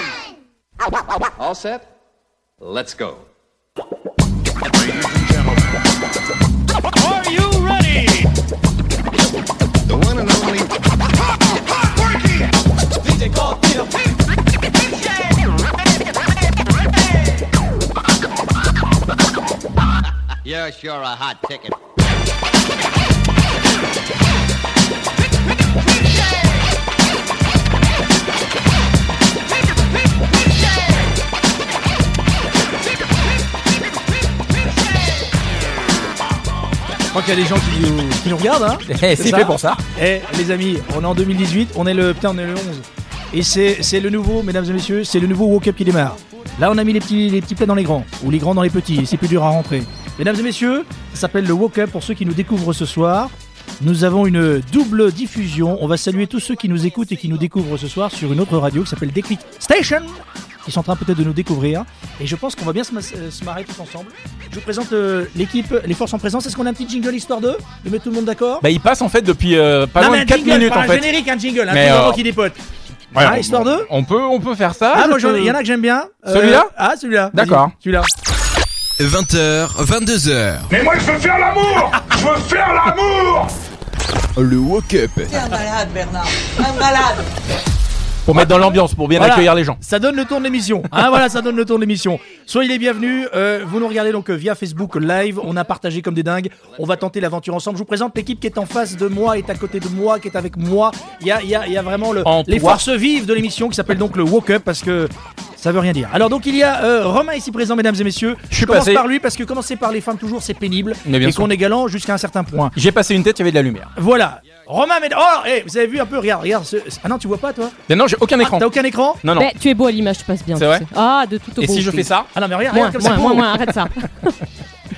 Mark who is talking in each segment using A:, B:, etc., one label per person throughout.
A: one. All set? Let's go.
B: Are you ready?
A: The one and only
C: You're sure a hot ticket.
D: Je crois qu'il y a des gens qui nous, qui nous regardent. Hein
E: Eh, c'est
D: ça
E: fait pour ça.
D: Eh, les amis, on est en 2018, on est le, putain, on est le 11. Et c'est c'est le nouveau, mesdames et messieurs, c'est le nouveau Woke Up qui démarre. Là, on a mis les petits, les petits plats dans les grands, ou les grands dans les petits, c'est plus dur à rentrer. Mesdames et messieurs, ça s'appelle le Woke Up pour ceux qui nous découvrent ce soir. Nous avons une double diffusion. On va saluer tous ceux qui nous écoutent et qui nous découvrent ce soir sur une autre radio qui s'appelle Déclic Station, qui sont en train peut-être de nous découvrir. Et je pense qu'on va bien se, mas- euh, se marrer tous ensemble. Je vous présente euh, l'équipe, les forces en présence. Est-ce qu'on a un petit jingle histoire de, de mettre tout le monde d'accord
E: Bah, il passe en fait depuis euh, pas
D: non,
E: loin
D: mais
E: de
D: un
E: 4
D: jingle,
E: minutes
D: pas
E: en
D: un
E: fait.
D: générique, un jingle, hein, un
E: Mais,
D: truc vraiment
E: euh,
D: qui dépote.
E: Ouais,
D: Ah,
E: on-
D: histoire de
E: On peut, on peut faire ça.
D: Ah,
E: je
D: moi, j'en-
E: peux-
D: il y en a que j'aime bien. Euh,
E: Celui-là
D: Ah, celui-là. Vas-y,
E: D'accord.
D: Celui-là.
F: 20h, 22h,
G: Mais moi je veux faire l'amour Je veux faire l'amour
F: le Woke Up
H: un malade, Bernard. Un malade.
E: Pour mettre dans l'ambiance, pour bien
D: Voilà.
E: accueillir les gens.
D: Ça donne le tour de l'émission. Ah, voilà, ça donne le tour de l'émission. Soyez les bienvenus. euh, vous nous regardez donc euh, via Facebook Live. On a partagé comme des dingues. On va tenter l'aventure ensemble. Je vous présente l'équipe qui est en face de moi, est à côté de moi, qui est avec moi. Il y a, il y a- il y a vraiment le,
E: En
D: les
E: toi.
D: forces vives de l'émission qui s'appelle donc le Woke Up parce que ça veut rien dire. Alors, donc, il y a euh, Romain ici présent, mesdames et messieurs.
E: Je suis
D: commence
E: passé.
D: par lui parce que commencer par les femmes toujours, c'est pénible.
E: Mais bien
D: et
E: sûr.
D: qu'on est galant jusqu'à un certain point.
E: J'ai passé une tête, il y avait de la lumière.
D: Voilà. Romain Médard. Oh, eh, vous avez vu un peu Regarde, regarde. ce- Ah non, tu vois pas toi
E: Mais non, j'ai aucun
D: Ah,
E: écran.
D: T'as aucun écran
E: Non, non.
I: Ben, tu es beau à l'image, tu passes bien.
E: C'est
I: tu
E: vrai
I: sais. Ah, de tout au
E: Et si je fais ça
D: Ah non, mais regarde,
I: Moins,
D: regarde comme
I: moins,
D: c'est beau.
I: moins, moins, arrête ça.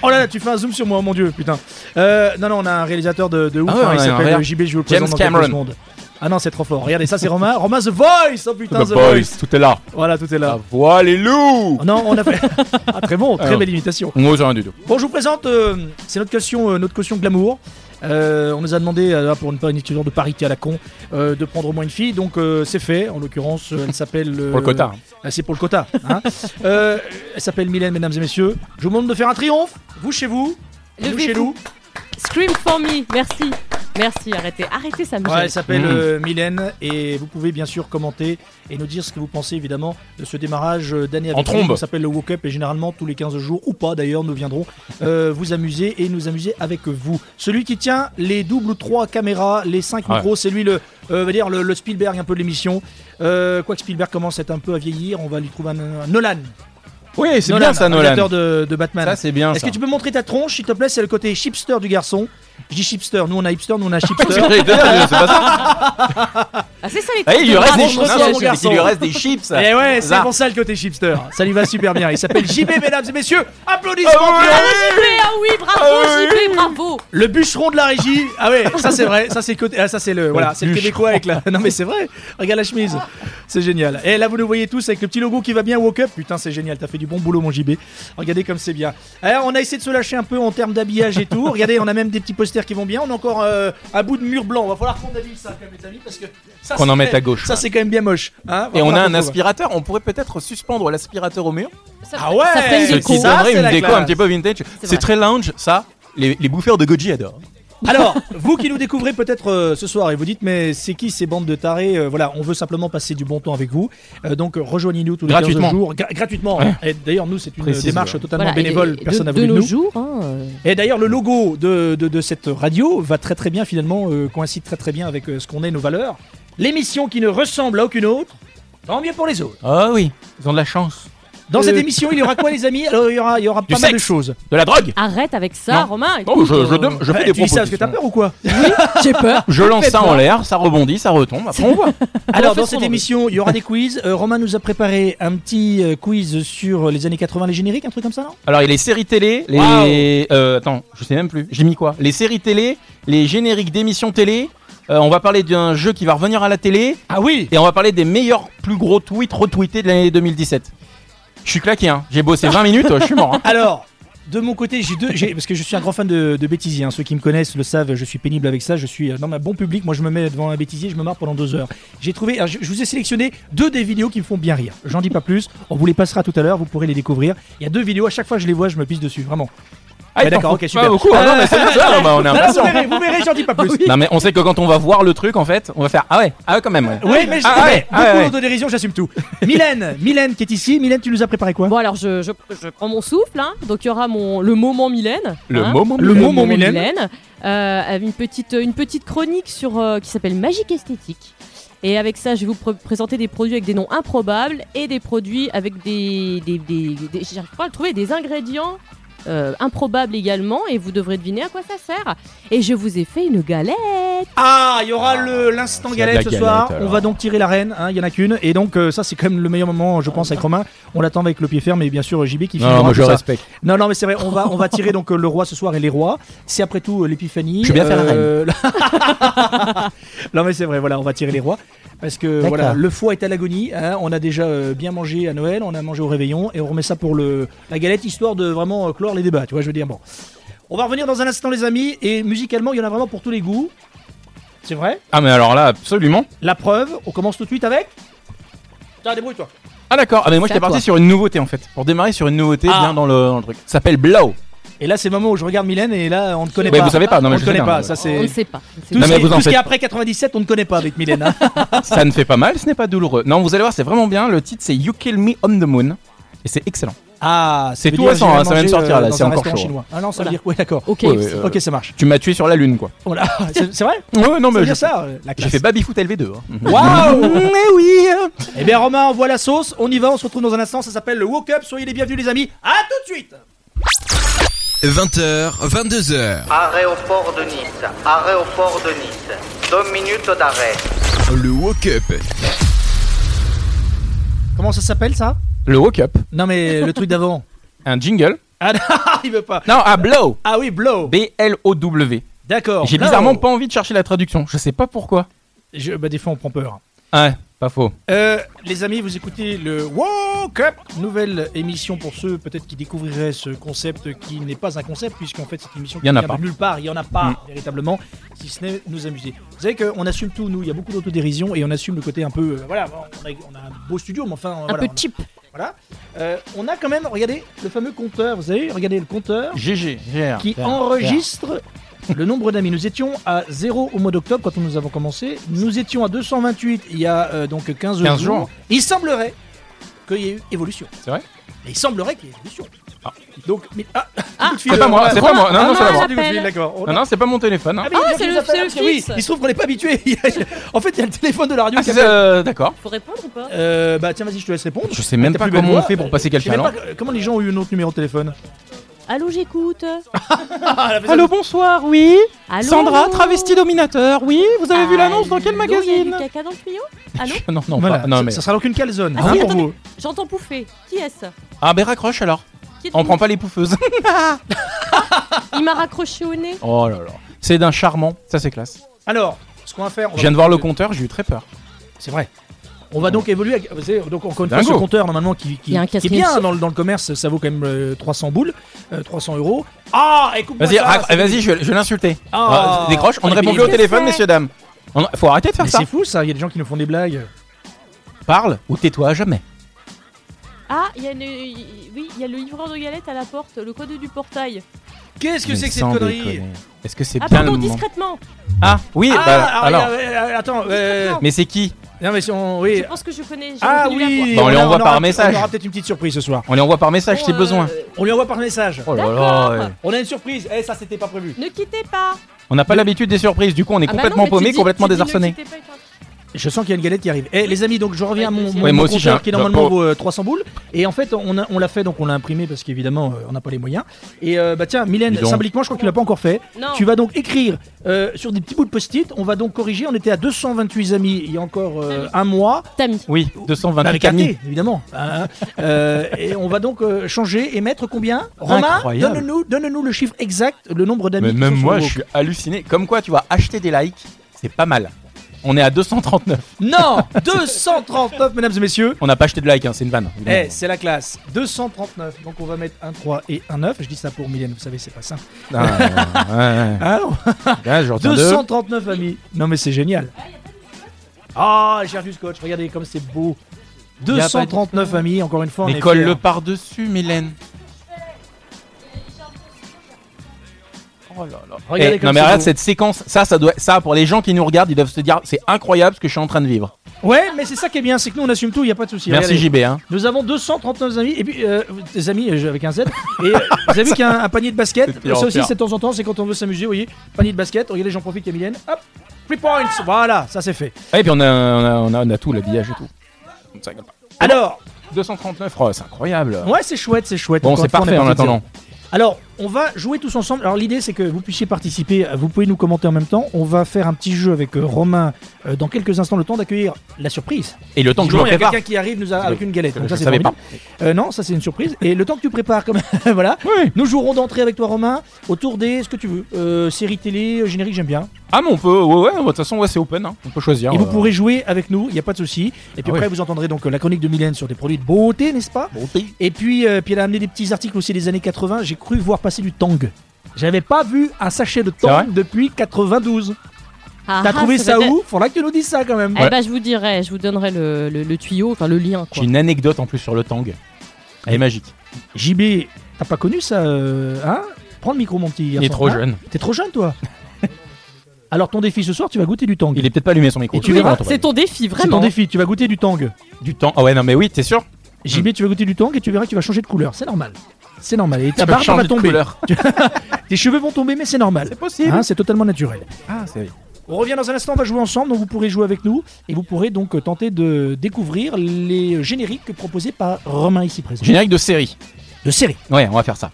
D: Oh là là, tu fais un zoom sur moi, mon dieu, putain. Euh, non, non, on a un réalisateur de, de ouf.
E: Ah ouais,
D: hein, il
E: on a un
D: s'appelle
E: réel.
D: euh, JB, je vous le
E: James
D: présente dans quelques
E: Cameron.
D: secondes. Ah non, c'est trop fort. Regardez, ça c'est Romain. Romain The Voice Oh putain, The,
E: tout est là.
D: Voilà, tout est
E: La
D: là.
E: voix, les loups
D: Oh Non, on a fait. Ah, très bon, très
E: Alors.
D: belle imitation.
E: Moi, j'ai rien du tout.
D: Bon, je vous présente, euh, c'est notre caution, euh, notre caution glamour. Euh, on nous a demandé, euh, pour ne pas une étudiante de parité à la con, euh, de prendre au moins une fille, donc euh, c'est fait. En l'occurrence, euh, elle s'appelle. euh,
E: Pour le quota.
D: euh, C'est pour le quota. hein. Euh, elle s'appelle Mylène, mesdames et messieurs. Je vous demande de faire un triomphe, vous chez vous, nous chez nous.
I: Levez-vous. Scream for me, merci. Merci, arrêtez, arrêtez, ça me
D: Ouais, elle
I: gêne.
D: s'appelle
E: Mmh.
D: euh, Mylène et vous pouvez bien sûr commenter et nous dire ce que vous pensez évidemment de ce démarrage euh, d'année avec
E: En
D: nous,
E: trombe.
D: qui s'appelle le Woke Up et généralement tous les 15 jours ou pas d'ailleurs nous viendrons euh, vous amuser et nous amuser avec vous. Celui qui tient les doubles ou trois caméras, les cinq
E: Ouais.
D: micros, c'est lui le euh, va dire le, le Spielberg un peu de l'émission. Euh, Quoique Spielberg commence à être un peu à vieillir, on va lui trouver un, un Nolan.
E: Oui, c'est
D: Nolan,
E: bien ça, Nolan.
D: réalisateur de, de Batman.
E: Ça, c'est bien.
D: Est-ce
E: ça.
D: que tu peux montrer ta tronche, s'il te plaît C'est le côté chipster du garçon. Je dis chipster, nous on a hipster, nous on a chipster.
E: C'est pas ça.
I: Ah, c'est ça les
E: Ah, il lui
I: trucs de
E: reste des
I: marrant,
E: chips.
I: je
D: bonsoir, mon
I: reçois.
D: garçon.
E: Il lui reste des chips.
D: Et Eh ouais, c'est
E: Ça.
D: pour ça le côté chipster. Ça lui va super bien. Il s'appelle JB, mesdames et messieurs. Applaudissements.
E: Ah ouais.
D: pour-
I: JP, ah oui, bravo,
E: Ah oui.
I: JP, bravo.
D: Le bûcheron de la régie. Ah ouais, ça c'est vrai. Ça c'est le côté. ah, ça c'est le. Voilà, c'est le
E: bûcheron.
D: québécois avec la. Non mais c'est vrai. Regarde la chemise. C'est génial. Et là vous nous voyez tous avec le petit logo qui va bien. Woke up. Putain, c'est génial. T'as fait du bon boulot, mon JB. Regardez comme c'est bien. Alors, on a essayé de se lâcher un peu en termes d'habillage et tout. Regardez, on a même des petits posters qui vont bien. On a encore euh, un bout de mur blanc. On va falloir qu'on habille ça, quand même, les amis, parce que ça,
E: Qu'on en
D: c'est-
E: mette à gauche.
D: Ça c'est quand même bien moche. hein. Va
E: Et on a
D: falloir
E: un
D: qu'on trouve.
E: aspirateur. On pourrait peut-être suspendre l'aspirateur au mur.
I: Ça
D: Ah ouais.
I: ça ferait une
E: Ce
I: déco.
E: qui
D: Ça,
E: donnerait
D: c'est
E: une
D: la
E: déco
D: classe.
E: un petit peu vintage. C'est
I: vrai.
E: très lounge, ça. Les, les bouffeurs de Goji adorent.
D: Alors, vous qui nous découvrez peut-être euh, ce soir et vous dites mais c'est qui ces bandes de tarés Euh, Voilà, on veut simplement passer du bon temps avec vous. Euh, donc euh, rejoignez-nous tous les 15
E: Gratuitement.
D: jours gra- gratuitement. Et d'ailleurs nous c'est une
E: Précise,
D: démarche
E: ouais.
D: totalement
I: Voilà, et
D: bénévole,
I: de-
D: personne n'a
I: de,
D: voulu
I: de
D: de
I: nos
D: nous.
I: jours. hein, euh,
D: Et d'ailleurs le logo de, de- de cette radio va très très bien finalement euh, coïncide très très bien avec euh, ce qu'on est nos valeurs. L'émission qui ne ressemble à aucune autre. Tant mieux pour les autres.
E: Ah oui, ils ont de la chance.
D: Dans cette
E: Euh.
D: émission, il y aura quoi, les amis Alors, il y aura, il y aura pas
E: Du
D: mal de
E: sexe.
D: choses.
E: De la drogue
I: Arrête avec ça,
E: Non.
I: Romain.
E: Non, je, je,
I: écoute,
E: dem- je
D: Bah,
E: fais des
D: tu dis ça parce que t'as
E: propositions.
D: peur ou quoi
I: J'ai peur.
E: Je lance ça en l'air, ça rebondit, ça retombe, après on voit.
D: Alors
I: On fait
D: dans
I: ce
D: cette
I: qu'on
D: émission, il y aura des quiz. Euh, Romain nous a préparé un petit euh, quiz sur les années 80, les génériques, un truc comme ça, non
E: Alors, il y a les séries télé, les. euh, attends, je sais même plus. J'ai mis quoi Les séries télé, les génériques d'émissions télé. euh, on va parler d'un jeu qui va revenir à la télé.
D: Ah oui
E: Et on va parler des meilleurs, plus gros tweets retweetés de l'année 2017. Je suis claqué, hein. J'ai bossé 20 minutes, je suis mort. hein.
D: Alors, de mon côté, j'ai deux, j'ai- parce que je suis un grand fan de, de bêtisier. hein. Ceux qui me connaissent le savent. Je suis pénible avec ça. Je suis euh, dans ma bon public. Moi, je me mets devant un bêtisier, je me marre pendant deux heures. J'ai trouvé, alors, je, je vous ai sélectionné deux des vidéos qui me font bien rire. J'en dis pas plus. On vous les passera tout à l'heure. Vous pourrez les découvrir. Il y a deux vidéos. À chaque fois que je les vois, je me pisse dessus. Vraiment.
E: Ah,
D: Bah,
E: il t'en
D: d'accord,
E: faut
D: ok,
E: pas
D: super.
E: beaucoup. Ah, non, mais c'est bizarre, bah, on est
D: Non, non, vous
E: impatient.
D: verrez, vous verrez. J'en dis pas plus.
E: Non, mais on sait que quand on va voir le truc, en fait, on va faire Ah ouais, ah ouais, quand même. ouais.
D: Oui, mais je-
E: Ah ouais,
D: mais
E: ah
D: beaucoup
E: ouais.
D: d'autodérision, j'assume tout. Mylène, Mylène qui est ici. Mylène, tu nous as préparé quoi
I: Bon, alors je, je, je prends mon souffle, hein. donc il y aura mon, le moment Mylène.
E: Le
I: hein.
E: moment
D: Le moment Mylène.
I: Euh, avec une, petite, une petite chronique sur, euh, qui s'appelle Magique Esthétique. Et avec ça, je vais vous pr- présenter des produits avec des noms improbables et des produits avec des. des, des, des- J'arrive pas à le trouver, des ingrédients euh, improbables également, et vous devrez deviner à quoi ça sert. Et je vous ai fait une galette.
D: Ah, il y aura le- l'instant
E: s'il y a de
D: galette
E: la
D: ce soir.
E: galette,
D: On
E: alors.
D: va donc tirer la reine. hein, Il y en a qu'une. Et donc, euh, ça, c'est quand même le meilleur moment, je pense, avec Romain. On l'attend avec le pied ferme et bien sûr JB qui filmera
E: Ah, Non, moi
D: tout
E: je
D: ça.
E: respecte.
D: Non, non, mais c'est vrai. On va, on va tirer donc euh, le roi ce soir et les rois. C'est après tout euh, l'épiphanie.
E: Je vais bien faire
D: la
E: la
D: reine. non, mais c'est vrai. Voilà, on va tirer les rois parce que
E: D'accord.
D: voilà, le foie est à l'agonie. hein, on a déjà euh, bien mangé à Noël, on a mangé au réveillon et on remet ça pour le la galette histoire de vraiment euh, clore les débats. Tu vois, je veux dire bon. On va revenir dans un instant, les amis. Et musicalement, il y en a vraiment pour tous les goûts. C'est vrai.
E: Ah, mais alors là, absolument.
D: La preuve, on commence tout de suite avec. Tiens, débrouille-toi.
E: Ah, d'accord. Ah, mais moi
I: C'est
E: j'étais
I: à toi.
E: parti sur une nouveauté en fait. Pour démarrer sur une nouveauté,
D: Ah.
E: bien dans le, dans le truc. Ça s'appelle Blow.
D: Et là, c'est le moment où je regarde Mylène et là, on ne connaît
E: Ouais,
D: pas.
E: vous savez pas, non,
D: on
E: mais
D: ne
E: je
D: connaît
E: sais
D: pas.
E: bien.
D: Ça, c'est.
I: On ne sait pas. On ne sait
D: Tout,
E: Non,
D: ce,
E: mais
D: qui,
E: vous en
D: tout ce qui est
E: faites-
D: après 97, on ne connaît pas avec Mylène. hein.
E: ça ne fait pas mal, ce n'est pas douloureux. Non, vous allez voir, c'est vraiment bien. Le titre, c'est You Kill Me on the Moon. Et c'est excellent.
D: Ah, ça
E: C'est
D: veut
E: tout
D: dire
E: récent,
D: j'irai
E: hein, ça vient de
D: manger,
E: sortir,
D: euh,
E: là,
D: dans
E: c'est
D: un
E: encore
D: restaurant
E: chaud.
D: chinois. Ah non, ça
I: Voilà.
D: veut dire. Oui, d'accord.
I: Ok,
E: Ouais, ouais,
I: c'est-
E: ouais.
D: Ok, ça marche.
E: Tu m'as tué sur la lune, quoi.
D: Voilà. C'est c'est vrai
E: Ouais, non,
D: Ça veut
E: mais je-
D: dire ça, euh, la
E: j'ai
D: classe.
E: fait Babyfoot LV2. hein.
D: Waouh
E: Mais oui
D: Eh bien, Romain, envoie la sauce. On y va, on se retrouve dans un instant. Ça s'appelle le Woke Up. Soyez les bienvenus, les amis. À tout de suite
F: 20h, 22h.
B: Arrêt au port de Nice. Arrêt au port de Nice. Deux minutes d'arrêt.
F: Le Woke Up.
D: Comment ça s'appelle, ça
E: Le Woke Up,
D: Non, mais le truc d'avant.
E: un jingle.
D: Ah, non, il veut pas.
E: Non, ah, Blow
D: Ah oui, Blow.
E: B-L-O-W.
D: D'accord.
E: J'ai
D: Blow.
E: bizarrement pas envie de chercher la traduction. Je sais pas pourquoi.
D: Je- bah, des fois, on prend peur.
E: Ouais, pas faux.
D: Euh, les amis, vous écoutez le Woke Up, nouvelle émission pour ceux peut-être qui découvriraient ce concept qui n'est pas un concept, puisqu'en fait c'est une émission qui
E: Il y en a
D: vient
E: pas.
D: de nulle part, il y en a pas
E: Mm.
D: véritablement, si ce n'est nous amuser. Vous savez qu'on assume tout, nous, il y a beaucoup d'autodérision et on assume le côté un peu, euh, voilà, on a, on a un beau studio, mais enfin,
I: Un
D: voilà,
I: peu
D: on a-
I: cheap.
D: voilà. Euh, on a quand même, regardez, le fameux compteur, vous savez, regardez le compteur
E: GG, GR.
D: qui enregistre le nombre d'amis. Nous étions à 0 au mois d'octobre quand nous avons commencé. Nous étions à 228 il y a euh, donc 15,
E: 15
D: jours.
E: jours.
D: Il semblerait qu'il y ait eu évolution.
E: C'est vrai
D: Et il semblerait qu'il y ait évolution.
E: Ah.
D: Donc, mais, ah, coup de fil,
E: C'est pas
D: euh,
E: moi,
D: voilà.
E: c'est pas moi. Non,
I: Ah,
E: non, c'est pas
I: non,
E: moi.
I: j'appelle.
D: Coup de fil, d'accord. On-
E: Non, non, c'est pas mon téléphone. hein.
D: Ah, mais il y a
I: Ah,
D: des gens
I: c'est
D: qui
I: le-
D: nous appellent
I: c'est le
D: après. Oui,
I: fixe.
D: il se trouve qu'on n'est pas habitué. Il y a- en fait, il y a le téléphone de la radio
E: Ah,
D: qui
E: c'est,
D: appelle.
E: euh, d'accord.
I: Faut répondre ou pas
D: Euh, bah tiens, vas-y, je te laisse répondre.
E: Je sais même
D: T'as
E: pas
D: plus belle
E: comment
D: voix.
E: on fait pour passer
D: Je sais
E: quelqu'un
D: même
E: là.
D: pas, euh, comment les gens ont eu notre numéro de téléphone
I: Allô, j'écoute.
E: Euh,
D: Ah, la
E: Allô, bonsoir, oui.
I: Allô
E: Sandra, travesti dominateur, oui. Vous avez vu l'annonce dans quel
I: Allô, Il y a du
E: magazine
I: caca dans le tuyau Allô
E: Non, non,
D: Voilà,
E: pas- non,
D: ça-
E: mais.
D: ça sera donc une calzone
I: Ah,
D: hein,
I: si,
D: pour
I: attendez.
D: vous.
I: J'entends pouffer. Qui est-ce
E: Ah, ben raccroche alors.
I: Qui est-ce
E: On prend pas les pouffeuses.
I: Il m'a raccroché au nez.
E: oh là là. C'est d'un charmant, ça c'est classe.
D: Alors, ce qu'on va faire, on va
E: Je viens de voir le compteur, j'ai eu très peur.
D: C'est vrai. On va donc évoluer. avec- vous savez, donc encore une fois, ce
E: Dingo.
D: compteur normalement qui, qui,
I: Il y a un
D: qui est
I: quatrième
D: bien
I: chiffre.
D: dans le, dans le commerce, ça vaut quand même euh, 300 boules, euh, 300 euros. Ah, écoute,
E: Vas-y, rac- euh, vas-y, je vais, je vais l'insulter.
D: Ah.
E: Ah, décroche, on ne
D: Mais
E: répond
D: qu'est-ce
E: plus au
I: que
E: téléphone,
I: c'est
E: messieurs dames. On- Faut arrêter de faire ça.
D: c'est fou ça. Il y a des gens qui nous font des blagues.
E: Parle ou tais-toi à jamais.
I: Ah, il y a une- oui, il y a le livreur de galettes à la porte, le code du portail.
D: Qu'est-ce que
E: Mais
D: c'est que cette
E: sans
D: connerie
E: déconner. Est-ce que c'est
I: Ah
E: bien le
I: pardon,
E: moment
I: discrètement.
E: Ah oui,
D: Ah,
E: bah,
D: alors,
E: alors.
D: il y a- euh, attends. euh,
I: Discrètement.
E: Mais c'est qui
D: non mais si on, oui.
I: Je pense que je connais. j'ai
D: Ah
I: reconnu la
D: oui.
E: Bah, on les
D: a-
E: envoie
D: aura-
E: par
D: on
E: message.
D: aura peut-être une petite surprise ce soir.
E: On les envoie par message,
I: voix.
E: Bah, j'ai
I: Bon,
E: besoin.
I: euh,
D: On lui envoie par message.
E: Oh là
I: d'accord.
E: là, ouais.
D: On a une surprise. Eh, ça c'était pas prévu.
I: Ne quittez pas.
E: On n'a pas l'habitude des surprises, du coup on est
I: Ah bah non,
E: complètement
I: mais tu
E: paumé,
I: dis-
E: complètement
I: tu dis ne
E: désarçonné.
I: quittez pas, éteins.
D: Je sens qu'il y a une galette qui arrive. Eh les amis, donc je reviens à mon, mon,
I: Ouais,
D: mon
E: moi aussi, j'ai
D: compteur
E: un-
D: qui normalement
E: pour-
D: vaut euh, 300 boules. Et en fait, on, a- on l'a fait, donc on l'a imprimé parce qu'évidemment, euh, on n'a pas les moyens. Et euh, bah tiens, Mylène,
E: Dis donc.
D: symboliquement, je crois que tu l'as pas encore fait.
I: Non.
D: Tu vas donc écrire euh, sur des petits bouts de post-it. On va donc corriger. On était à 228 amis il y a encore euh, un mois. Bah,
I: Tami.
E: Oui, 220
D: Avec un T, évidemment. Hein, hein. Euh, et on va donc euh, changer et mettre combien Romain,
E: Incroyable.
D: donne-nous donne-nous le chiffre exact, le nombre d'amis.
E: Mais
D: qui
E: même
D: sont sur
E: moi,
D: le
E: je
D: groupe.
E: suis halluciné. Comme quoi, tu vois, acheter des likes, c'est pas mal. On est à 239.
D: Non 239, mesdames et messieurs.
E: On n'a pas acheté de like, hein, c'est une vanne.
D: Eh,
E: évidemment.
D: c'est la classe. 239. Donc on va mettre un 3 et un 9. Je dis ça pour Mylène, vous savez, c'est pas simple.
E: Ah, ouais, ouais.
D: Alors,
E: Là, je retiens deux.
D: 239 amis. Non mais c'est génial. Ah, j'ai du scotch. Regardez comme c'est beau.
E: Y a pas de-
D: 239 amis. Encore une fois, on
E: Mais
D: est
E: colle-le
D: fiers.
E: par-dessus, Mylène.
D: Regardez
E: Eh,
D: comme
E: non mais
D: c'est
E: regarde
D: beau.
E: cette séquence, ça, ça doit, ça pour les gens qui nous regardent, ils doivent se dire, c'est incroyable ce que je suis en train de vivre. mais
D: Mais c'est ça qui est bien, c'est que nous on assume tout, il n'y a pas de souci.
E: Merci
D: Regardez.
E: JB. Hein.
D: Nous avons 239 amis, et puis euh, des amis euh, avec un Z. Et euh, vous avez qu'un un panier de basket.
E: C'est de pire en
D: Ça aussi,
E: pire.
D: c'est de temps en temps, c'est quand on veut s'amuser, vous voyez. Panier de basket, regardez, j'en profite, il y a Mylène. Hop, 3 points, voilà, ça c'est fait.
E: Et puis on a, on a, on a, on a tout, l'habillage et tout. Ça rigole pas.
D: Alors,
E: 239, oh, c'est incroyable.
D: ouais, c'est chouette, c'est chouette.
E: Bon,
D: Encore
E: c'est
D: une fois, on est
E: parfait en
D: parti de
E: attendant.
D: Alors, on va jouer tous ensemble. Alors, l'idée, c'est que vous puissiez participer. Vous pouvez nous commenter en même temps. On va faire un petit jeu avec euh, Romain euh, dans quelques instants, le temps d'accueillir la surprise.
E: Et le temps que je me
D: Sinon, il y a
E: prépare.
D: quelqu'un qui arrive nous a- avec une galette. Donc,
E: Je
D: ça, c'est
E: savais
D: formidable. Euh, non, ça, c'est une surprise. Et le temps que tu prépares, comme voilà. Nous jouerons d'entrée avec toi, Romain, autour des ce que tu veux. Euh, séries télé, euh, générique, j'aime bien.
E: Ah mais on peut, ouais, ouais, de toute façon, ouais, c'est open, hein. on peut choisir.
D: Et vous
E: euh,
D: pourrez jouer avec nous, il n'y a pas de souci. Et puis
E: Ah
D: après, vous entendrez donc euh, la chronique de Mylène sur des produits de beauté, n'est-ce pas
E: bon, oui.
D: Et puis, euh, puis elle a amené des petits articles aussi des années 80. J'ai cru voir passer du Tang. J'avais pas vu un sachet de
E: C'est vrai
D: Tang depuis 92.
I: Ah,
D: T'as
I: ah,
D: trouvé ça
I: va être-
D: où Faudra que tu nous dises ça quand même.
I: Eh ben, je vous dirai, je vous donnerai le, le- le tuyau, enfin le lien.
E: J'ai
I: Quoi.
E: une anecdote en plus sur le Tang. Elle est magique.
D: JB, t'as pas connu ça euh, Hein Prends le micro, mon petit.
E: Il est
D: garçon.
E: trop
D: Hein
E: jeune.
D: T'es trop jeune, toi. Alors ton défi ce soir, tu vas goûter du Tang.
E: Il est peut-être pas allumé son micro.
D: Et tu
E: Je
D: verras,
E: l'entends pas.
I: C'est ton défi,
D: C'est ton
I: vraiment.
D: défi, tu vas goûter du Tang.
E: du temps. Ah ouais, non mais oui, t'es sûr
D: JB, tu vas goûter du Tang et tu verras que tu vas changer de couleur. C'est normal. C'est normal. Et ta
E: Hmm. Tu peux
D: barbe
E: changer
D: va
E: de
D: tomber.
E: couleur.
D: Tes cheveux vont tomber, mais c'est normal.
E: C'est possible.
D: Hein, c'est totalement naturel.
E: ah, c'est
D: On revient dans un instant, on va jouer ensemble, donc vous pourrez jouer avec nous et vous pourrez donc euh, tenter de découvrir les génériques proposés par Romain ici présent.
E: Générique de série.
D: De série.
E: Ouais, on va faire ça.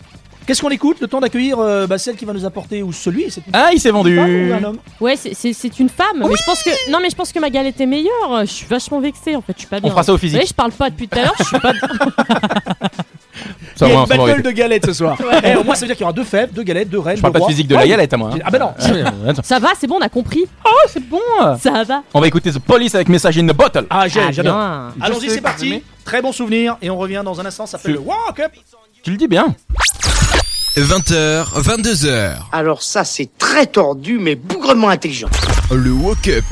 D: Qu'est-ce qu'on écoute Le temps d'accueillir euh, bah, celle qui va nous apporter ou celui, c'est une
E: Ah, il s'est vendu.
D: femme ou un homme
I: Ouais, c'est- c'est c'est une femme, mais je pense que non, mais je pense que ma galette est meilleure. Je suis vachement vexée, en fait, je suis pas bien.
E: fera ça au physique.
I: Vous voyez, je parle pas depuis tout à l'heure. Je suis pas.
E: Ça,
D: Il y
E: ouais,
D: a une
E: on s'en va
D: battle
E: arrêter.
D: de galettes ce soir. Eh, au moins, ça veut dire qu'il y aura deux fèves, deux galettes, deux reines.
E: Je parle
D: deux
E: pas de
D: rois.
E: physique de la
D: Ouais.
E: galette, à moi. hein.
D: Ah bah non.
E: Ah, ouais, attends.
I: Ça va, c'est bon, on a compris.
E: Oh, c'est bon.
I: Ça va.
E: On va écouter The Police avec Message in the Bottle.
D: Ah, j'ai-
I: Ah,
D: j'adore.
I: bien.
E: Je
D: Allons-y,
E: sais
D: c'est
E: que vous
D: parti.
E: aimez.
D: Très bon souvenir et on revient dans un instant. Ça s'appelle
E: Je-
D: le Walk Up.
E: Tu le dis bien.
F: 20h, 22h.
C: Alors ça, c'est très tordu, mais bougrement intelligent.
F: Le Woke Up.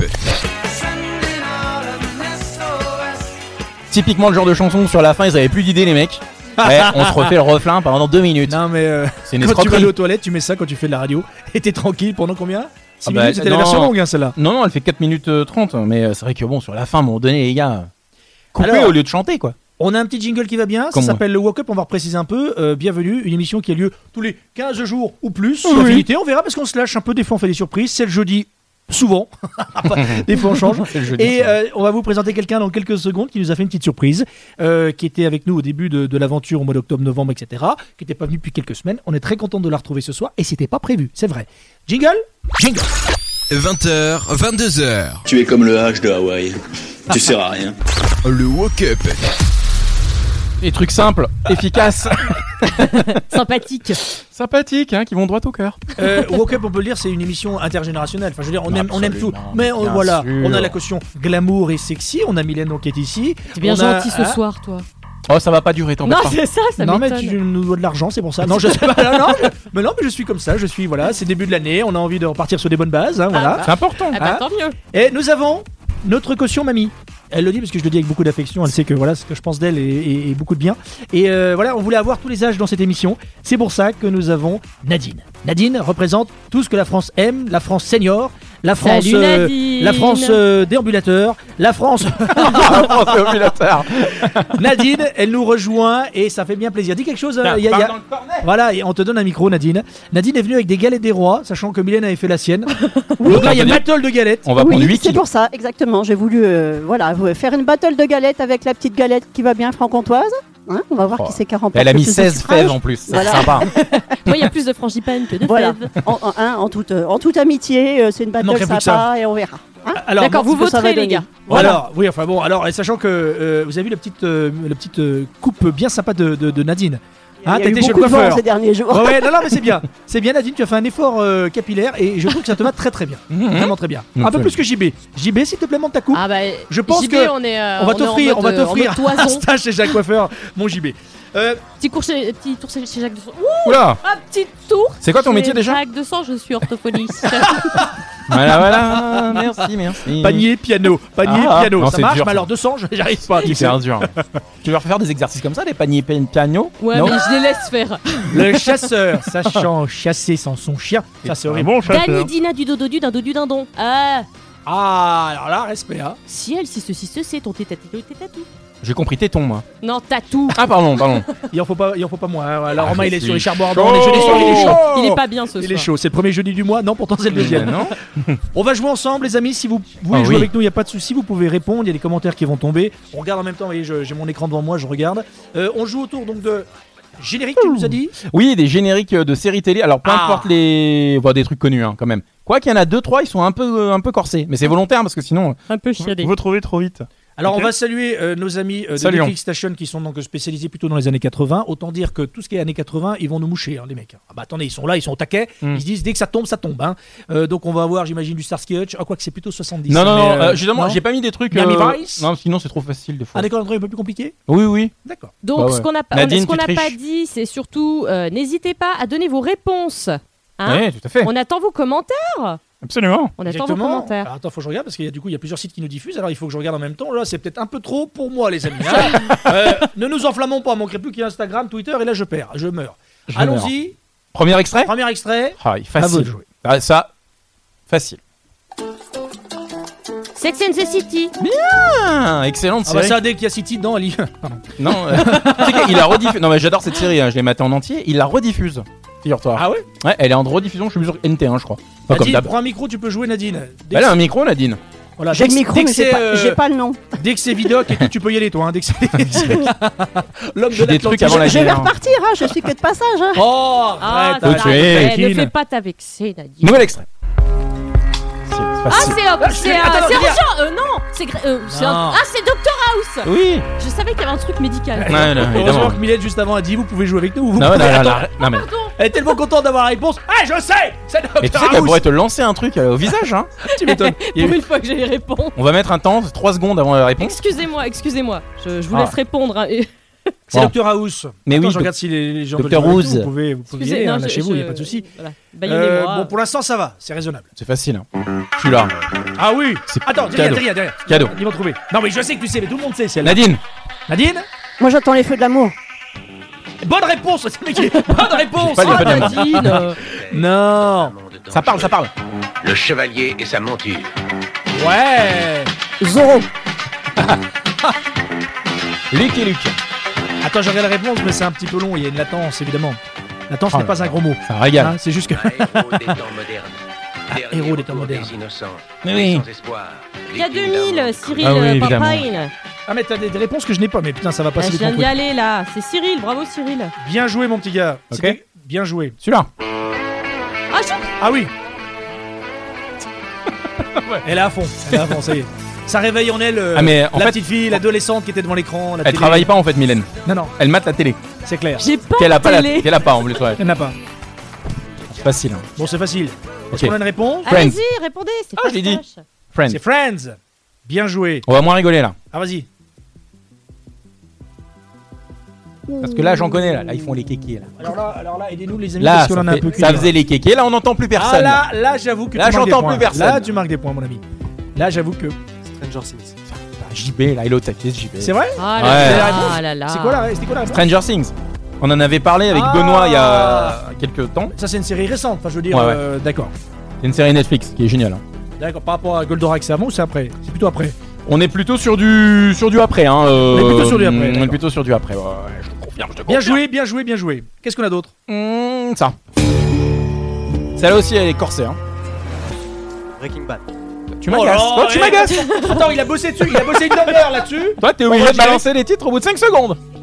E: Typiquement le genre de chanson où sur la fin ils avaient plus d'idées les mecs. Ouais, on se refait le refrain pendant deux minutes.
D: Non, mais euh,
E: C'est une
D: quand tu vas
E: escroquerie.
D: aller aux toilettes, tu mets ça quand tu fais de la radio et t'es tranquille pendant combien 6
E: Ah bah,
D: minutes, c'était la
E: non.
D: version longue, hein, celle-là.
E: Non, non, elle fait 4 minutes euh, 30, mais euh, c'est vrai que bon, sur la fin, à un moment donné, les gars, coupez
D: Alors-
E: au lieu de chanter, quoi.
D: On a un petit jingle qui va bien, ça
E: Comme moi.
D: s'appelle le Walk Up, on va repréciser un peu. Euh, bienvenue, une émission qui a lieu tous les 15 jours ou plus, sur
E: Oui.
D: Affinité. On verra parce qu'on se lâche un peu, des fois on fait des surprises, c'est le jeudi, souvent, des fois on change.
E: C'est le jeu
D: Et
E: du-
D: euh, on va vous présenter quelqu'un dans quelques secondes qui nous a fait une petite surprise, euh, qui était avec nous au début de, de l'aventure au mois d'octobre, novembre, etc., qui n'était pas venu depuis quelques semaines. On est très content de la retrouver ce soir et c'était pas prévu, c'est vrai. Jingle
F: 20h, 22h.
J: Tu es comme le H de Hawaï. Tu sers à rien.
F: Le Woke Up.
E: Des trucs simples, efficaces,
I: Sympathique.
E: sympathiques, hein, qui vont droit au cœur.
D: Euh, Woke Up, on peut le dire, c'est une émission intergénérationnelle. Enfin, je veux dire, on, aime, on aime tout.
E: Absolument,
D: Mais on-
E: bien
D: voilà,
E: sûr.
D: on a la caution glamour et sexy. On a Mylène donc qui est ici.
I: T'es bien
D: On a-
I: gentil ce
D: hein
I: soir, toi.
E: Oh, ça va pas durer, tant
I: Non,
E: pas.
I: c'est ça, ça
D: non mais
I: m'étonne.
D: tu nous dois de l'argent, c'est pour ça. Non, je sais pas. Non, non, je- mais non, mais je suis comme ça. Je suis voilà, c'est début de l'année, on a envie de repartir sur des bonnes bases, hein, voilà.
E: C'est important.
I: Ah bah
D: Hein
I: tant mieux.
D: Et nous avons notre caution mamie. Elle le dit parce que je le dis avec beaucoup d'affection. Elle sait que voilà ce que je pense d'elle et, et- et beaucoup de bien. Et euh, voilà, on voulait avoir tous les âges dans cette émission. C'est pour ça que nous avons Nadine. Nadine représente tout ce que la France aime, la France senior, la France,
I: Salut, Nadine.
D: la France euh, déambulateur, la France.
E: Oh, c'est ovulateur.
D: Nadine, elle nous rejoint et ça fait bien plaisir. Dis quelque chose.
E: Bah,
D: euh, y a- y a- Voilà, et on te donne un micro, Nadine. Nadine est venue avec des galettes des rois, sachant que Mylène avait fait la sienne. Donc là, il y a battle de galettes.
E: On va prendre 8 kilos.
C: ça, exactement. J'ai voulu euh, voilà, faire une battle de galette avec la petite galette qui va bien franc-comtoise. Hein, on va voir
E: Oh. qui
C: c'est 40
E: Elle a mis 16 fèves en plus, ça, c'est
C: Voilà.
E: sympa.
I: Moi, il y a plus de frangipane que de
C: Voilà.
I: fèves.
C: En, en- hein, en toute, euh, en toute amitié, euh, c'est une
D: manquerait
C: bataille
D: plus que
C: sympa
D: ça.
C: et on verra.
D: Alors,
I: D'accord, vous
C: ce que ça va
I: voterez, les
C: donner.
I: gars.
D: Voilà. Alors, oui, enfin bon, alors, et sachant que euh, vous avez vu la petite, euh, la petite euh, coupe bien sympa de, de- de Nadine. Hein,
C: Il y
D: t'as
C: a eu
D: été chez le
C: beaucoup de vent
D: coiffeur.
C: ces derniers jours.
D: Ouais, ouais, non, non, mais c'est bien. C'est bien, Nadine, tu as fait un effort euh, capillaire et je trouve que ça te va très très bien.
E: Mhm.
D: Vraiment très bien. Un peu
E: Absolument.
D: plus que JB. JB, s'il te plaît, monte ta coupe.
I: Ah bah,
D: Je pense
I: JB,
D: que
I: on, est, euh,
D: on va
I: est en
D: t'offrir, on va
I: mode, euh, en
D: t'offrir
I: mode
D: un
I: toison.
D: stage chez Jacques Coiffeur, mon JB. Euh,
I: Petit, cours chez- petit tour chez chez Jacques Dusson. Ouh,
E: Oula
I: un petit tour.
E: C'est quoi ton
I: chez
E: métier déjà
I: Jacques Dusson, je suis orthophoniste.
E: Voilà, voilà. Merci, merci.
D: Panier, piano, panier,
E: Mhm. Ah,
D: piano.
E: non,
D: ça
E: c'est
D: marche,
E: dur,
D: mais
E: ça.
D: alors 200, j'arrive pas. tu sais.
E: Hyper dur. tu veux refaire des exercices comme ça, des paniers pi- piano
I: ouais,
E: Non
I: mais je les laisse faire.
D: Le chasseur, sachant chasser sans son chien, ça c'est horrible.
E: Ah bon
I: Dani Dina du dododu d'un dodu d'un don. Ah,
D: Ah, alors là, respect. hein.
I: si elle, si ceci, ceci, ton tétatou, tétatou.
E: J'ai compris téton, moi.
I: Non, tatou.
E: Ah, pardon, pardon.
D: Il en faut pas, il en faut pas moins. hein. Alors
E: Ah,
D: Romain,
E: je
D: il est
E: suis
D: sur les charbons
E: chaud.
D: ardents, les jeudis soirs, il est chaud.
I: Il est pas bien ce
D: Oh Il est
I: soir.
D: chaud, c'est le premier jeudi du mois, non pourtant c'est le deuxième.
E: Eh ben non
D: On va jouer ensemble les amis, si vous voulez
E: Ah
D: jouer
E: oui.
D: avec nous, il n'y a pas de souci, vous pouvez répondre, il y a des commentaires qui vont tomber. On regarde en même temps, vous voyez, je- j'ai mon écran devant moi, je regarde. Euh, on joue autour donc de générique, tu nous as dit
E: Oui, des génériques euh, de séries télé. Alors, peu
D: Ah.
E: importe les. Bon, des trucs connus, hein, quand même. Quoi qu'il y en a deux, trois, ils sont un peu, euh, un peu corsés. Mais c'est volontaire parce que sinon. euh,
I: Un peu chiadé.
E: trouvez trop vite.
D: Alors
E: Ok.
D: on va saluer euh, nos amis euh, de
E: Saluons.
D: Netflix Station qui sont donc spécialisés plutôt dans les années 80. Autant dire que tout ce qui est années 80, ils vont nous moucher hein, les mecs. Ah bah attendez, ils sont là, ils sont au taquet.
E: Hmm.
D: Ils se disent dès que ça tombe, ça tombe. hein. Euh, donc on va avoir, j'imagine, du Starsky Hutch. Ah quoi que c'est plutôt 70.
E: Non, non,
D: mais,
E: non.
D: euh,
E: euh, justement,
D: non.
E: j'ai pas mis des trucs. euh,
D: Miami Vice
E: Non, sinon c'est trop facile des fois.
D: Ah d'accord, un truc un peu plus compliqué.
E: Oui, oui.
D: D'accord.
I: Donc,
E: Bah ouais.
I: ce qu'on n'a pas-
E: Nadine,
I: ce qu'on
E: tu
I: n'a pas
E: triches.
I: dit, c'est surtout euh, n'hésitez pas à donner vos réponses. Hein
E: Ouais, tout à fait.
I: On attend vos commentaires.
E: Absolument.
I: On attend vos commentaires.
D: Alors, attends, faut que je regarde parce qu'il y a du coup il y a plusieurs sites qui nous diffusent. Alors il faut que je regarde en même temps. Là, c'est peut-être un peu trop pour moi, les amis. hein. Euh, ne nous enflammons pas. Manquerait plus qu'il y ait Instagram, Twitter, et là je perds, je meurs.
E: Je
D: Allons-y.
E: Premier extrait
D: Premier extrait.
E: Ah, il est
D: À vous de
E: facile.
D: jouer.
E: Ah, ça. Facile.
I: Sex and the City.
E: Ah, excellente
D: Ah bah
E: série.
D: ça, dès qu'il y a City dedans, elle y-
E: Non, euh, tu sais qu'il a rediffusé. Non, mais j'adore cette série, hein, je l'ai maté en entier. Il la rediffuse, figure-toi.
D: Ah ouais
E: Ouais, elle est en rediffusion, je suis sur NT1, je crois. Pas comme
D: Nadine,
E: d'hab. Bah
D: prends un micro, tu peux jouer Nadine. Dès
E: Elle
D: que-
E: a un micro, Nadine.
D: voilà,
C: J'ai
D: dès
C: le
D: que-
C: micro,
D: dès
C: mais
D: que
C: j'ai
D: c'est,
C: pas,
D: euh,
C: j'ai pas le nom.
D: Dès que c'est Vidoc et tout, tu peux y aller toi. hein, dès que c'est l'homme de
E: J'ai des
D: l'Atlantique.
E: trucs avant la
C: Je vais
E: guerre.
C: repartir, hein, je suis que de passage. hein.
D: Oh,
I: Ah,
D: arrête,
E: ça,
D: arrête.
E: arrête.
I: Eh, ne
D: Kine.
I: fais pas ta vexée, Nadine.
E: Nouvel extrait. C'est c'est
I: Ah,
E: facile.
I: c'est euh, c'est euh,
D: attends,
I: c'est
D: regarde.
I: urgent. Euh, non, c'est gré- euh, c'est un-
D: Non.
I: Ah, c'est Doctor House.
E: oui.
I: Je savais qu'il y avait un truc médical.
E: Non, non, évidemment.
D: Heureusement que Millet juste avant a dit vous pouvez jouer avec nous. ou Vous
E: Non, non,
D: pouvez-
E: non,
D: Attends,
E: non, non, mais.
D: Elle est tellement contente d'avoir la réponse. Ah, je sais Ah, C'est
E: Mais tu
D: Dr.
E: sais qu'elle
D: House
E: pourrait te lancer un truc euh, au visage, hein.
D: Tu m'étonnes. Il y a
I: Pour
D: eu-
I: une fois que j'ai les réponses.
E: On va mettre un temps, 3 secondes avant la réponse.
I: Excusez-moi, excusez-moi. Je, je vous
E: Ah.
I: laisse répondre. hein. Et-
D: C'est
E: Bon.
D: Dr House.
E: Mais
D: Attends,
E: oui,
D: je
E: doc-
D: regarde si les, les gens
E: Dr.
D: veulent jouer avec
E: House.
D: nous, Vous pouvez, vous pouvez y aller,
I: non,
D: hein,
I: je-
D: lâchez-vous, il n'y a
I: je-
D: pas de souci.
I: Voilà,
D: Euh,
I: baillonnez-moi.
D: bon, pour l'instant, ça va, c'est raisonnable.
E: C'est facile. hein. Je suis là.
D: Ah oui
E: C'est
D: Attends, dis rien,
E: cadeau.
D: dis rien, dis rien.
E: Cadeau.
D: Ils vont trouver. Non, mais je sais que tu sais, mais tout le monde sait celle-là.
E: Nadine.
D: Nadine
C: Moi, j'attends les feux de l'amour.
D: Bonne réponse c'est lui qui- Bonne réponse
E: pas les
D: Ah,
E: bonnes
D: bah,
I: Nadine, euh,
D: Non
E: Ça parle, ça parle.
A: Le chevalier et sa monture.
D: Ouais
C: Zoro.
E: Luc et Luc.
D: Attends, j'aurai la réponse, mais c'est un petit peu long, il y a une latence, évidemment. Latence
E: Oh
D: n'est
E: là
D: pas un gros mot.
E: Ça régale.
D: Hein, c'est juste que.
A: héros des temps modernes.
D: héros des temps modernes.
A: Ah, Des innocents,
E: Mais oui.
A: sans espoir.
I: il y a 2000, Cyril
E: Ah oui,
I: euh,
E: évidemment.
I: Papine.
D: Ah, mais t'as des, des réponses que je n'ai pas, mais putain, ça va
I: Ah,
D: passer
I: je
D: vite
I: viens
D: mon
I: d'y
D: truc.
I: aller là. C'est Cyril, bravo Cyril.
D: Bien joué, mon petit gars.
E: Ok.
D: C'était Bien joué.
E: Celui-là.
I: Ah, je-
D: Ah oui Elle est à fond, elle est à fond, ça y est. Ça réveille en elle euh,
E: Ah, mais en
D: la
E: fait-
D: petite fille, l'adolescente qui était devant l'écran. la
E: Elle
D: télé.
E: travaille pas en fait, Mylène.
D: Non, non,
E: Elle mate la télé.
D: c'est clair.
I: j'ai pas,
E: Qu'elle a
I: de
E: pas la
I: télé.
E: Qu'elle a pas en plus, ouais.
D: Elle n'a pas.
E: C'est facile. hein.
D: Bon, c'est facile. Est-ce
E: Ok.
D: qu'on a une réponse
E: Friends.
I: Allez-y, répondez. c'est
E: Ah, je l'ai dit.
I: fastoche.
E: Friends.
D: C'est Friends. Bien joué.
E: On va moins rigoler là.
D: Ah, vas-y.
E: Parce que là, j'en connais là. Là, ils font les kékés là.
D: Alors là, alors là aidez-nous les amis
E: Là,
D: parce qu'on
E: ça,
D: en a un
E: fait-
D: peu
E: ça faisait les kékés. Là, on n'entend plus
D: Ah
E: personne.
D: là, là j'avoue que
E: Là,
D: tu marques des
E: j'entends plus
D: points.
E: personne.
D: Là, tu marques des points, mon ami. Là, j'avoue que.
E: Putain, JB, Ah, là, il est au taquet, ce JB.
D: C'est vrai
I: Ah
E: Ouais.
I: là
E: C'est
D: la
I: là,
D: réponse
I: ah là là.
D: C'est quoi la C'était quoi la
E: Stranger Things. On en avait parlé avec
D: Ah.
E: Benoît il y a quelques temps.
D: Ça, c'est une série récente. Enfin, je veux dire,
E: Ouais, ouais.
D: euh, d'accord.
E: C'est une série Netflix qui est géniale. hein.
D: D'accord. Par rapport à Goldorak, c'est avant ou c'est après C'est plutôt après.
E: On est plutôt sur du sur du après. Hein, euh,
D: On est plutôt sur du après,
E: On est
D: d'accord.
E: plutôt sur du après. ouais, ouais, je te confirme, je te
D: Bien
I: Oh,
E: confirme.
D: joué, bien joué, bien joué. Qu'est-ce qu'on a d'autre
E: Mmh, ça. Celle-là aussi, elle est corsée. Hein. Breaking Bad. Tu m'agaces.
D: Oh là,
E: Toi, tu
D: eh.
E: m'agaces.
D: Attends, il a bossé dessus, il a bossé une demi-heure là-dessus.
E: Toi, t'es
D: va
E: obligé de
D: gérer.
E: balancer les titres au bout de 5 secondes.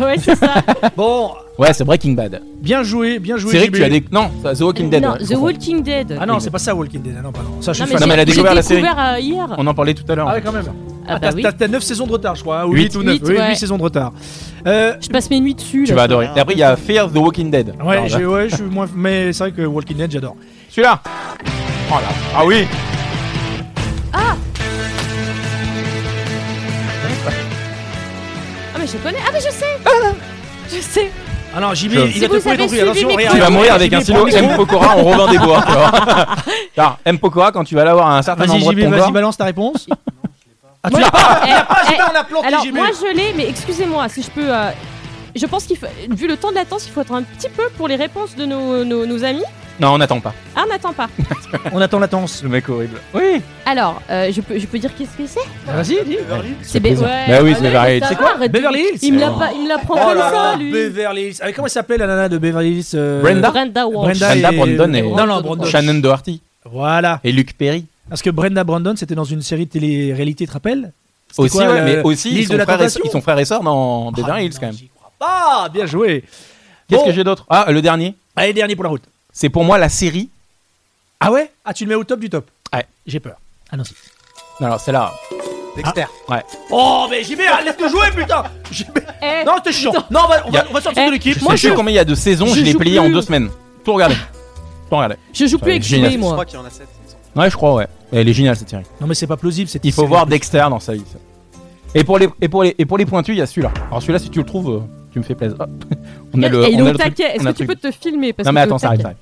I: Ouais, c'est ça.
D: Bon,
E: Ouais, c'est Breaking Bad.
D: bien joué, bien joué.
E: C'est vrai
D: JB.
E: que tu as des. Non, ça, The Walking Dead.
I: non,
E: ouais, je
I: The
E: confonds.
I: Walking Dead.
D: Ah non, c'est pas ça Walking Dead. Ah Non, pas non. Ça, je suis
I: non,
D: fan.
E: mais
I: j'ai-
E: elle a
I: j'ai
E: découvert la série.
I: découvert, euh, hier.
E: On en parlait tout à l'heure.
D: Ah ouais, quand même.
I: Ah bah oui.
D: T'as- T'as 9 saisons de retard, je crois. hein, ou
E: Huit.
D: 8 ou 9.
I: Huit,
D: oui,
I: ouais.
D: 8 saisons de retard. Euh,
I: Je passe mes nuits dessus.
E: Tu
I: là.
E: vas adorer. Et après, il y a Fear the Walking Dead.
D: ouais,
E: Alors,
D: j'ai- ouais, je suis moins. Mais c'est vrai que Walking Dead, j'adore.
E: Celui-là. Oh là. Ah oui.
I: Ah mais je connais. Ah mais je sais. Je sais.
D: Alors, j'y
E: Je-
D: mets.
I: Si
D: Ah Il a
I: vous
D: tout pris
I: avez
D: non plus.
I: suivi
D: Attention,
I: mes
D: regarde.
E: Tu vas mourir avec un
D: J'y
E: stylo
D: mets pas.
E: M. Pokora, on revend des bois. tu vois. Alors, M. Pokora, quand tu vas l'avoir à un certain
D: Vas-y,
E: endroit de
D: JB,
E: ton
D: vas-y,
E: corps.
D: balance ta réponse. Ah, tu
I: Moi,
D: l'as pas
I: eh, eh,
D: Ah, on a planté
I: Alors
D: JB.
I: moi je l'ai, mais excusez-moi si je peux. euh, je pense qu'il faut, vu le temps de l'attente, il faut être un petit peu pour les réponses de nos, nos- nos amis.
E: Non, on n'attend pas.
I: Ah, on n'attend pas.
D: On attend latence.
E: Le mec horrible. Oui.
I: Alors, euh, je, peux, je peux dire qu'est-ce que c'est
D: Vas-y, dis.
I: C'est
E: plaisir.
I: ouais,
E: Bah oui, c'est
I: mais
E: Beverly Hills.
I: ça
E: C'est
I: va, arrête de-
D: Beverly Hills
I: Il me l'a pas, il me l'a prend comme ça, lui.
D: Beverly Hills. Ah, comment elle s'appelle la nana de Beverly Hills euh,
E: Brenda
I: Brenda Walsh.
D: Brenda,
E: Brenda
D: et-
E: Brandon et-
D: Non, non, Brandon.
E: Shannon Doherty
D: Voilà.
E: et Luc Perry.
D: Parce que Brenda Brandon, c'était dans une série de télé-réalité, tu te rappelles C'était
E: Aussi,
D: quoi,
E: ouais,
D: le-
E: mais aussi,
D: l'île
E: ils
D: de
E: sont,
D: la
E: frères et,
D: tentation
E: ils sont frères et sœurs dans
D: Ah,
E: Beverly Hills,
D: non,
E: quand même.
D: j'y crois pas. Ah, bien joué.
E: Qu'est-ce
D: Bon.
E: que j'ai d'autre Ah, le dernier.
D: Allez, dernier pour la route.
E: C'est pour moi la série.
D: Ah ouais Ah, tu le mets au top du top
E: Ouais.
D: J'ai peur. Ah non, si.
E: Non, alors, celle-là.
D: Dexter.
E: Ouais.
D: Oh, mais JB, arrête de jouer, putain JB.
I: Eh,
D: Non, c'était chiant. Non, on va, on
E: Y
D: va,
E: a-
D: on va sortir
I: Eh,
D: de l'équipe.
E: Je sais plus combien il y a de saisons,
I: je
E: je l'ai
I: joue
E: plié en
I: plus.
E: deux semaines. Tout regardé. Tout regardé.
I: Je joue plus
E: Ouais,
I: avec
E: génial.
I: Joué, moi.
E: Ouais, je crois, ouais. Elle est géniale cette série.
D: Non, mais c'est pas plausible. cette
E: Il faut
D: série.
E: voir Dexter dans sa vie. ça. Et pour les, et pour les, et pour les pointus, il y a celui-là. Alors celui-là, si tu le trouves, euh, tu me fais plaisir. Hop. On
I: Eh, eh, il est
E: on
I: au
E: le truc,
I: taquet. Est-ce
E: on a
I: que
E: le
I: tu
E: truc.
I: peux te filmer parce
E: Non
I: que
E: mais
I: t'es au
E: attends, ça arrive,
I: taquet.
E: ça arrive.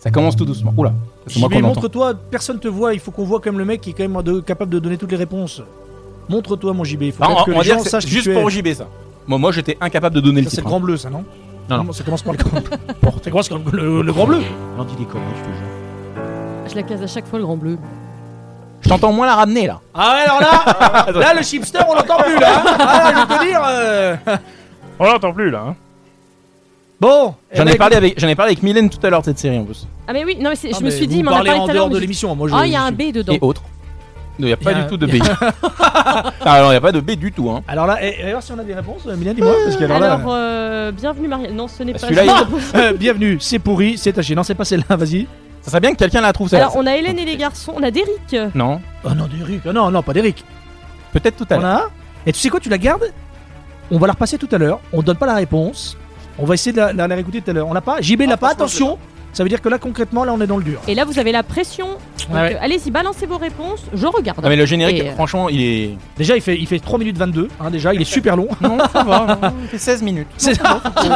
E: Ça commence tout doucement. Oula, c'est moi
D: JB,
E: qu'on entend.
D: montre-toi, personne te voit, il faut qu'on voit comme le mec qui est quand même de- capable de donner toutes les réponses. Montre-toi, mon JB, il faut
E: Ah, on,
D: peut-être que
E: on
D: les
E: va dire
D: gens
E: que c'est
D: sachent qui
E: juste
D: tu es.
E: pour JB ça. Moi, moi j'étais incapable de donner
D: Ça,
E: le
D: c'est
E: titre. hein.
D: le grand bleu, ça, non
E: Non, non.
D: ça commence par le grand bleu. ça commence par le, le grand bleu.
E: Non, dis des conneries, je te jure.
I: Je la case à chaque fois le grand bleu.
E: Je t'entends moins la ramener là.
D: Ah ouais, alors là, là, le chipster, on l'entend plus, là. hein. Ah, là, je vais te dire. euh.
E: On l'entend plus là. hein.
D: Bon. eh
E: J'en
D: ben,
E: ai parlé avec, j'en ai parlé avec Mylène tout à l'heure de cette série en plus.
I: Ah mais oui, non mais c'est-
D: écoute,
I: je me
D: mais
I: suis dit,
D: vous
I: mais on en a
D: parlez
I: parlé
D: en
I: tout à
D: dehors de
I: l'heure. mais-
D: l'émission. hein. Moi, je.
I: Ah, il y a un
D: je-
I: B dedans.
E: Et autres. Il n'y a pas
D: Y a
E: du
D: un-
E: tout de B. Ah, Alors, il n'y a pas de B du tout. Hein.
D: Alors là, eh, eh, alors si on a des réponses, euh, Mylène, dis-moi, parce que alors là.
I: Alors, euh, bienvenue Marielle. Non, ce n'est
E: Bah,
I: pas
E: celui-là,
I: ça.
D: Euh, bienvenue, c'est pourri, c'est taché. Non, c'est pas celle-là, vas-y.
E: Ça serait bien que quelqu'un la trouve celle-là.
I: Alors, on a Hélène et les garçons, on a Derrick.
E: Non,
D: Oh non, d'Eric. Ah non, non, pas d'Eric.
E: peut-être tout à
D: On
E: l'heure.
D: a un. Et tu sais quoi, tu la gardes On va la repasser tout à l'heure. On donne pas la réponse. On va essayer de la, la- la réécouter tout à l'heure. On l'a pas JB l'a pas, attention Ça veut dire que là, concrètement, là, on est dans le dur.
I: Et là, vous avez la pression. Donc,
D: Ouais.
I: euh, Allez-y, balancez vos réponses. Je regarde.
E: Non mais le générique,
I: Et, euh,
E: franchement, il est.
D: Déjà, il fait, il fait 3 minutes 22. hein, déjà, il est super long.
E: Non, ça va. Il fait 16 minutes.
D: C'est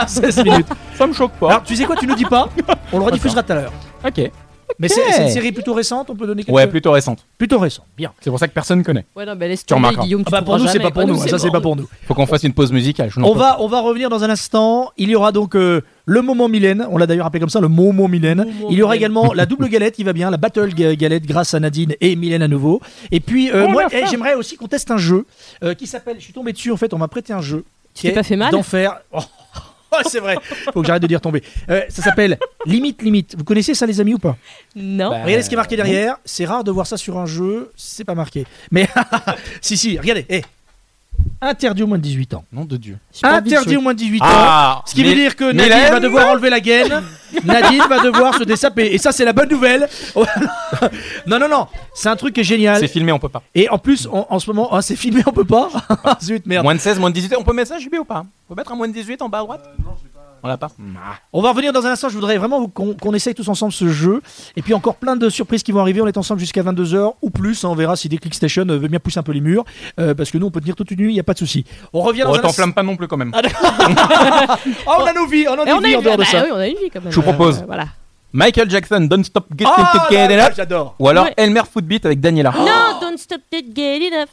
D: 16 minutes.
E: Ça me choque pas.
D: Alors, tu sais quoi, tu nous dis pas On le rediffusera tout à l'heure.
E: ok.
D: Ah, Mais c'est c'est une série plutôt récente, on peut donner quelques...
E: Ouais, plutôt récente.
D: plutôt récente. Bien.
E: C'est pour ça que personne connaît.
I: Ouais, non, mais laisse
E: Tu
I: tomber,
E: remarqueras.
I: Guillaume. tu
D: Ah bah pour
I: trouveras
D: nous, c'est
I: jamais.
D: pas pour
I: Ouais,
D: nous. Ça, c'est
I: mort.
D: pas pour nous.
E: Faut qu'on fasse une pause musicale. je n'en
D: On
E: peux
D: va, on va revenir dans un instant. Il y aura donc euh, le moment Mylène. On l'a d'ailleurs appelé comme ça, le moment Mylène. Il y aura également la double galette qui va bien, la battle ga- galette grâce à Nadine et Mylène à nouveau. Et puis,
I: Oh,
D: euh, moi, eh, j'aimerais aussi qu'on teste un jeu euh, qui s'appelle. Je suis tombé dessus en fait. On m'a prêté un jeu. Tu
I: t'es pas fait mal
D: D'enfer. Oh, oh, c'est vrai. Faut que j'arrête de dire tomber. Euh, ça s'appelle Limite Limite. Vous connaissez ça, les amis, ou pas
I: Non.
E: Bah,
D: Regardez ce qui est marqué derrière. C'est rare de voir ça sur un jeu. C'est pas marqué. Mais si, si. Regardez. Eh. Interdit aux moins de 18 ans.
E: pas. Nom de Dieu.
I: j'ai pas envie de
D: Interdit
I: jouer.
D: aux moins de 18 ans.
E: Ah
D: Ce qui veut dire que Nadine
E: Mylène
D: va devoir enlever la gaine, Nadine va devoir se dessaper. Et ça, c'est la bonne nouvelle. non, non, non. C'est un truc qui est génial.
E: C'est filmé, on peut pas.
D: Et en plus, on- en ce moment, ah, c'est filmé, on peut pas. Zut, merde.
E: Moins de 16, moins de 18, on peut mettre ça, JB ou pas On peut mettre un moins de 18 en bas à droite On l'a pas Ah.
D: On va revenir dans un instant. Je voudrais vraiment qu'on qu'on essaye tous ensemble ce jeu. Et puis encore plein de surprises qui vont arriver. On est ensemble jusqu'à 22h ou plus. On verra si des Clickstation euh, veut bien pousser un peu les murs. Euh, parce que nous, on peut tenir toute une nuit, il n'y a pas de souci. On revient dans
E: Oh,
D: un instant.
E: t'enflamme pas non plus quand même.
D: Ah, on a nos vies. On a
I: Et
D: nos
I: on a
D: vies en
I: une
D: dehors de
I: bah
D: ça.
I: oui, on a une vie quand même.
E: Je vous propose.
I: Euh, Voilà.
E: Michael Jackson, Don't Stop Getting
D: Ah, là,
E: It
D: là,
E: Up.
D: j'adore.
E: Ou alors
I: Ouais.
E: Elmer Footbeat avec Daniela.
D: Oh Ah,
I: Non, don't stop that get it up.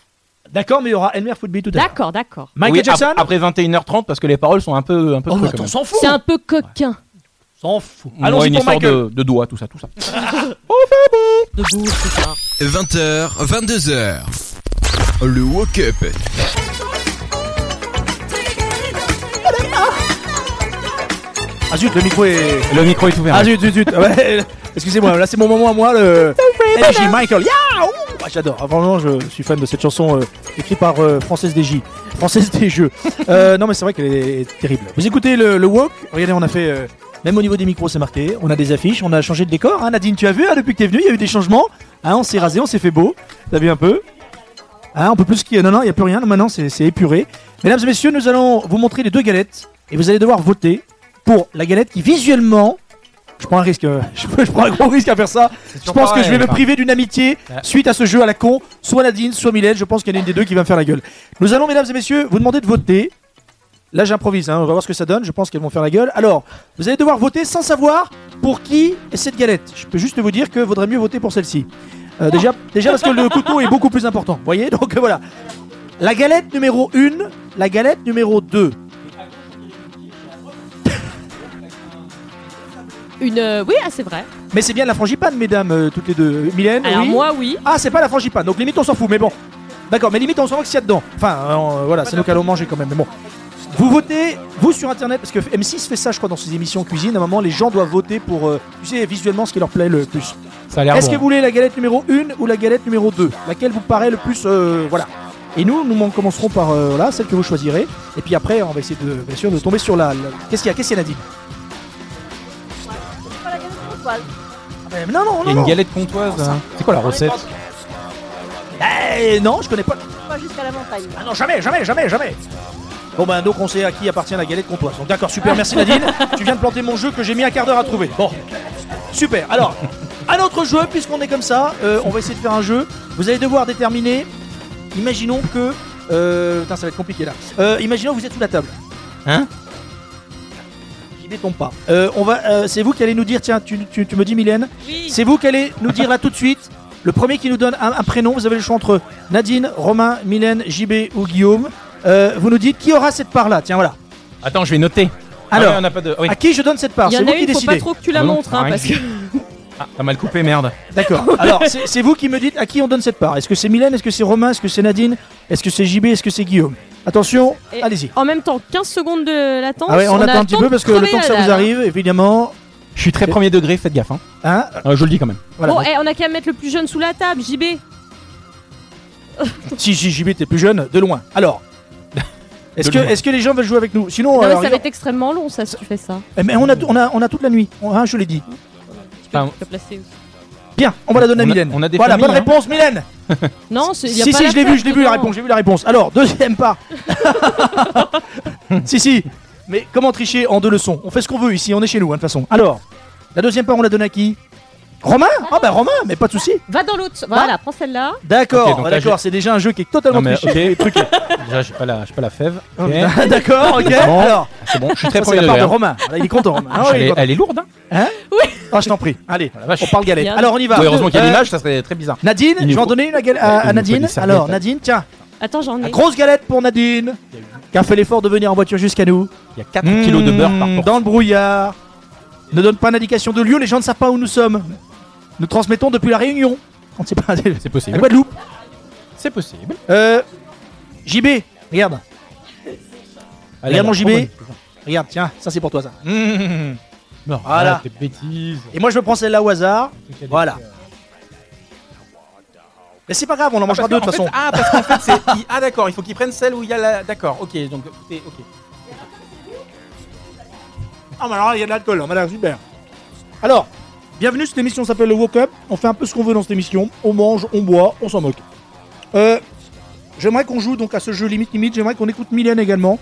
D: D'accord, mais il y aura Elmer Football tout à l'heure.
I: D'accord, d'accord.
D: Michael
E: Oui, ap-
D: Jackson
E: Après 21h30, parce que les paroles sont un peu. Un peu
D: Oh,
E: creux,
D: attends,
E: quand
D: on
E: même.
D: s'en fout.
I: C'est un peu coquin.
D: S'en fout.
E: Moi,
D: Allons-y
E: une
D: pour
E: histoire
D: Michael.
E: de, de doigts, tout ça, tout ça.
F: 20h, 22h. Le Woke-up.
D: Ah zut, le micro est.
E: Le micro est ouvert.
D: Ah zut, zut, zut. Ouais, Excusez-moi, là c'est mon moment à moi, le. LG Michael. Yeah Ouh, ah, J'adore. Ah, Vraiment, je suis fan de cette chanson euh, écrite par euh, Française des J. Française des Jeux. Euh, non, mais c'est vrai qu'elle est terrible. Vous écoutez le, le walk Regardez, on a fait. euh, même au niveau des micros, c'est marqué. On a des affiches, on a changé de décor. hein. Nadine, tu as vu hein, Depuis que t'es venue, il y a eu des changements. Hein, on s'est rasé, on s'est fait beau. T'as vu un peu Hein, on peut plus skier. Non, non, il n'y a plus rien. Maintenant, c'est c'est épuré. Mesdames et messieurs, nous allons vous montrer les deux galettes. Et vous allez devoir voter pour la galette qui, visuellement, je prends un risque. euh, Je, je prends un gros risque à faire ça. Je pense que je
E: hein.
D: vais me priver d'une amitié
E: Ouais.
D: suite à ce jeu à la con. Soit Nadine, soit Mylène. Je pense qu'il y en a une des deux qui va me faire la gueule. Nous allons, mesdames et messieurs, vous demander de voter. Là, j'improvise. hein, On va voir ce que ça donne. Je pense qu'elles vont faire la gueule. Alors, vous allez devoir voter sans savoir pour qui est cette galette. Je peux juste vous dire que vaudrait mieux voter pour celle-ci. Euh, déjà, déjà parce que le couteau est beaucoup plus important. Vous voyez Donc euh, voilà. La galette numéro 1, la galette numéro 2.
I: Une, euh, oui, ah, c'est vrai.
D: Mais c'est bien la frangipane, mesdames, euh, toutes les deux. Mylène
I: Alors
D: oui
I: moi, oui.
D: Ah, c'est pas la frangipane, donc limite on s'en fout, mais bon. D'accord, mais limite on s'en fout ce qu'il y a dedans. Enfin, euh, voilà, c'est nous qu'allons manger quand même, mais bon. Vous votez, vous sur internet, parce que M6 fait ça, je crois, dans ses émissions cuisine. À un moment, les gens doivent voter pour, euh, tu sais, visuellement ce qui leur plaît le plus.
E: Ça a l'air
D: Est-ce
E: Ah bon.
D: que vous voulez la galette numéro 1 ou la galette numéro 2 Laquelle vous paraît le plus. euh, voilà. Et nous, nous commencerons par euh, voilà, celle que vous choisirez. Et puis après, on va essayer de, bien sûr, de tomber sur la. la- Qu'est-ce qu'il y a Qu'est-ce qu'il y a, Nadine Ah ben, Non, non,
E: Il y
D: non.
E: a une
D: non.
E: galette comtoise. hein. C'est quoi la recette
D: Eh, non, je connais pas.
C: Pas jusqu'à la montagne.
D: Ah non, jamais, jamais, jamais, jamais Bon ben donc on sait à qui appartient la galette comtoise. Donc d'accord, super, merci Nadine. tu viens de planter mon jeu que j'ai mis un quart d'heure à trouver. Bon, super. Alors, à notre jeu, puisqu'on est comme ça, euh, on va essayer de faire un jeu. Vous allez devoir déterminer, imaginons que... Euh, putain, ça va être compliqué là. Euh, imaginons que vous êtes sous la table.
E: Hein
D: Qui détombe pas. Euh, on va, euh, c'est vous qui allez nous dire, tiens, tu, tu- tu me dis Mylène,
I: Oui.
D: c'est vous qui allez nous dire là tout de suite. Le premier qui nous donne un, un prénom, vous avez le choix entre Nadine, Romain, Mylène, JB ou Guillaume. Euh, vous nous dites qui aura cette part-là. Tiens, voilà.
E: Attends, je vais noter. Ah
D: Alors,
E: ouais, on n'a pas de. ah oui.
D: à qui je donne cette part
I: Il y
D: C'est
I: en
D: vous
I: a
D: qui
I: une, faut pas
D: décidez.
I: trop que tu la
E: Ah non,
I: montres, hein,
E: rien
I: parce que
E: qui- Ah, t'as mal coupé, merde.
D: D'accord. Alors, c'est c'est vous qui me dites à qui on donne cette part. Est-ce que c'est Mylène Est-ce que c'est Romain Est-ce que c'est Nadine Est-ce que c'est JB Est-ce que c'est Guillaume Attention,
I: Et-
D: allez-y.
I: en même temps, 15 secondes de latence.
D: Ah ouais, on,
I: a
D: attend un petit
I: le
D: peu
I: temps
D: parce que
I: de
D: le temps
I: crever
D: que
I: la
D: ça vous
I: dalle, hein.
D: arrive, évidemment.
E: Je suis très premier degré, faites gaffe. Hein.
D: Hein
E: Euh, je le dis quand même.
D: voilà. Oh,
I: Bon, eh, on a qu'à mettre le plus jeune sous la table, JB.
D: Si, si JB, t'es plus jeune, de loin. Alors, est-ce
E: De
D: que,
E: loin.
D: est que les gens veulent jouer avec nous Sinon,
I: Non, mais
D: alors,
I: ça va être extrêmement long, ça, si tu fais ça.
D: eh, mais on, a, tout- on, a, on a toute la nuit, On- hein, je l'ai dit.
I: Tu peux
E: Enfin,
I: te placer aussi.
D: Bien, on va la donner à
E: On a-
D: Mylène.
E: on a des
D: voilà,
E: familles,
D: bonne
E: hein.
D: réponse, Mylène
I: Non, c'est- y a
D: Si,
I: pas
D: si,
I: la
D: je l'ai vu,
I: place
D: je l'ai vu la
I: dedans.
D: réponse, j'ai vu la réponse. Alors, deuxième pas. si, si. Mais comment tricher en deux leçons On fait ce qu'on veut ici, on est chez nous, hein, de toute façon. Alors, la deuxième part, on la donne à qui Romain Ah bah Romain, mais pas de souci.
I: Va dans l'autre. Voilà, prends celle-là.
D: D'accord,
E: Ok, donc
D: bah,
E: là,
D: d'accord, c'est déjà un jeu qui est totalement
E: Non, mais
D: triché.
E: ok, truc. Déjà, j'ai pas, la- j'ai pas la fève. Ok.
D: d'accord, ok.
E: Bon.
D: Alors,
E: C'est bon, je suis
D: Oh, ça,
E: très
D: c'est
E: premier
D: la part
E: degré.
D: de
E: hein.
D: Romain. Voilà, il est content. Romain. Ah, oui,
E: Elle,
D: il est
E: est,
D: content.
E: elle est lourde. Hein.
D: Ah, je t'en prie. Allez,
E: Oh la vache.
D: on parle galette.
I: Bien.
D: Alors, on y va.
E: Ouais, heureusement qu'il y a
D: Euh,
E: l'image, ça serait très bizarre.
D: Nadine,
E: Il
D: je vais en
E: faut-
D: donner une à, Gal- à-
E: Ouais,
D: à
E: il nous faut
D: Nadine.
E: des serviettes. hein.
D: Alors, Nadine, tiens.
I: Attends, j'en
D: La
I: ai.
D: grosse galette pour Nadine, qui a fait l'effort de venir en voiture jusqu'à nous.
E: Il y a 4 kilos de beurre par
D: Mmh,
E: portion.
D: Dans le brouillard. Ne donne pas d'indication de lieu, les gens ne savent pas où nous sommes. Nous transmettons depuis la Réunion. On ne sait pas.
E: C'est
D: La
E: possible.
D: Guadeloupe.
E: C'est possible.
D: Euh, JB, regarde.
E: Allez,
D: Regarde mon
E: alors,
D: JB.
E: Romain.
D: Regarde, tiens, ça c'est pour toi ça.
E: Mmh. Non,
D: Voilà.
E: arrête tes bêtises.
D: Et moi je me prends celle-là au hasard. Voilà. Mais c'est pas grave, on en mangera deux de toute façon.
E: Ah, parce qu'en fait, c'est. il- Ah, d'accord, il faut qu'ils prennent celle où il y a la. D'accord, ok, donc. écoutez, ok.
D: Ah, mais alors là, il y a de l'alcool, hein, madame, super. Alors, bienvenue, cette émission s'appelle le Woke Up. On fait un peu ce qu'on veut dans cette émission. On mange, on boit, on s'en moque. Euh, j'aimerais qu'on joue donc à ce jeu limite limite. J'aimerais qu'on écoute Mylène également.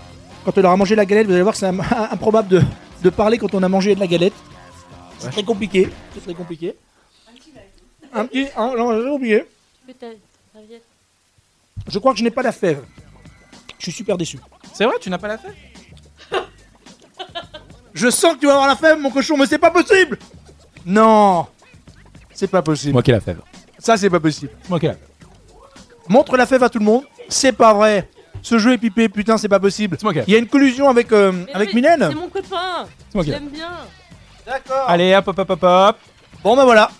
D: Quand elle aura mangé la galette, vous allez voir que c'est im- improbable de, de parler quand on a mangé de la galette. C'est très compliqué. C'est très compliqué. Un petit. ah, non, j'ai oublié. Je crois que je n'ai pas la fève. Je suis super déçu.
E: C'est vrai, tu n'as pas la fève
D: Je sens que tu vas avoir la fève, mon cochon, mais c'est pas possible Non C'est pas possible.
E: Moi qui ai la fève.
D: Ça, c'est pas possible.
E: Moi qui ai la fève.
D: Montre la fève à tout le monde. C'est pas vrai. Ce jeu est pipé, putain, c'est pas possible.
E: C'est moi qui ai la
D: Il y a une collusion avec, euh, avec Mylène.
I: C'est mon copain.
E: C'est moi
I: Je
E: qui ai la fève.
I: l'aime bien.
D: D'accord.
E: Allez, hop, hop, hop, hop, hop.
D: Bon, ben voilà.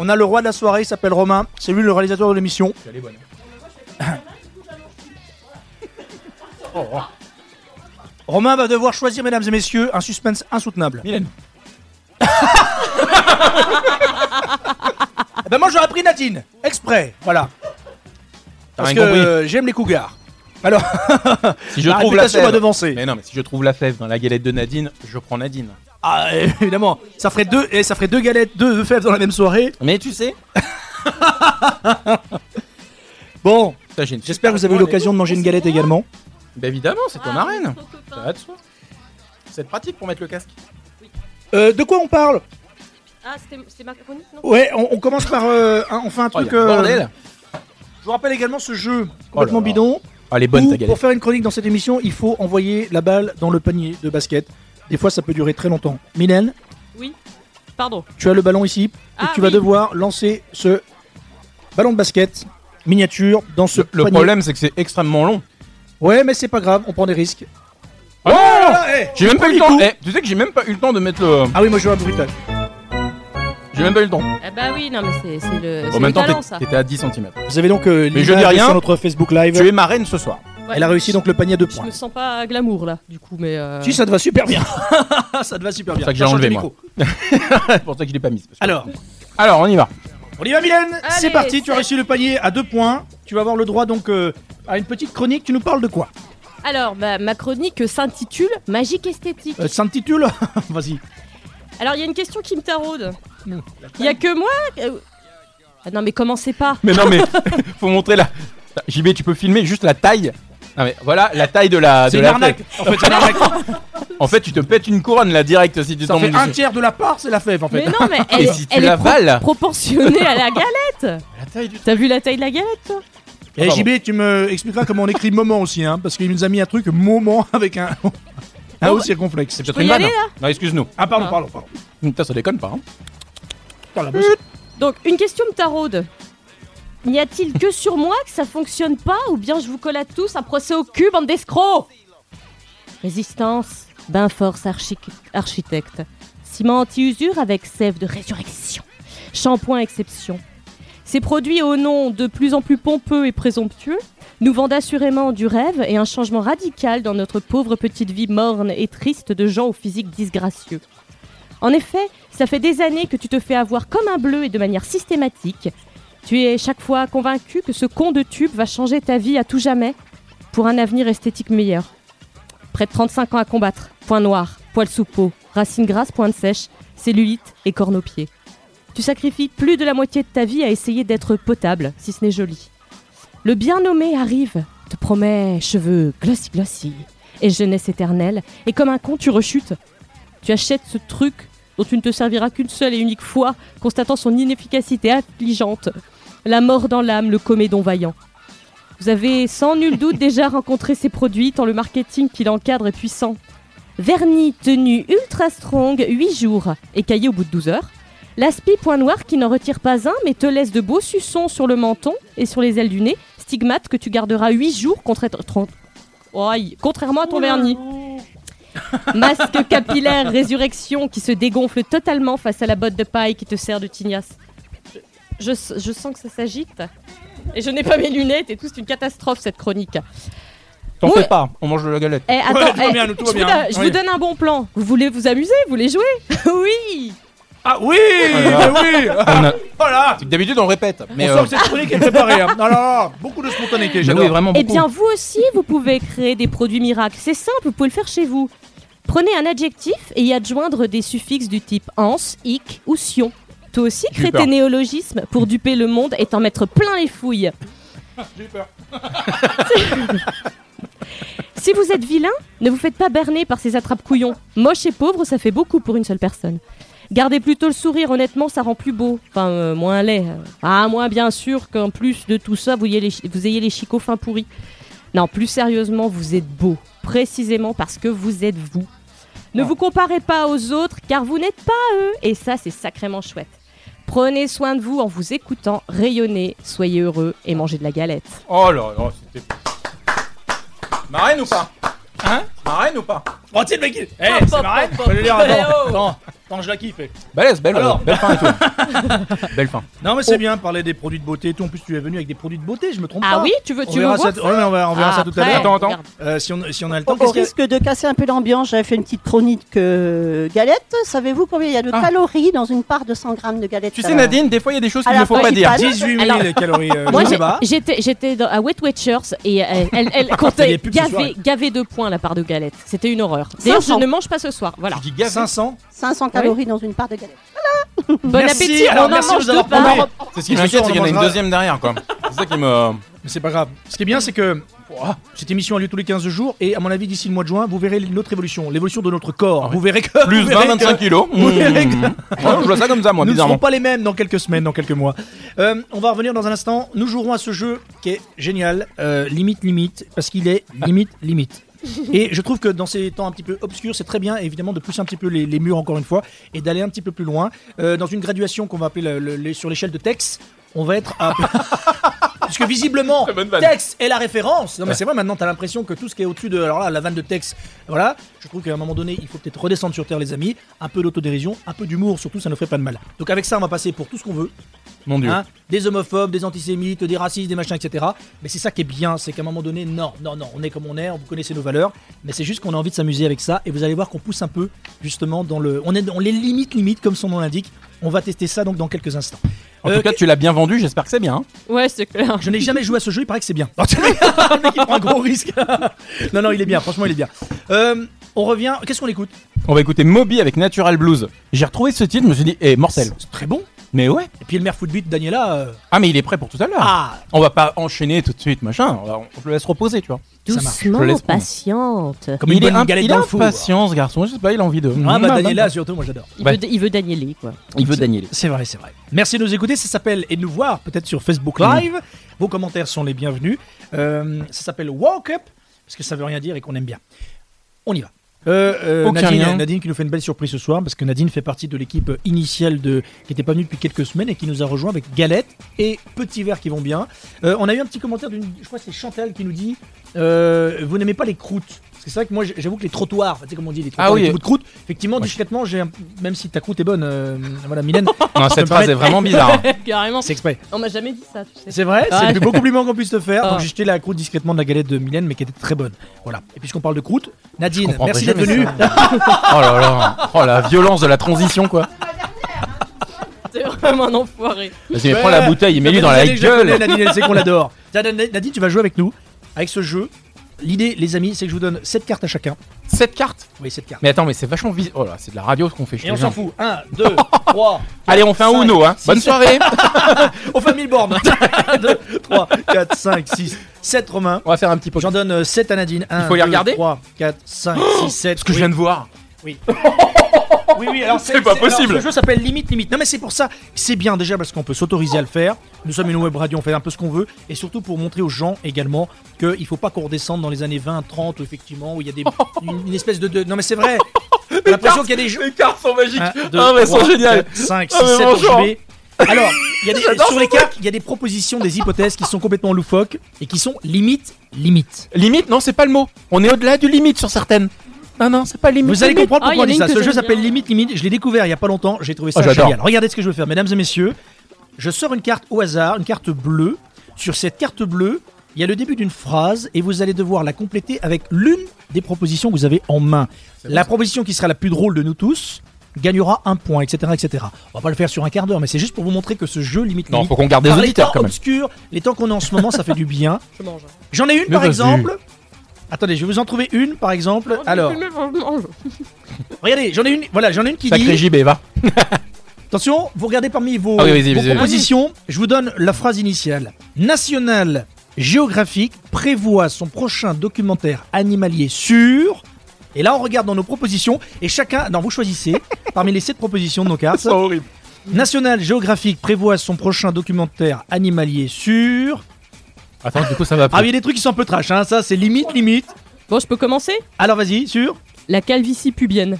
D: On a le roi de la soirée, il s'appelle Romain. C'est lui le réalisateur de l'émission. Oh, oh. Romain va devoir choisir, mesdames et messieurs, un suspense insoutenable.
E: Mylène.
D: Eh ben moi j'aurais pris Nadine, exprès, voilà. Parce
E: rien
D: que
E: compris.
D: euh, j'aime les cougars. Alors,
E: Si je
D: la
E: trouve la
D: réputation va
E: fève.
D: devancer.
E: Mais non, mais si je trouve la fève dans la galette de Nadine, je prends Nadine.
D: Ah, euh, évidemment, ça ferait deux, et ça ferait deux galettes, deux fèves dans la même soirée.
E: Mais tu sais,
D: Bon,
E: Putain, j'ai une-
D: j'espère que vous avez eu l'occasion de manger une galette également.
E: Bah, évidemment, c'est en
I: Ah,
E: arène.
I: trop copain.
E: Ça va de soi. C'est pratique pour mettre le casque.
D: Euh, de quoi on parle
I: Ah, c'était c'était ma chronique, non
D: Ouais, on, on commence par. euh, un- on fait un
E: Oh,
D: truc.
E: y a un
D: euh,
E: Bordel.
D: Je vous rappelle également ce jeu
E: Oh là
D: complètement
E: là.
D: bidon.
E: Ah, elle est bonne
D: où,
E: ta
D: pour
E: galette.
D: faire une chronique dans cette émission, il faut envoyer la balle dans le panier de basket. Des fois, ça peut durer très longtemps. Mylène,
I: Pardon.
D: tu as le ballon ici et
I: Ah,
D: tu vas
I: oui.
D: devoir lancer ce ballon de basket miniature dans ce
E: Le
D: panier.
E: problème, c'est que c'est extrêmement long.
D: Ouais, mais c'est pas grave, on prend des risques.
E: Oh
D: Ah, eh,
E: J'ai même pas eu le
D: premier
E: temps.
D: coup.
E: Eh, tu sais que j'ai même pas eu le temps de mettre le.
D: Ah oui, moi je joue à brutal.
E: J'ai même pas eu le temps.
I: Ah bah oui, non, mais c'est c'est le, c'est
E: En
I: le
E: même temps,
I: talent,
E: t'es-
I: ça.
E: t'étais à 10 cm.
D: Vous avez donc euh, l'image
E: je dis rien.
D: sur notre Facebook Live.
E: Tu es ma reine ce soir.
I: Ouais.
D: Elle a réussi donc le panier à deux
I: Je
D: points.
I: me sens pas glamour, là, du coup, mais... euh,
D: Si, ça te va super bien. ça te va super bien.
E: ça que j'ai
D: Change de
E: enlevé, moi.
D: micro.
E: c'est pour ça que je l'ai pas mise. parce que-
D: Alors,
E: Alors, on y va.
D: on y va, Mylène.
I: Allez,
D: C'est parti. Tu as
I: c'est-
D: réussi le panier à deux points. Tu vas avoir le droit donc euh, à une petite chronique. Tu nous parles de quoi
I: Alors, bah, ma- ma chronique s'intitule « Magique esthétique
D: Euh, S'intitule Vas-y.
I: Alors, il y a une question qui me taraude.
E: Hmm.
I: Il y a que moi euh, ah non mais commencez pas
E: Mais non, mais faut montrer la. JB, tu peux filmer juste la taille. Non, mais voilà la taille Ah, de la.
D: C'est
E: de
D: une
E: la
D: arnaque. En
E: fève.
D: fait, c'est une arnaque.
E: En fait, tu te pètes une couronne là direct si tu
D: Ça
E: tombes
D: fait un
E: dessus.
D: tiers de la part, c'est la fève en fait.
I: Mais non mais elle,
E: Et
I: est-
E: si tu
I: elle est pro-
E: l'avales
I: proportionnée à la galette
E: La taille du.
I: T'as vu la taille de la galette toi
D: Et
E: Pardon.
D: JB, Eh, tu me expliqueras comment on écrit moment aussi, hein, parce qu'il nous a mis un truc moment avec un. Un
I: Oh,
D: haut circonflexe.
E: Ah C'est peut-être
I: peux
E: une
I: y
E: vanne.
I: aller,
E: hein. Non, excuse-nous.
D: Ah, pardon,
I: Ah.
D: pardon, pardon.
E: Putain, ça déconne pas. hein.
D: Putain, la bosse.
I: Donc une question me taraude. N'y a-t-il que sur moi que ça fonctionne pas ou bien je vous colle à tous un procès au cul, bande d'escrocs Résistance, bain force archi- architecte, ciment anti-usure avec sève de résurrection, shampoing exception. Ces produits au nom de plus en plus pompeux et présomptueux nous vendent assurément du rêve et un changement radical dans notre pauvre petite vie morne et triste de gens au physique disgracieux. En effet, ça fait des années que tu te fais avoir comme un bleu et de manière systématique. Tu es chaque fois convaincu que ce con de tube va changer ta vie à tout jamais pour un avenir esthétique meilleur. Près de 35 ans à combattre, point noir, poil sous peau, racines grasses, pointe sèche, cellulite et cornes aux pieds. Tu sacrifies plus de la moitié de ta vie à essayer d'être potable, si ce n'est joli. Le bien nommé arrive, te promet cheveux glossy glossy et jeunesse éternelle, et comme un con tu rechutes. Tu achètes ce truc dont tu ne te serviras qu'une seule et unique fois, constatant son inefficacité affligeante. La mort dans l'âme, le comédon vaillant. Vous avez sans nul doute déjà rencontré ces produits, tant le marketing qui l'encadre est puissant. Vernis, tenue ultra strong, 8 jours, écaillé au bout de 12 heures. L'aspi point noir qui n'en retire pas un, mais te laisse de beaux suçons sur le menton et sur les ailes du nez, stigmate que tu garderas 8 jours contra- tron- Ouaille, contrairement à ton vernis. Masque capillaire résurrection qui se dégonfle totalement face à la botte de paille qui te sert de tignasse. Je, je- je sens que ça s'agite. Et je n'ai pas mes lunettes et tout, c'est une catastrophe cette chronique.
E: T'en
I: Ouais.
E: fais pas. On mange de la galette.
I: Eh, attends,
D: tout va
I: eh,
D: bien, nous, tout va
I: je,
D: bien,
I: vous, donne-
D: hein.
I: je
D: Oui.
I: vous donne un bon plan. Vous voulez vous amuser Vous voulez jouer Oui
D: Ah oui,
E: Voilà.
D: mais oui.
E: On a-
D: Voilà.
E: C'est que D'habitude, on répète. Mais
D: on
E: euh,
D: sent que cette chronique est préparée. hein. Non, non, non, beaucoup de spontanéité,
E: mais
D: j'adore.
E: oui, vraiment
I: Eh
E: beaucoup.
I: bien, vous aussi, vous pouvez créer des produits miracles. C'est simple, vous pouvez le faire chez vous. Prenez un adjectif et y adjoindre des suffixes du type ans, ic ou sion. Toi aussi, crée
E: peur.
I: tes néologismes pour duper le monde et t'en mettre plein les fouilles. Si vous êtes vilain, ne vous faites pas berner par ces attrapes-couillons. Moche et pauvre, ça fait beaucoup pour une seule personne. Gardez plutôt le sourire, honnêtement, ça rend plus beau. Enfin, euh, moins laid. Ah, moins bien sûr qu'en plus de tout ça, vous ayez les, chi- vous ayez les chicots fins pourris. Non, plus sérieusement, vous êtes beau. Précisément parce que vous êtes vous. Ne vous comparez pas aux autres, car vous n'êtes pas eux. Et ça, c'est sacrément chouette. Prenez soin de vous en vous écoutant, rayonnez, soyez heureux et mangez de la galette.
E: Oh là là, c'était. Marraine ou pas Hein Marraine ou pas
D: Oh, tiens, le mec, il- Eh,
I: Pop,
D: c'est
I: pop,
D: marrant.
I: pop, Eh, oh.
D: Je vais le lire
I: pop.
D: avant. Attends, attends, je la kiffe. eh.
E: Balèze, belle,
D: Alors.
E: euh, belle fin et tout. belle fin.
D: Non, mais c'est bien, parler des produits de beauté et tout. En plus, tu es venu avec des produits de beauté, je me trompe pas.
I: Oh. Ah oui, tu veux,
D: on
I: tu veux
D: verra,
I: voir
D: ça, ouais, mais on verra, on verra ça tout à
I: Après,
D: l'heure.
E: Attends, attends.
I: regarde. Oh,
D: Euh, si, on, si on a le temps,
C: Au
D: qu'est-ce qu'il y a
C: risque de casser un peu l'ambiance, j'avais fait une petite chronique euh, galette. Savez-vous combien il y a de
E: Ah.
C: calories dans une part de 100 grammes de galette
E: Tu
C: à
E: sais,
C: la-
E: Nadine, des fois, il y a des choses
C: à
E: qu'il
C: la
E: ne faut pas dire.
C: principale
D: 18 000
I: Alors-
D: calories. euh,
I: Moi,
D: je sais
I: j'ai-
D: pas.
I: j'étais, j'étais dans- à Wet Watchers et euh, elle, elle, elle
D: Fais des
I: comptait
D: pubs ce soir.
I: gaver, gaver de points la part de galette. C'était une horreur. D'ailleurs, je
C: 500.
I: ne mange pas ce soir. Voilà.
E: Tu dis gaffe.
D: 500.
C: 500 calories dans une part de galette.
I: Bon
D: Merci,
I: appétit,
D: alors,
I: on en
D: merci de
I: mange
D: nous
I: deux
D: avoir
I: par.
D: parlé.
E: C'est ce qui
D: Ce
E: m'inquiète,
D: soir,
E: c'est qu'il y en a
D: on
E: une
D: mangera-
E: deuxième derrière, quoi. C'est ça qui me.
D: Mais c'est pas grave. Ce qui est bien, c'est que ouah, cette émission a lieu tous les 15 jours et à mon avis, d'ici le mois de juin, vous verrez notre évolution, l'évolution de notre corps. Vous verrez que
E: Ah Plus
D: vous verrez que
E: 20-25 kilos.
D: Vous verrez que-
E: Mmh. Ouais, je vois ça comme ça, moi,
D: nous ne serons
E: bizarrement.
D: pas les mêmes dans quelques semaines, dans quelques mois. Euh, on va revenir dans un instant. Nous jouerons à ce jeu qui est génial, euh, limite limite, parce qu'il est limite limite. Et je trouve que dans ces temps un petit peu obscurs, c'est très bien évidemment de pousser un petit peu les, les murs encore une fois et d'aller un petit peu plus loin. Euh, dans une graduation qu'on va appeler le- le- le- sur l'échelle de Tex, on va être à... Parce que visiblement,
E: Très bonne vanne.
D: Tex est la référence. Non mais c'est vrai, maintenant t'as l'impression que tout ce qui est au-dessus de... Alors là, la vanne de Tex, voilà. Je trouve qu'à un moment donné, il faut peut-être redescendre sur terre les amis. Un peu d'autodérision, un peu d'humour, surtout, ça ne ferait pas de mal. Donc avec ça, on va passer pour tout ce qu'on veut.
E: Mon dieu.
D: Hein, des homophobes, des antisémites, des racistes, des machins, etc. Mais c'est ça qui est bien, c'est qu'à un moment donné, non, non, non, on est comme on est, vous connaissez nos valeurs, mais c'est juste qu'on a envie de s'amuser avec ça, et vous allez voir qu'on pousse un peu, justement, dans le... On, est, on les limite, limite, comme son nom l'indique. On va tester ça donc dans quelques instants.
E: En
D: Euh,
E: tout cas, tu l'as bien vendu, j'espère que c'est bien. hein.
I: Ouais, c'est clair.
D: je n'ai jamais joué à ce jeu, il paraît que c'est bien. Le mec, il prend un gros risque. non, non, il est bien, franchement, il est bien. Euh, on revient, qu'est-ce qu'on écoute
E: On va écouter Moby avec Natural Blues. J'ai retrouvé ce titre, je me suis dit, eh, mortel.
D: C'est très bon.
E: Mais ouais.
D: Et puis le maire footbeat, Daniela. euh,
E: Ah, mais il est prêt pour tout à l'heure.
D: Ah,
E: On va pas enchaîner tout de suite, machin. On, va- on le laisse reposer, tu vois.
D: Ça marche,
E: je
I: Doucement,
E: laisse prendre.
I: patiente.
D: comme une
E: il est
D: bonne
E: imp-
D: galette
E: il
D: dans
E: a
D: le four.
E: impatient, ce garçon. Je sais pas, il a envie de.
D: Ah bah Daniela surtout, moi j'adore.
I: Il
E: Ouais.
I: veut, il veut Danieli, quoi.
E: Il veut Daniel.
D: C'est vrai, c'est vrai. Merci de nous écouter. Ça s'appelle et de nous voir peut-être sur Facebook
E: Mm.
D: Live. Vos commentaires sont les bienvenus. Euh, ça s'appelle Walk Up parce que ça veut rien dire et qu'on aime bien. On y va. Euh, euh,
E: Aucun
D: Nadine,
E: lien.
D: Nadine qui nous fait une belle surprise ce soir parce que Nadine fait partie de l'équipe initiale de qui n'était pas venue depuis quelques semaines et qui nous a rejoint avec galette et petits verres qui vont bien. Euh, on a eu un petit commentaire d'une je crois que c'est Chantal qui nous dit euh, vous n'aimez pas les croûtes. Parce que c'est vrai que moi j'avoue que les trottoirs, enfin, tu sais comme on dit les trottoirs,
E: Ah oui.
D: les bouts de croûte, effectivement
E: Ouais.
D: discrètement j'ai un- même si ta croûte est bonne euh, voilà Mylène
E: Non,
D: me
E: cette phrase
D: permets-
E: est vraiment bizarre.
I: Carrément.
D: Ah. c'est exprès.
I: On m'a jamais dit ça, tu sais.
D: C'est vrai, c'est
I: Ouais.
D: le plus beau compliment qu'on puisse te faire.
I: Ah.
D: Donc j'ai jeté la croûte discrètement de la galette de Mylène, mais qui était très bonne. Voilà. Et puisqu'on parle de croûte, Nadine,
E: comprendrai
D: merci d'être
E: jamais
D: venue.
E: Oh là là. Oh la violence de la transition, quoi.
I: C'est vraiment un enfoiré.
E: Vas-y, mais prends la bouteille et mets-lui
D: Ça fait
E: dans
D: des
E: la
D: années que je connais
E: gueule.
D: Nadine, elle sait qu'on l'adore. Tiens, Nadine, Nadine, tu vas jouer avec nous, avec ce jeu. L'idée, les amis, c'est que je vous donne 7 cartes à chacun.
E: Cette carte.
D: Oui, 7 cartes.
E: Mais attends, mais c'est vachement vis. Oh là, c'est de la radio ce qu'on fait. je
D: Et
E: te
D: on s'en
E: jure.
D: fout. 1, 2, 3.
E: Allez, on fait un
D: Cinq,
E: Uno, hein.
D: six,
E: Bonne
D: sept.
E: soirée.
D: On fait 1000 bornes. 1, 2, 3, 4, 5, 6, 7 Romain.
E: On va faire un petit peu.
D: J'en donne 7 à Nadine. 1,
E: faut les regarder
D: 3, 4, 5, 6, 7.
E: Ce que je viens de voir.
D: Oui, oui, alors
E: C'est pas possible.
D: alors, ce jeu s'appelle Limite Limite. Non, mais c'est pour ça. C'est bien déjà parce qu'on peut s'autoriser à le faire. Nous sommes une web radio, on fait un peu ce qu'on veut. Et surtout pour montrer aux gens également qu'il faut pas qu'on redescende dans les années 20, 30, effectivement, où il y a des, une, une espèce de, de- Non, mais c'est vrai. J'ai l'impression qu'il y a des jeux.
E: Les cartes sont magiques.
D: Un, deux,
E: Ah, mais elles
D: trois,
E: sont géniales.
D: quatre, cinq,
E: Ah,
D: six,
E: mais
D: sept pour
E: bonjour.
D: jouer. Alors, il y a des-
E: J'adore
D: sur les cartes, il y a des propositions, des hypothèses qui sont complètement loufoques et qui sont limite, limite.
E: Limite, non, c'est pas le mot. On est au-delà du limite sur certaines. Non, non, c'est pas limite.
D: Vous allez
E: limite.
D: comprendre
I: Ah,
D: pourquoi on dit
I: il y en a une
D: ça.
I: que
D: Ce jeu
I: j'aime
D: s'appelle
I: bien.
D: Limite Limite. Je l'ai découvert il y a pas longtemps. J'ai trouvé ça
E: Oh, j'adore.
D: génial. Regardez ce que je vais faire, mesdames et messieurs. Je sors une carte au hasard, une carte bleue. Sur cette carte bleue, il y a le début d'une phrase et vous allez devoir la compléter avec l'une des propositions que vous avez en main. La proposition qui sera la plus drôle de nous tous gagnera un point, etc., etc. On va pas le faire sur un quart d'heure, mais c'est juste pour vous montrer que ce jeu limite.
E: Non,
D: Limite,
E: faut qu'on garde des
D: par les
E: auditeurs
D: temps
E: quand même.
D: obscurs, les temps qu'on a en ce moment, ça fait du bien.
I: Je mange.
D: J'en ai une
E: Mais
D: par
E: vas-y.
D: exemple. Attendez, je vais vous en trouver une par
I: Oh,
D: exemple. Alors, regardez, j'en ai une. Voilà, j'en ai une qui
E: Sacré
D: dit.
E: JB, va.
D: Attention, vous regardez parmi vos,
E: Ah oui,
D: vos
E: vas-y, vas-y, vas-y.
D: propositions. Je vous donne la phrase initiale. National Géographique prévoit son prochain documentaire animalier sur. Et là, on regarde dans nos propositions et chacun. Non, vous choisissez parmi les sept propositions de nos cartes.
E: horrible.
D: National Géographique prévoit son prochain documentaire animalier sur.
E: Attends, du coup, ça va
D: Ah, il
E: plus.
D: y a des trucs qui sont un peu trash, hein. Ça, c'est limite, limite.
I: Bon, je peux commencer
D: Alors, vas-y, sur.
I: La calvitie pubienne.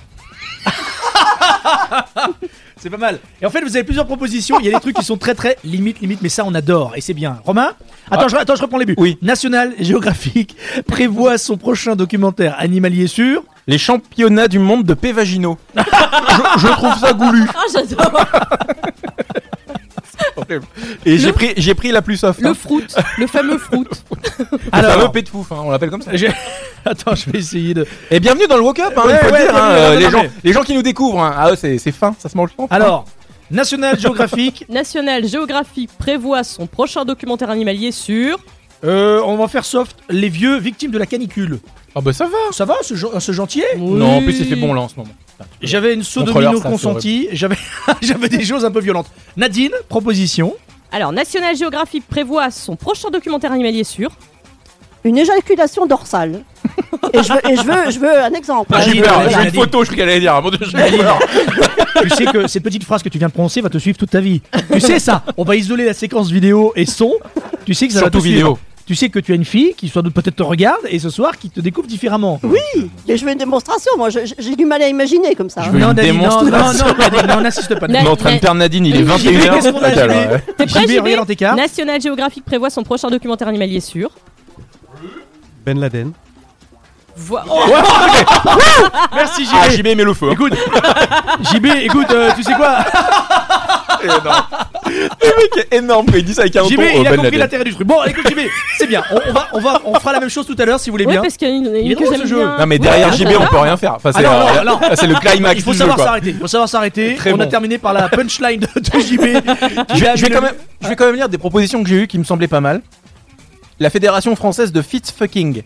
D: C'est pas mal. Et en fait, vous avez plusieurs propositions. Il y a des trucs qui sont très très limite, limite, mais ça on adore et c'est bien. Romain attends, je, attends, je reprends les buts.
E: Oui.
D: National Géographique prévoit son prochain documentaire animalier sur.
E: Les championnats du monde de Pévagino. je, je trouve ça goulu.
I: Ah, j'adore
E: Et j'ai pris, j'ai pris la plus soft.
I: Le
E: hein.
I: fruit, le fameux fruit.
E: Le fameux pétouf, hein, on l'appelle comme ça.
D: je- attends, je vais essayer de.
E: Et bienvenue dans le walk-up, hein,
D: Ouais,
E: il faut le
D: ouais,
E: dire, hein,
D: bienvenue,
E: euh,
D: non,
E: les,
D: non,
E: gens,
D: mais-
E: les gens qui nous découvrent, hein. ah, eux, c'est c'est fin, ça se mange pas.
D: Alors, National Géographique.
I: National Geographic prévoit son prochain documentaire animalier sur.
D: euh, on va faire soft. Les vieux victimes de la canicule.
E: Ah bah ça va
D: Ça va, ce, gen- ce gentil
E: Non, en plus il fait bon là en ce moment.
D: J'avais une sodomie
E: Contrôleur,
D: non
E: ça, c'est
D: consentie, j'avais j'avais des choses un peu violentes. Nadine, proposition.
I: Alors, National Geographic prévoit son prochain documentaire animalier sur.
C: Une éjaculation dorsale. et je veux, et je veux, je veux un exemple.
E: Bah,
D: Ah,
C: hein,
D: j'ai
C: je veux-
D: peur,
C: voilà.
D: j'ai-
E: je croyais qu'elle allait dire. Mon Dieu, j'ai peur.
D: tu sais que cette petite phrase que tu viens de prononcer va te suivre toute ta vie. Tu sais ça On va isoler la séquence vidéo et son. Tu sais que ça
E: Surtout
D: va te suivre.
E: vidéo.
D: Tu sais que tu as une fille qui soit doute peut-être te regarde et ce soir qui te découvre différemment.
C: Oui, mais je veux une démonstration. Moi, je- je- j'ai du mal à imaginer comme ça.
E: Je
C: hein.
E: veux
D: Ah. Non,
E: une
D: Nadine, non, non,
E: démonstration.
D: non, Nadine, non, on n'insiste pas.
E: On
D: Nadine.
E: est en train de perdre Nadine, il est
D: J'y vais, qu'est-ce
E: 21h.
D: qu'on a,
E: Ok,
D: j'y vais.
E: alors, Ah, ouais.
I: T'es prêt,
D: JB,
I: JB?
D: regarde dans tes cartes.
I: National Geographic prévoit son prochain documentaire animalier sur.
K: Ben Laden.
I: Voi-
D: Merci JB.
E: Ah, JB met le feu. hein.
D: Écoute, JB, écoute, euh, tu sais quoi
E: Le mec est énorme, il dit ça avec un
D: JB,
E: ton
D: il a compris l'intérêt du truc. Bon, écoute JB, c'est bien. On, on va, on va, on fera la même chose tout à l'heure si vous voulez
I: Ouais,
D: Eh bien.
I: parce qu'il y en a une
D: Il est
I: que
D: drôle,
I: j'aime
D: ce jeu.
I: bien.
E: Non, mais
I: Oui,
E: derrière
I: ça
E: JB,
I: va.
E: on peut rien faire. Enfin, c'est
D: Ah,
E: euh, là, c'est le climax
D: Il faut
E: du jeu,
D: savoir
E: quoi.
D: s'arrêter. Il faut savoir s'arrêter.
E: Très
D: On a
E: bon.
D: terminé par la punchline de, de JB.
E: Je
D: Il a
E: vais, je vais
D: mis le-
E: quand même, je vais quand même lire des propositions que j'ai eues qui me semblaient pas mal. La Fédération française de Fit Fucking.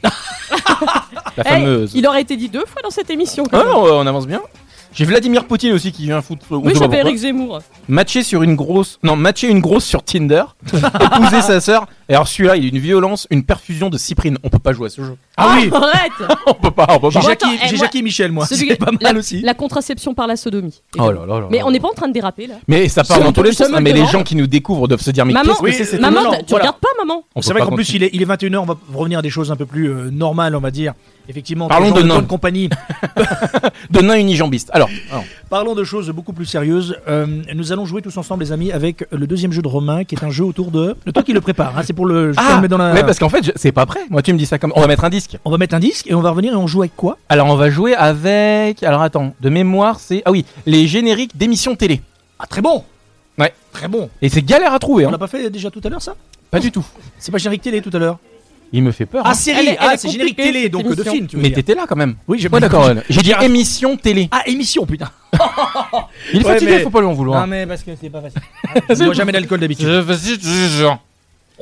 E: La
I: Eh,
E: fameuse.
I: il aurait été dit deux fois dans cette émission. quand
E: Ah,
I: même.
E: non, on avance bien. J'ai Vladimir Poutine aussi qui vient foutre. on
I: oui,
E: sait
I: je
E: pas
I: m'appelle
E: pourquoi.
I: Eric Zemmour.
E: Matcher sur une grosse. Non, matcher une grosse sur Tinder. épouser sa sœur. Et alors celui-là, il y a une violence, une perfusion de cyprine. On peut pas jouer à ce jeu.
D: Ah oui.
I: Arrête
E: on peut pas, on peut
D: J'ai
E: pas.
I: Bon,
D: Jackie,
I: attends, eh,
D: j'ai
I: moi-
D: Jackie et Michel, moi.
I: Celui-
D: C'est pas mal
I: la-
D: aussi.
I: La contraception par la sodomie.
E: Oh là là là
I: Mais
E: là
I: on
E: là.
I: n'est pas en train de déraper là.
E: Mais ça part
I: Je-
E: dans tous les
I: je
E: sens.
I: me
E: Non, mais les
I: demande-
E: gens qui nous découvrent doivent se dire mais
I: Maman,
E: qu'est-ce que
D: oui,
E: c'est cette
I: Maman,
D: violent,
I: tu
D: voilà.
I: regardes pas, maman
E: On
D: C'est
E: peut
D: vrai
E: pas
D: qu'en plus,
E: continuer.
D: il est, il est 21h, on va revenir à des choses un peu plus euh, normales, on va dire. Effectivement,
E: Parlons
D: des gens
E: de nains.
D: bonne compagnie.
E: de nain unijambiste. Alors, alors,
D: Parlons de choses beaucoup plus sérieuses. Euh, nous allons jouer tous ensemble, les amis, avec le deuxième jeu de Romain, qui est un jeu autour de. Le toi qui le prépare, hein, c'est pour le. je te le mets dans la-
E: mais Ah, parce qu'en fait, je- c'est pas prêt. Moi, tu me dis ça comme. On va mettre un disque.
D: On va mettre un disque et on va revenir et on joue avec quoi
E: Alors, on va jouer avec. Alors, attends, de mémoire, c'est. Ah oui, les génériques d'émissions télé.
D: Ah, très bon
E: Ouais.
D: Très bon.
E: Et c'est galère à trouver,
D: On
E: hein.
D: l'a pas fait déjà tout à l'heure, ça
E: Pas du tout.
D: C'est pas générique télé tout à l'heure
E: Il me fait peur.
D: Ah,
E: hein.
D: série
I: elle est- elle
D: Ah,
I: est
D: c'est générique
I: compliquée,
D: télé, donc
I: cette
D: de film, tu veux
E: mais
D: dire.
E: t'étais là quand même.
D: Oui, j'ai
E: Ouais, d'accord, Ron. J'ai dit émission télé.
D: Ah, émission, putain
E: Il est
D: Ouais,
E: fatigué,
D: mais-
E: faut pas lui en vouloir.
D: mais parce que c'est pas facile. Je bois jamais d'alcool d'habitude.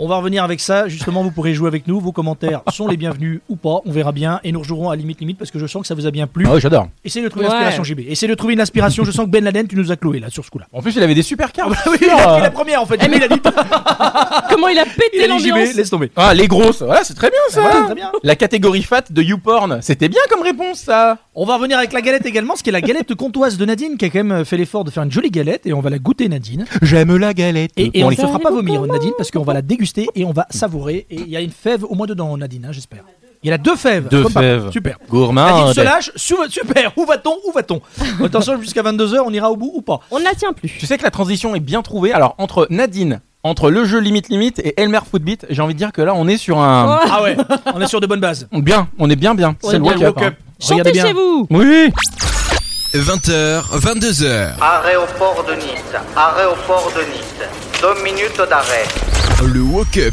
D: On va revenir avec ça. Justement, vous pourrez jouer avec nous. Vos commentaires sont les bienvenus ou pas. On verra bien. Et nous rejouerons à limite limite parce que je sens que ça vous a bien plu.
E: Ah ouais, j'adore.
D: Essayez de trouver
I: Ouais.
D: une inspiration, JB. Essayez de trouver une inspiration. je sens que Ben Laden, tu nous as cloué là sur ce coup-là.
E: En plus, il avait des super cartes.
D: Ah, bah
E: Ah.
D: Et la première en fait. JB, il a dit.
I: Comment il a
D: Il
I: pété
D: a dit JB,
I: l'ambiance
D: laisse tomber.
E: Ah, les grosses. Voilà, c'est très bien ça.
D: Voilà, très bien.
E: La catégorie fat de YouPorn. C'était bien comme réponse, ça.
D: On va revenir avec la galette également, ce qui est la galette comtoise de Nadine, qui a quand même fait l'effort de faire une jolie galette, et on va la goûter Nadine.
E: J'aime la galette.
D: Et, et on
E: Bon,
D: ne
E: Euh, les-
D: se fera pas vomir Nadine, parce qu'on va la déguster et on va savourer. Et il y a une fève au moins dedans Nadine, hein, j'espère. Il y en a deux fèves.
E: Deux
D: comme par-
E: fèves.
D: Super. Nadine
E: Gourmand.
D: se lâche, sou- super, où va-t-on, où va-t-on Attention, jusqu'à 22h, on ira au bout ou pas
I: On ne la tient plus.
E: Tu sais que la transition est bien trouvée. Alors, entre Nadine, entre le jeu Limite Limite et Elmer Footbeat, j'ai envie de dire que là, on est sur un.
I: Oh,
D: Ah ouais, on est sur de bonnes bases.
E: Bien, on est bien, bien.
I: On
E: C'est
I: est
E: le
I: bien,
E: walk-up.
D: le walk-up.
E: hein.
I: Chantez
D: Regardez bien.
I: chez vous
F: 20h, 22h,
B: Arrêt au port de Nice. Arrêt au port de Nice. Deux minutes d'arrêt.
F: le woke-up.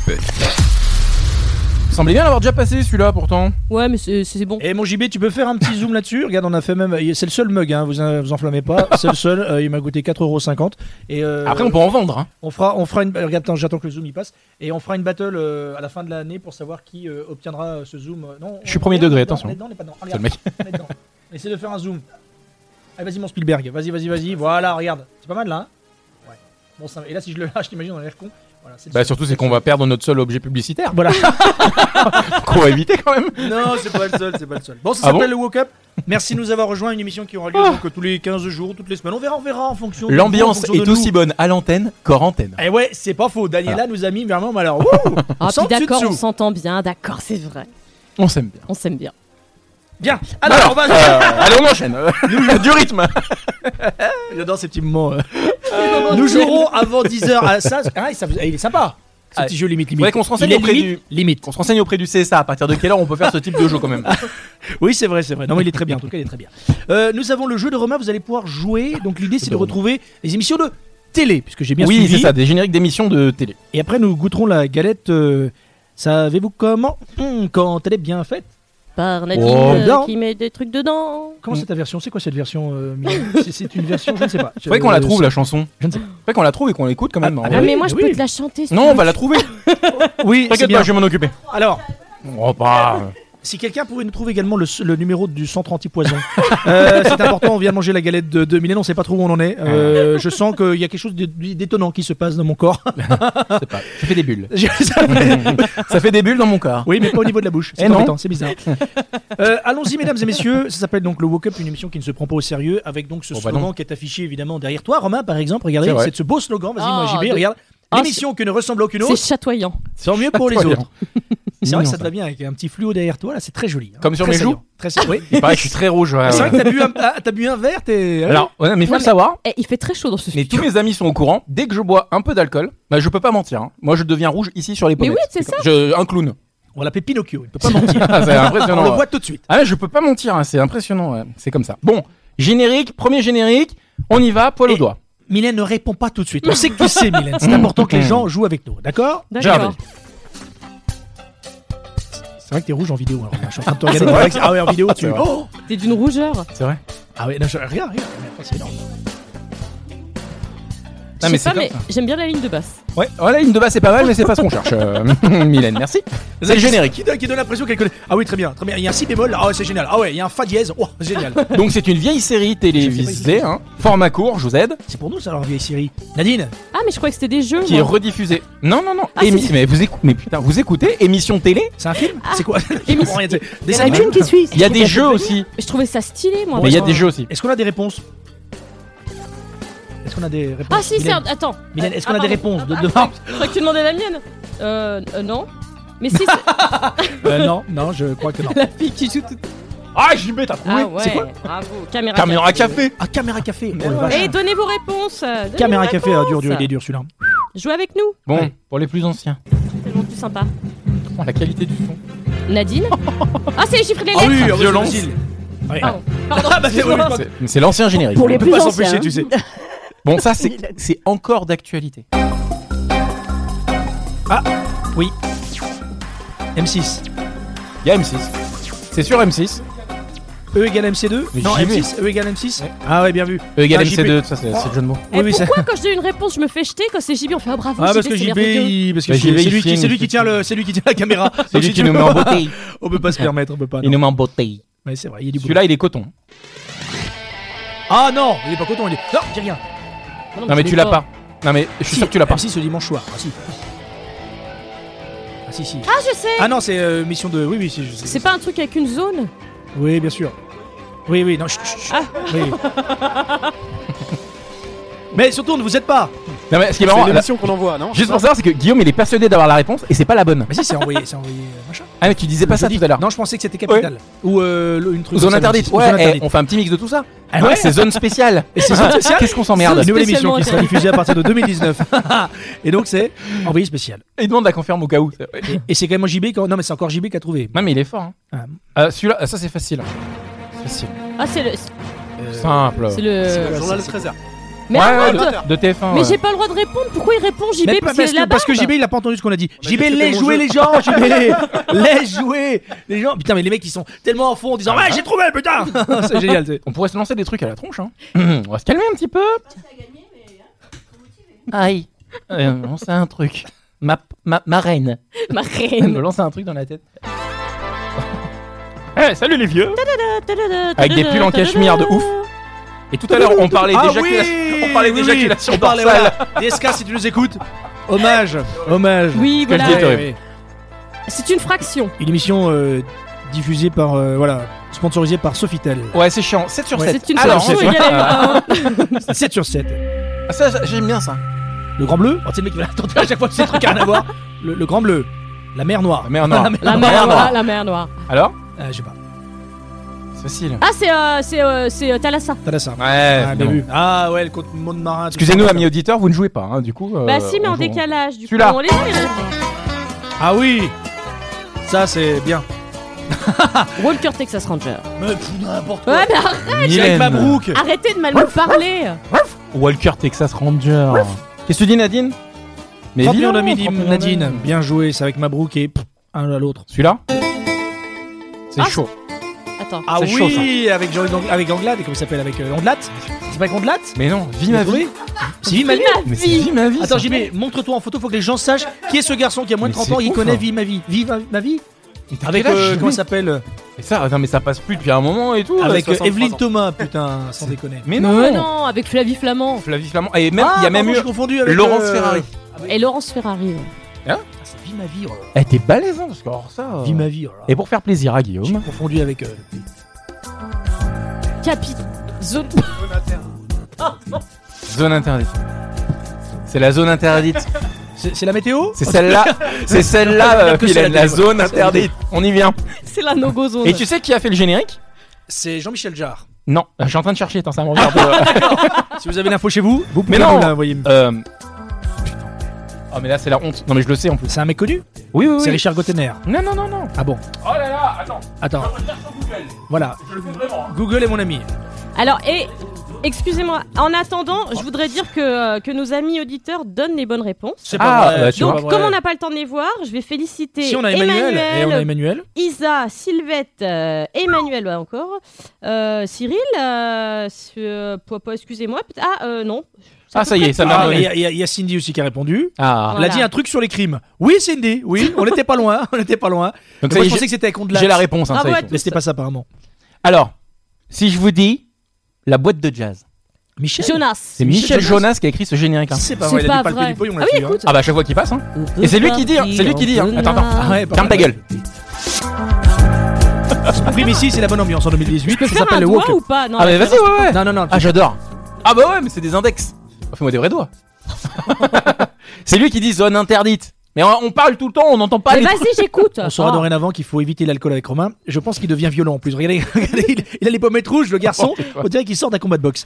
E: Il semblait bien l'avoir déjà passé celui-là pourtant.
I: Ouais, mais c'est c'est bon.
D: Et Eh, mon JB, tu peux faire un petit zoom là-dessus Regarde, on a fait même. C'est le seul mug, hein, vous euh, vous enflammez pas. C'est le seul, euh, il m'a coûté 4,50€. Et euh,
E: Après, on peut en vendre. hein.
D: on fera, on fera une. Regarde, attends, j'attends que le zoom il passe. Et on fera une battle euh, à la fin de l'année pour savoir qui euh, obtiendra euh, ce zoom. Euh, Non,
E: Je suis
D: on-
E: premier
D: on est
E: degré,
D: dedans,
E: attention.
D: On est dedans, on est pas dedans. Ah,
E: C'est le
D: regarde,
E: mec.
D: on est dedans. Essaie de faire un zoom. Allez, vas-y, mon Spielberg. Vas-y, vas-y, vas-y. Voilà, regarde. C'est pas mal là. hein ouais. Bon, ça- et là, si je le lâche, t'imagines, on a l'air con. Voilà, c'est le
E: Bah,
D: seul.
E: surtout, c'est qu'on va perdre notre seul objet publicitaire.
D: Voilà.
E: Qu'on va éviter quand même.
D: Non, c'est pas le seul, c'est pas le seul. Bon, ça
E: Ah bon Ah.
D: s'appelle le Woke Up. Merci de nous avoir rejoint une émission qui aura lieu donc, tous les 15 jours, toutes les semaines. On verra, on verra en fonction. de vous, en
E: L'ambiance
D: fonction de
E: est
D: nous.
E: aussi bonne Ah. à l'antenne qu'en antenne.
D: Eh ouais, c'est pas faux. Daniela nous a mis vraiment mal. Alors, wouh,
I: Ah,
D: sent
I: puis
D: dessus
I: d'accord, on
D: dessous.
I: s'entend bien, d'accord, c'est vrai.
E: On s'aime bien.
I: On s'aime bien.
D: bien. Alors,
E: Bah,
D: on va.
E: Allez, Euh, on enchaîne. du rythme.
D: J'adore ces petits moments. euh.
I: Ah.
D: nous jouerons avant 10h à ça. Ah, ça- ah, il est sympa. Ce
E: Ah,
D: petit jeu limite limite.
E: faudrait qu'on se renseigne
D: Il est
E: auprès
D: limite, limite.
E: On se renseigne auprès du CSA à partir de quelle heure on peut faire ce type de jeu quand même.
D: Oui, c'est vrai, c'est vrai. Non, mais il est très bien. En tout cas, il est très bien. Euh, nous avons le jeu de Romain. Vous allez pouvoir jouer. Donc l'idée, c'est de
E: de Romain.
D: retrouver les émissions de télé, puisque j'ai bien
E: Bah, oui,
D: suivi.
E: c'est ça, des génériques d'émissions de télé.
D: Et après, nous goûterons la galette. euh, Savez-vous comment Hum, Quand elle est bien faite.
I: Par Nadine
E: Oh,
I: euh,
D: non.
I: qui met des trucs dedans.
D: Comment
E: Hmm.
D: c'est ta version C'est quoi cette version euh, Mylène C'est- C'est une version, je ne sais pas. Euh,
E: C'est vrai qu'on la trouve la chanson.
D: Je ne sais
E: C'est vrai qu'on la trouve et qu'on l'écoute quand même.
D: Ah,
E: hein.
I: Ah,
D: oui,
I: mais moi je
D: oui.
I: peux te la chanter. si
E: Non,
I: tu
E: on
I: veux.
E: va la trouver.
D: Oui, c'est
E: T'inquiète
D: bien.
E: pas, je vais m'en occuper.
D: Alors,
E: Oh, bah.
D: Si quelqu'un pouvait nous trouver également le, s- le numéro du centre anti-poison, Euh, c'est important. On vient de manger la galette de 2000 on ne sait pas trop où on en est.
E: Ah.
D: Euh, je sens qu'il y a quelque chose d'é- d'étonnant qui se passe dans mon corps.
E: Ça fait des bulles.
D: Je- ça fait-
E: Ça fait des bulles dans mon corps.
D: Oui, mais pas au niveau de la bouche. C'est
E: Eh non.
D: embêtant, c'est bizarre. Euh, Allons-y, mesdames et messieurs. Ça s'appelle donc le Woke Up, une émission qui ne se prend pas au sérieux, avec donc ce
E: Bon, bah
D: slogan
E: non.
D: qui est affiché évidemment derrière toi, Romain, par exemple. Regardez,
E: C'est vrai.
D: c'est ce beau slogan. Vas-y,
I: Ah,
D: moi, JB,
I: de-
D: regarde.
I: Ah,
D: L'émission que ne ressemble à aucune
I: C'est
D: autre,
I: chatoyant.
D: c'est mieux pour les
E: Pas
D: autres. C'est vrai que
E: Mignon,
D: ça te va bien avec un petit fluo derrière toi, là, c'est très joli. hein.
E: Comme sur
D: Très
E: mes joues.
D: saillant. Très saillant, oui.
E: Il paraît que je suis très rouge. ouais,
D: C'est
E: ouais.
D: vrai que t'as bu, un- ah, t'as bu un verre, t'es.
E: Alors, ouais, mais faut
I: Non,
E: le
I: mais-
E: savoir.
I: Eh, il fait très chaud dans ce
E: Mais
I: studio.
E: tous mes amis sont au courant. Dès que je bois un peu d'alcool, bah je peux pas mentir. hein. Moi, je deviens rouge ici sur les
I: Mais
E: pommettes.
I: oui, c'est ça.
E: Je, un clown.
D: on l'appelle Pinocchio, il peut pas mentir.
E: Ah, c'est impressionnant.
D: On le
E: ouais.
D: voit tout de suite.
E: Ah, ouais, je peux pas mentir. hein, C'est impressionnant. ouais. C'est comme ça. Bon, générique, premier générique. On y va, poil
D: Et-
E: au doigt.
D: Mylène ne répond pas tout de suite. On sait que tu sais, Mylène. C'est important que les gens jouent avec nous, d'accord
I: D'accord.
E: Gervais.
D: C'est vrai que t'es rouge en vidéo. Alors, je suis en train de te regarder. Ah ouais, en vidéo, tu.
E: C'est vrai.
D: Oh
I: T'es d'une rougeur.
E: C'est vrai.
D: Ah ouais, non, je- regarde, regarde. Mais attends, c'est énorme.
E: Ah,
I: Je
E: mais
I: sais pas,
E: c'est
I: mais
E: comme
I: j'aime bien la ligne de basse.
E: Ouais, voilà, une de base, c'est pas mal, mais c'est pas ce qu'on cherche. euh, Mylène, merci. C'est le générique.
D: Qui donne, qui donne l'impression qu'elle connaît. Ah oui, très bien, très bien. Il y a un si bémol. là. Ah ouais, c'est génial. Ah ouais, il y a un fa dièse. Oh, génial.
E: Donc, c'est une vieille série télévisée, hein, format court, je vous aide,
D: c'est pour nous, ça, leur vieille série. Nadine
I: Ah, mais je croyais que c'était des jeux.
E: qui est
I: moi.
E: rediffusée. Non, non, non.
I: Ah,
E: émi-
I: c'est-
E: mais, vous écou- mais putain, vous écoutez émission télé
D: C'est un film
I: Ah,
D: C'est quoi Je comprends rien, tu sais. Des
C: Il y en a
D: animés
C: qu'une qui suit.
E: Il y a des jeux aussi.
I: Je trouvais Ah ça stylé, moi.
E: Mais il y a
I: vraiment.
E: des jeux aussi.
D: Est-ce qu'on a des réponses Est-ce qu'on a des réponses
I: Ah, si, c'est. un- Attends.
D: Mylène, est-ce qu'on
I: Ah,
D: a des
I: pardon.
D: réponses de
I: Ah,
D: de-
I: bah, Je croyais que tu demandais la mienne. Euh, euh, non. Mais si, c'est
D: Euh, Non, non, je crois que non.
I: la fille qui joue tout.
E: Ah, j'y mets, t'as
I: Ah ouais, bravo. Caméra,
E: Caméra café.
D: Ah, Caméra Café. Oh, la
E: Ouais.
D: vache.
I: Et donnez vos réponses. euh, donnez
D: Caméra
I: vos
D: Café, ah, dur,
I: réponses.
D: dur, il est dur celui-là.
I: Jouez avec nous.
E: Bon, pour les plus anciens.
I: C'est tellement plus sympa.
E: Oh, la qualité du son.
I: Nadine. ah, c'est les chiffres des
D: Ah
I: lettres.
D: oui, ah,
E: violence.
D: c'est facile. Ouais.
I: Pardon. Pardon.
D: Ah bah c'est oui,
E: C'est- mais C'est l'ancien générique.
C: Pour les
E: Voilà.
C: plus
D: pas
C: anciens.
D: s'empêcher, tu sais.
E: Bon, ça, c'est c'est encore d'actualité.
D: M6.
E: Il y a M6. C'est sur M6.
D: E égale MC2
E: Mais
D: Non,
E: j'y
D: M6, E égale M6
E: Ouais.
D: Ah ouais, bien vu.
E: E égale
D: Ah,
E: MC2, ça, c'est c'est le jeu de mots.
I: Et
D: Oui, oui, ça-
I: Eh, pourquoi quand je donne une réponse, je me fais jeter Quand c'est JB, on fait ah bravo.
D: Ah parce
I: JB,
D: que
I: c'est
D: JB,
I: merveilleux.
D: il- parce que
E: Bah,
D: c'est
E: JB,
D: c'est
E: il
D: lui, qui,
E: signe,
D: c'est lui qui
E: il
D: tient le, c'est lui qui tient la caméra.
E: C'est
D: Donc,
E: lui
D: si
E: qui
D: tu
E: nous
D: veux-
E: met en beauté.
D: On peut pas se permettre, on peut pas.
E: Il
D: non.
E: nous met en beauté.
D: Ouais, c'est vrai, il y a du boulot.
E: Celui-là, il est coton.
D: Ah non, il est pas content, il est. Non, dis rien.
E: Non, mais
I: je
E: tu
I: l'ai
E: l'as pas. Non, mais je suis sûr que tu l'as pas.
D: M6 ce dimanche soir. Ah si. Ah si si.
I: Ah, je sais.
D: Ah non, c'est euh, mission de. Oui oui, si, je sais.
I: C'est pas un truc avec une zone
D: Oui, bien sûr. Oui oui, non. chut, chut, chut. Oui. Mais surtout, ne vous êtes pas.
E: Non, mais ce qui est marrant,
K: C'est
E: là,
K: l'émission qu'on envoie, non
E: juste pour savoir, c'est que Guillaume, il est persuadé d'avoir la réponse et c'est pas la bonne.
D: Mais Bah si, c'est envoyé, c'est envoyé euh, machin.
E: Ah, mais tu disais pas
D: Le
E: ça
D: jeudi.
E: tout à l'heure.
D: Non, je pensais que c'était capital ou euh, le- une truc. comme
E: Zone
D: ça,
E: interdite.
D: M6. Ou
E: Ouais,
D: zone
E: eh,
D: interdite.
E: on fait un petit mix de tout ça.
D: Ah
E: Ouais,
D: ouais.
E: c'est zone spéciale. Qu'est-ce qu'on s'emmerde
D: Une nouvelle
I: Spécialement
D: émission qui sera
I: interdite.
D: diffusée à partir de 2019. et donc c'est envoyé spécial.
E: Il demande la confirme au cas où. Ouais.
D: Et, et c'est quand même JB. quand- Non mais c'est encore JB qui a trouvé.
E: Non, mais il est fort. hein.
D: Ah.
E: Ah, Celui-là, ça, c'est facile. C'est Facile.
I: Ah, c'est le.
E: Simple.
I: C'est
D: Euh,
I: le.
K: Le journal 13h.
I: Mais
E: ouais, ouais,
I: arrête
E: de, de TF1.
I: Mais
E: ouais.
I: j'ai pas le droit de répondre. Pourquoi il répond JB
D: Mais parce,
I: parce qu'il est
D: que,
I: là-bas
D: parce que JB il a pas entendu ce qu'on a
E: Bah,
D: dit.
K: dit
D: JB
K: que c'était
D: les
K: mon
D: jouer
K: jeu.
D: les gens, JB les jouer les gens. Putain mais les mecs ils sont tellement en fond en disant
E: Ah.
D: ouais j'ai trouvé putain. c'est génial. c'est-
E: On pourrait se lancer des trucs à la tronche. Hein. on va se calmer un petit peu. Aïe. Euh, lancer un truc. Ma, ma, ma reine.
I: Ma
E: Me
I: reine.
E: lancer un truc dans la tête. Eh, salut les vieux Avec des pulls en cachemire de ouf. Et tout à l'heure, on parlait
D: Ah
E: d'éjaculation. on parlait
D: oui, oui,
E: d'éjaculation
D: on parlait,
E: dorsale.
D: voilà. DSK si tu nous écoutes. Hommage, hommage.
I: Oui,
E: que je
I: voilà.
E: dis, Terrible.
I: C'est une fraction.
D: Une émission euh, diffusée par euh, voilà sponsorisée par Sofitel.
E: Ouais, c'est chiant. 7 sur
D: Ouais.
E: 7.
I: C'est une
E: Alors,
I: fraction
E: c'est-
I: égale à un.
D: 7 sur 7.
E: Ah, ça, ça, j'aime bien ça.
D: Le Grand Bleu Oh, c'est le mec qui va la tenter à chaque fois que c'est un truc à rien à voir. Le, le Grand Bleu. La mer Noire.
E: La mer Noire.
I: La
E: La
I: mer
E: mer
I: noire.
E: noire.
I: La mer noire.
E: Alors
D: Euh, je sais pas.
E: C'est facile.
I: Ah, c'est euh, c'est euh, c'est euh, Thalassa.
D: T'as la ça.
E: Ouais,
D: Ah, bien vu. Ah ouais, le compte monde marin.
E: Excusez-nous, amis auditeurs, vous ne jouez pas, hein, du coup. euh,
I: Bah si, mais
E: on
I: en
E: joue-
I: décalage. Du coup,
E: Celui-là.
I: on les a, hein. les réponses.
D: Ah oui Ça, c'est bien.
I: Walker Texas Ranger.
D: Mais pff, n'importe quoi.
I: Ouais, mais arr-
D: J'ai
E: Mylène. Ah.
D: avec ma brook.
I: arrêtez de mal me parler.
E: Walker Texas Ranger. Qu'est-ce que tu dis, Nadine Mais
D: 31
E: évidemment,
D: Nadine,
E: 31
D: Nadine. Bien joué, c'est avec ma brook et pff, un à l'autre.
E: Celui-là C'est
I: Ah,
E: chaud.
I: Attends.
D: Ah
E: C'est chaud,
D: oui, avec, Jean- avec Anglade, comment il s'appelle Avec euh, Anglade C'est pas avec Anglade
E: Mais non, vie ma vie.
D: C'est Vive ma vie
E: Mais c'est vie ma vie.
D: Attends,
E: ça.
D: JB, montre-toi en photo, faut que les gens sachent qui est ce garçon qui a moins de 30
E: Mais c'est
D: ans, il
E: ouf,
D: connaît
E: hein.
D: Vive ma vie. Vive ma- ma vie
E: t'as
D: Avec
E: quel âge,
D: euh,
E: Julie
D: comment ça s'appelle
E: Mais ça, attends, mais ça passe plus depuis un moment et tout.
D: Avec
E: euh,
D: euh,
E: 63
D: Evelyne
E: ans.
D: Thomas, putain, sans déconner.
E: Mais
I: Non,
E: non,
I: mais Oh non, avec Flavie Flamand
E: Flavie Flamand. Et même,
D: ah,
E: il y a même eu
D: confondu euh,
E: Laurence Ferrari.
I: et Laurence Ferrari. ouais.
D: C'est Vie ma vie. oh là là.
E: Elle était balaisante parce que hors ça. euh,
D: Vie ma vie. oh là là.
E: Et pour faire plaisir à
D: J'ai
E: Guillaume.
D: confondu avec. euh,
I: Capi. Zone.
E: Zone interdite. C'est la zone interdite.
D: C'est c'est la météo
E: C'est celle-là. C'est celle-là, euh,
D: Que c'est la
E: Mylène, la
D: démo.
E: zone interdite. On y vient.
I: C'est la no-go zone.
E: Et tu sais qui a fait le générique
D: C'est Jean-Michel Jarre.
E: Non, je suis en train de chercher. Attends, ça me regarde. euh,
D: Si vous avez l'info chez Ah. vous, vous pouvez
E: Mais non.
D: nous la envoyer.
E: euh, putain. Oh, mais là, c'est la honte. Non, mais je le sais en plus.
D: C'est un mec connu
E: Oui, oui,
D: C'est Richard Gottener.
E: Non, non, non, non.
D: Ah bon
E: Oh là là, attends.
D: Attends. Voilà. Google est mon ami.
I: Alors, et excusez-moi, en attendant, je voudrais dire que, euh, que nos amis auditeurs donnent les bonnes réponses.
D: C'est
E: Ah, bah, tu
D: c'est
E: vois.
D: pas
I: Donc,
D: vrai.
I: comme on n'a pas le temps de les voir, je vais féliciter
D: Si on a Emmanuel,
I: Emmanuel,
D: et on a Emmanuel.
I: Isa, Sylvette, euh, Emmanuel ouais, encore, euh, Cyril, euh, ce- euh, po- po- excusez-moi, peut- ah euh, non.
E: Ah, ça y est, ça m'a
D: Ah, il y,
E: redonné.
D: a- il y a- il y a Cindy aussi qui a répondu.
E: Ah.
D: Elle
I: Voilà.
D: a dit un truc sur les crimes. Oui, Cindy, oui, on n'était pas loin, on n'était pas loin.
E: Donc,
D: Mais
E: ça
D: moi, je
E: y est,
D: pensais
E: j'ai-
D: que c'était contre
E: j'ai la réponse. hein,
I: Ah
E: ça y
I: ouais,
E: est.
D: Mais c'était pas ça, apparemment.
E: Alors, si je vous dis la boîte de jazz,
D: Michel
I: Jonas.
E: c'est Michel Jonas qui a écrit ce générique. hein.
D: C'est pas
I: C'est
D: vrai, il a
I: pas
D: dû palper
I: vrai.
D: du pognon
I: Ah
D: là-dessus.
I: oui,
D: hein.
I: écoute.
E: Ah bah à chaque fois qu'il passe, hein. Et c'est lui qui dit, hein, c'est lui qui dit. hein. Attends, attends.
D: Ah ouais, pas
E: Ferme ta
D: mal.
E: gueule.
D: Ah Oui, mais si, c'est la bonne ambiance en 2018. Ça
I: Faire un
D: s'appelle le
I: doigt
D: Walk.
I: ou pas Non,
E: Ah mais vas-y, ouais, ouais.
D: Non, non, non.
E: Ah j'adore. Ah bah ouais, mais c'est des index. Ah, Fais-moi des vrais doigts. c'est lui qui dit zone interdite. Mais on on parle tout le temps, on n'entend pas
I: Mais
E: les
I: vas-y, j'écoute.
D: On saura
I: Ah.
D: dorénavant qu'il faut éviter l'alcool avec Romain. Je pense qu'il devient violent en plus. Regardez, regardez, il, il a les pommettes rouges, le garçon.
E: Oh,
D: On dirait qu'il sort d'un combat de boxe.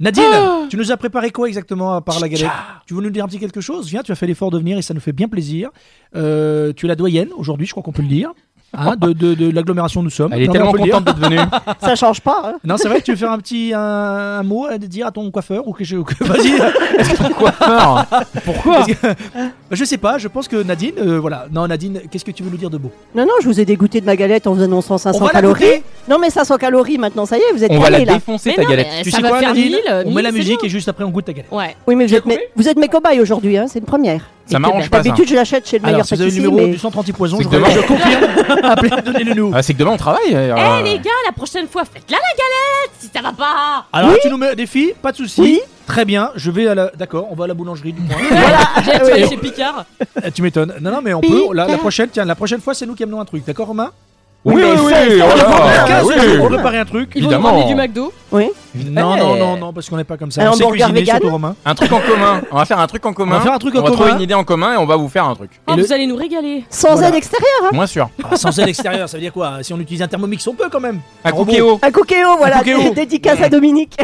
D: Nadine, tu nous as préparé quoi exactement à part la galette Tu veux nous dire un petit quelque chose Viens, tu as fait l'effort de venir et ça nous fait bien plaisir. Euh, tu es la doyenne aujourd'hui, je crois qu'on peut le dire, hein, de, de- de l'agglomération où nous sommes.
E: Elle est
D: Non, mais
E: tellement
D: on peut le dire.
E: contente d'être venue.
C: Ça change pas. hein.
D: Non, c'est vrai que tu veux faire un petit un, un mot à dire à ton coiffeur ou que je. ou que- Vas-y. euh,
E: Pourquoi faire Pourquoi
D: je sais pas. Je pense que Nadine, euh, voilà. Non, Nadine, qu'est-ce que tu veux nous dire de beau
C: Non, non, je vous ai dégoûté de ma galette en vous annonçant 500
D: On va la
C: calories.
D: goûter.
C: Non, mais 500 calories maintenant, ça y est, vous êtes
E: On va la
C: calés, là.
E: défoncer
I: Mais
E: ta
I: non,
E: galette.
I: mais
D: Tu
I: ça
D: sais
I: va
D: quoi,
I: faire
D: Nadine
I: mille, euh,
D: On met
I: mille,
D: la
I: c'est
D: musique
I: bien.
D: et juste après on goûte ta galette.
I: Ouais.
C: Oui, mais vous
E: J'ai
C: êtes, mes,
E: coupé
C: vous êtes mes cobayes aujourd'hui, hein, c'est une première.
E: Ça m'arrange pas, ça.
C: D'habitude, je l'achète chez le
D: Alors,
C: meilleur
D: si vous avez le
C: pâtissier,
D: numéro
C: mais-
D: du 138 poisons,
E: C'est
D: je,
E: que demain.
D: je confirme. Appelez, donnez-le nous.
E: Ah, c'est que demain on travaille.
I: Eh
E: euh,
I: les gars, la prochaine fois, faites-la la galette si ça va pas.
D: Alors, tu nous mets un défi, pas de souci.
C: Oui.
D: Très bien, je vais à la. D'accord, on va à la boulangerie du coin.
I: J'ai tu vas chez Picard.
D: Euh, tu m'étonnes. Non, non, mais on peut. La, la prochaine, tiens, la prochaine fois, c'est nous qui amenons un truc, d'accord, Romain
E: Oui, oui, oui.
D: On
E: voilà,
D: va
E: Ah, bah oui.
D: préparer un truc.
I: Ils vont
E: Évidemment.
I: demander du McDo.
C: Oui.
D: Non, non, non, non, parce qu'on n'est pas comme ça.
C: Un
D: on sait
C: hamburger
D: cuisiner,
C: vegan
D: surtout, Romain.
E: Un truc en commun. On va faire un truc en commun.
D: On va faire un truc en
E: On va trouver
D: commun.
E: une idée en commun et on va vous faire un truc.
I: Oh,
D: Et le-
I: Vous allez nous régaler.
C: Sans
D: Voilà.
C: aide extérieure. hein.
E: Moins sûr.
D: Ah, sans aide extérieure, ça veut dire quoi Si on utilise un thermomix, on peut quand même.
E: Un
D: robot.
E: cookéo.
C: Un cookéo, voilà,
D: Un cookéo.
C: dédicace à Dominique.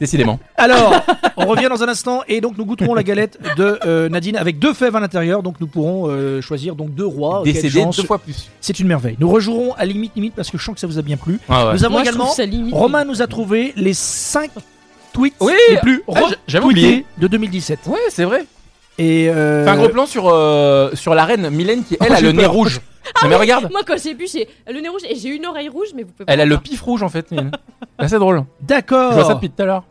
E: Décidément.
D: Alors, on revient dans un instant et donc nous goûterons la galette de euh, Nadine avec deux fèves à l'intérieur. Donc nous pourrons euh, choisir donc deux rois. auquel
E: Décédé
D: chance-
E: deux fois plus.
D: C'est une merveille. Nous rejouerons à limite limite parce que je sens que ça vous a bien plu.
E: Ah ouais.
D: Nous avons
I: Moi, je
D: également
I: trouve ça limite.
D: Romain nous a trouvé les 5 tweets
E: Oui,
D: les plus
E: ah, j'ai- j'avais oublié.
D: retweetés de 2017.
E: Ouais, c'est vrai.
D: Et euh,
E: Fais un gros plan sur, euh, sur la reine Mylène qui, elle,
D: Oh,
E: a
D: j'ai
E: le nez
D: peur.
E: rouge. Non, mais regarde,
I: Moi, quand j'ai bu, j'ai le nez rouge et j'ai une oreille rouge, mais vous pouvez pas.
E: elle a le
I: voir.
E: pif rouge en fait. Mylène. Bah, c'est drôle. Je
D: D'accord.
E: vois ça depuis tout à l'heure.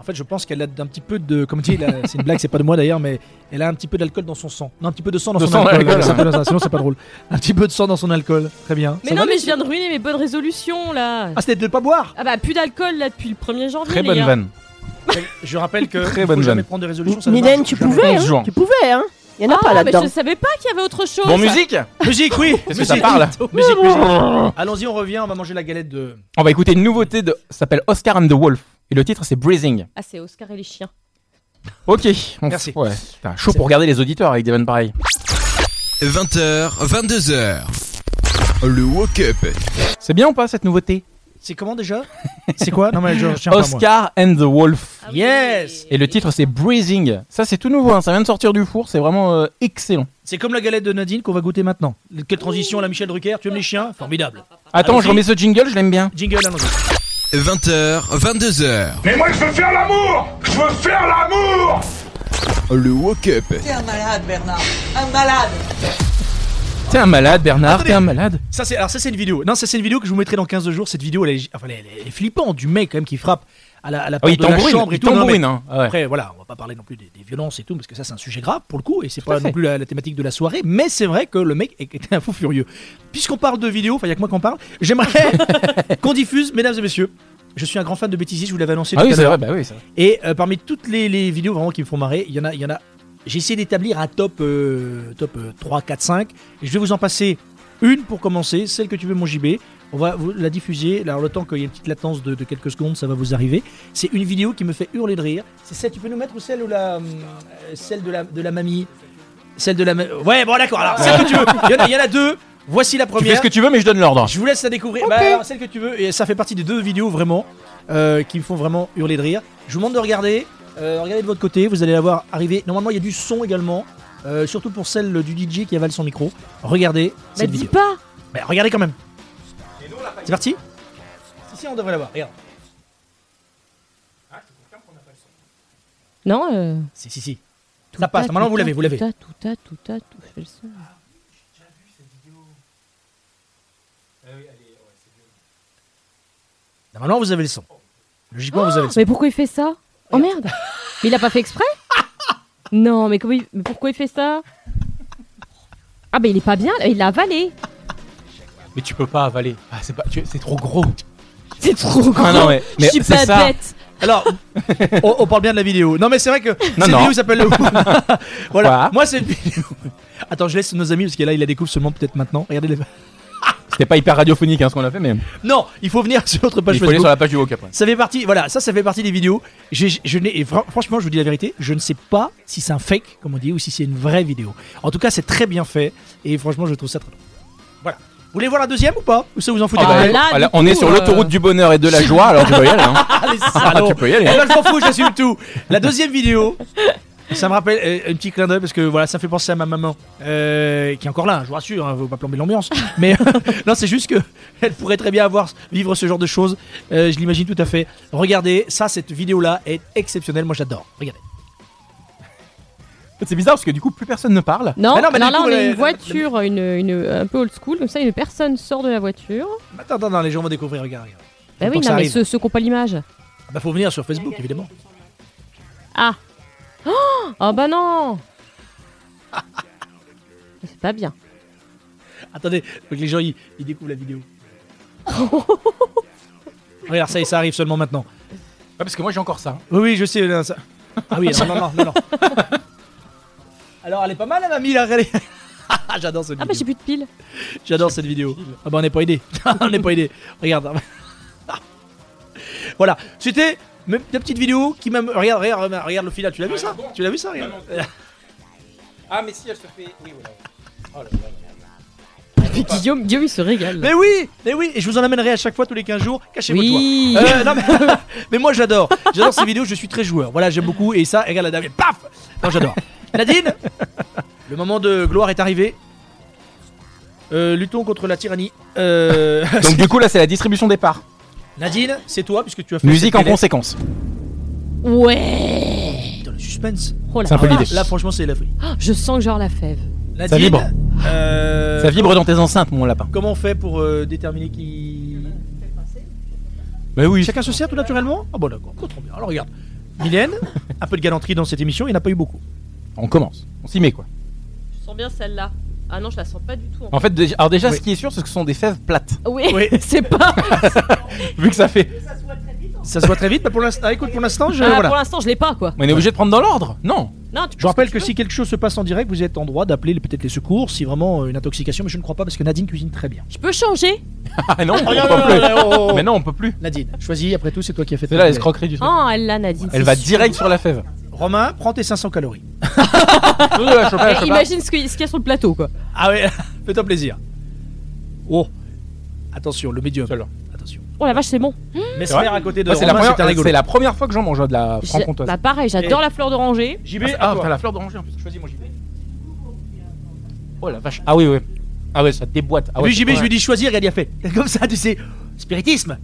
D: En fait, je pense qu'elle a un petit peu de comme dit, là, c'est une blague, c'est pas de moi d'ailleurs, mais elle a un petit peu d'alcool dans son sang. Non, un petit peu de sang dans
E: De
D: son
E: sang dans
D: alcool.
E: l'alcool.
D: C'est un peu dans ça, sinon c'est pas drôle. Un petit peu de sang dans son alcool. Très bien.
I: Mais
D: Ça
I: non,
D: va,
I: mais
D: les-
I: je viens de ruiner mes bonnes résolutions là.
D: Ah, c'était de pas boire.
I: Ah bah plus d'alcool là depuis le 1er janvier.
E: Très
I: les
E: bonne
I: gars.
E: vanne.
D: Je rappelle que
E: Très
D: faut
E: bonne
D: jamais
E: vanne.
D: prendre des résolutions. ça ne
C: Mylène,
D: marche
C: tu
D: jamais.
C: pouvais,
E: Onze
C: hein.
E: jours.
C: Tu pouvais, hein. Il y en a
I: Ah,
C: pas
I: mais
C: là-dedans.
I: je savais pas qu'il y avait autre chose.
E: Bon, musique
D: Musique, oui.
E: Qu'est-ce que ça
D: musique.
E: parle
D: Musique, musique. Allons-y, on revient, on va manger la galette de.
E: On va écouter une nouveauté de. ça s'appelle Oscar and the Wolf. Et le titre, c'est Breathing.
I: Ah c'est Oscar et les chiens.
E: Ok. on-
D: Merci.
E: Ouais. Putain, chaud pour regarder les auditeurs avec des vannes pareilles.
F: 20h, 22h. Le woke-up.
E: C'est bien ou pas cette nouveauté
D: C'est comment déjà C'est quoi Non mais je, je tiens pas, moi.
E: Oscar and the Wolf.
I: Ah oui.
D: Yes
E: Et le titre, c'est Breathing. Ça, c'est tout nouveau. hein, Ça vient de sortir du four. C'est vraiment euh, excellent.
D: C'est comme la galette de Nadine qu'on va goûter maintenant. Quelle transition la Michel Drucker Tu aimes les chiens Formidable.
E: Attends, je
D: Allons-y.
E: remets ce jingle, je l'aime bien.
D: Jingle, allons-y.
F: 20h, 22h.
G: Mais moi, je veux faire l'amour Je veux faire l'amour
F: Le woke-up.
H: T'es un malade, Bernard. Un malade.
E: T'es un malade, Bernard, t'es un malade.
D: Ça c'est alors ça c'est une vidéo. Non, ça c'est une vidéo que je vous mettrai dans 15 jours. Cette vidéo elle est, enfin, elle est- elle est flippante du mec quand même qui frappe à la, à la
E: Ah oui,
D: porte de la
E: tambourine,
D: chambre et
E: il
D: tout. Non, mais
E: tambourine, hein. Ah ouais.
D: Après voilà, on va pas parler non plus des, des violences et tout parce que ça c'est un sujet grave pour le coup et c'est
E: à
D: pas
E: fait.
D: non plus la, la thématique de la soirée. Mais c'est vrai que le mec est- était un fou furieux. Puisqu'on parle de vidéo, enfin il y a que moi qu'on parle. J'aimerais qu'on diffuse, mesdames et messieurs. Je suis un grand fan de bêtises, je vous l'avais annoncé
E: Ah
D: tout
E: oui,
D: à
E: c'est
D: l'heure.
E: vrai, bah oui, c'est vrai.
D: Et euh, parmi toutes les, les vidéos vraiment qui me font marrer, il y en a, il y en a. J'ai essayé d'établir un top, euh, top euh, 3, 4, 5. Et je vais vous en passer une pour commencer, celle que tu veux, mon JB. On va vous la diffuser. Alors, le temps qu'il y ait une petite latence de, de quelques secondes, ça va vous arriver. C'est une vidéo qui me fait hurler de rire. C'est celle, tu peux nous mettre ou celle, ou la, hum, euh, celle de, la, de la mamie Celle de la. ma- Ouais, bon, d'accord. Alors, celle que tu veux. Il y en a, il y en a deux. Voici la
E: Tu
D: première.
E: fais ce que tu veux, mais je donne l'ordre.
D: Je vous laisse la découvrir. Bah, alors, celle que tu veux. Et ça fait partie des deux vidéos vraiment euh, qui me font vraiment hurler de rire. Je vous demande de regarder. Euh, regardez de votre côté. Vous allez la voir arriver. Normalement, il y a du son également. euh, surtout pour celle du DJ qui avale son micro. Regardez
I: Mais
D: cette
I: Bah, dis
D: vidéo.
I: pas
D: Mais regardez quand même. C'est parti Si, si, on devrait la voir. Regarde.
I: Non euh,
D: Si, si, si. Ça passe. Normalement, vous l'avez. Vous l'avez.
I: Tout à, tout à, tout à, tout. Je fais le son.
D: Normalement, vous avez le son. Logiquement, vous avez le son.
I: Mais pourquoi il fait ça Oh merde Mais il a pas fait exprès Non, mais, comment il- mais pourquoi il fait ça Ah, bah il est pas bien, il l'a avalé
E: Mais tu peux pas avaler. Ah, c'est pas- tu-
I: Oh,
E: c'est trop gros.
I: C'est trop gros
E: Ah non, mais- mais
I: Je suis
E: c'est
I: pas
E: ça.
I: bête
D: Alors, on, on parle bien de la vidéo. Non, mais c'est vrai que cette
E: non.
D: vidéo s'appelle le. voilà.
E: Quoi
D: Moi, cette vidéo. Attends, je laisse nos amis parce que là, il la découvre seulement peut-être maintenant. Regardez les.
E: C'était pas hyper radiophonique hein, ce qu'on a fait, mais
D: Non, il faut venir sur notre page
E: il faut aller
D: Facebook.
E: sur la page du Wok après.
D: Ça fait partie, voilà, ça, ça fait partie des vidéos. J'ai- Je, je n'ai- et fran- franchement, je vous dis la vérité, je ne sais pas si c'est un fake, comme on dit, ou si c'est une vraie vidéo. En tout cas, c'est très bien fait, et franchement, je trouve ça très drôle. Voilà. Vous voulez voir la deuxième ou pas Ou ça vous en foutez
I: Ah
D: pas
I: bah, là,
E: Voilà,
I: du
E: on est
I: coup,
E: sur
I: euh,
E: l'autoroute du bonheur et de la joie, alors tu peux y aller. hein.
D: Ah, les
E: Ah,
D: salauds.
E: tu peux y aller.
D: Eh ben, je m'en fous, j'assume tout. La deuxième vidéo, ça me rappelle euh, un petit clin d'œil parce que voilà, ça fait penser à ma maman euh, qui est encore là. hein, je vous rassure, hein, faut pas plomber l'ambiance. Mais non, c'est juste que elle pourrait très bien avoir vivre ce genre de choses. Euh, je l'imagine tout à fait. Regardez, ça, cette vidéo là est exceptionnelle. Moi, j'adore. Regardez.
E: C'est bizarre parce que du coup, plus personne ne parle.
I: Non,
D: Mais non, mais
I: non,
D: du
I: là
D: coup,
I: on
D: la-
I: a une
D: la-
I: voiture, une, une- un peu old school, comme ça une personne sort de la voiture.
D: Attends, attends, attends, les gens vont découvrir. Regarde, regarde.
I: Bah
D: Faut
I: oui,
D: que
I: non,
D: ça
I: mais
D: arrive.
I: ceux, ceux qui n'ont pas l'image.
D: Ah Bah, faut venir sur Facebook évidemment.
I: Ah Oh bah non C'est pas bien.
D: Attendez, faut que les gens ils, ils découvrent la vidéo. regarde, ça, y est, ça arrive seulement maintenant.
E: Ouais, parce que moi j'ai encore ça.
D: Oui, oui, je sais. là, ça- Ah oui, non, non, non, non, non. Alors, elle est pas mal, la mamie, là, regardez. J'adore cette
I: Ah bah j'ai
D: vidéo.
I: plus de piles.
D: J'adore cette vidéo. Ah bah, on n'est pas aidé. on n'est pas aidé. Regarde. voilà, c'était ma- la petite vidéo qui m'a. Regarde, regarde, regarde, regarde le final. Tu l'as vu ça Tu l'as vu ça regarde.
E: Ah, mais si elle se fait. Oui, voilà.
I: Mais Guillaume, Guillaume il se régale.
D: Mais oui, mais oui, et je vous en amènerai à chaque fois tous les 15 jours. Cachez-vous toi.
I: oui
D: Euh, non, mais, mais moi j'adore, j'adore ces vidéos, je suis très joueur. Voilà, j'aime beaucoup et ça, et regarde la dame, et paf Non, j'adore. Nadine, le moment de gloire est arrivé. Euh, luttons contre la tyrannie. Euh,
E: Donc du coup, là, c'est la distribution des parts.
D: Nadine, c'est toi puisque tu as fait
E: Musique en
D: cette télé.
E: conséquence.
I: Euh, Ouais
D: Putain, le suspense. Ah,
I: Oh la
E: C'est un peu
I: vache.
E: l'idée.
D: Là, franchement, c'est la folie.
I: Ah, Je sens que genre la fève.
D: Nadine,
E: vibre.
D: euh,
E: Ça vibre dans tes enceintes, mon lapin.
D: Comment on fait pour euh, déterminer qui
E: Bah oui.
D: Chacun se sert tout naturellement Ah bon d'accord, trop bien. Alors regarde, Mylène, un peu de galanterie dans cette émission, il n'y en a pas eu beaucoup.
E: On commence. On s'y met quoi.
I: Je sens bien celle-là. Ah non, je la sens pas du tout.
E: En fait, déjà- alors déjà,
D: Oui.
E: ce qui est sûr, c'est que ce sont des fèves plates.
I: Ah Oui,
D: Oui.
I: c'est pas.
E: Vu que ça fait.
D: Ça se voit très vite, mais pour l'instant, ah, écoute, pour l'instant, je
I: Ah,
D: voilà.
I: Pour l'instant, je l'ai pas quoi.
E: On est obligé de prendre dans l'ordre Non.
I: Non, tu
D: Je vous rappelle que si quelque chose se passe en direct, vous êtes en droit d'appeler les- peut-être les secours si vraiment euh, une intoxication, mais je ne crois pas parce que Nadine cuisine très bien.
I: Je peux changer
E: Ah non, on
D: Oh,
E: peut plus.
D: oh, oh, oh.
E: Mais non, on peut plus.
D: Nadine, choisis, après tout, c'est toi qui as fait
E: C'est
D: ton
E: là
D: poulet.
E: l'escroquerie du truc.
I: Oh, elle l'a Nadine.
E: Elle
I: c'est
E: va
I: sûr.
E: direct sur la fève.
D: Romain, prends tes 500 calories.
E: Je la chope, je la chope.
I: Eh, Imagine ce qu'il ce qu'il y a sur le plateau quoi.
D: Ah ouais, fais-toi plaisir. Oh, attention, le médium.
E: Celle-là.
D: Attention.
I: Oh la vache, c'est bon.
D: Mesmer à côté de
E: Moi, c'est la
D: Romain,
E: première-
D: c'était rigolo.
E: C'est la première fois que j'en mange de la
I: J'ai-
E: franc-comtoise.
I: Bah pareil, j'adore la fleur d'oranger.
D: JB,
E: Ah, c'est- ah,
D: à toi.
E: putain, la fleur d'oranger en plus. Choisis mon JB. Oh la vache. Ah oui, oui. Ah ouais, ça déboîte. Ah ouais,
D: lui,
E: c'est
D: JB,
E: pas
D: je lui
E: mal.
D: dis choisir, regarde, il a fait. Comme ça, tu sais, spiritisme.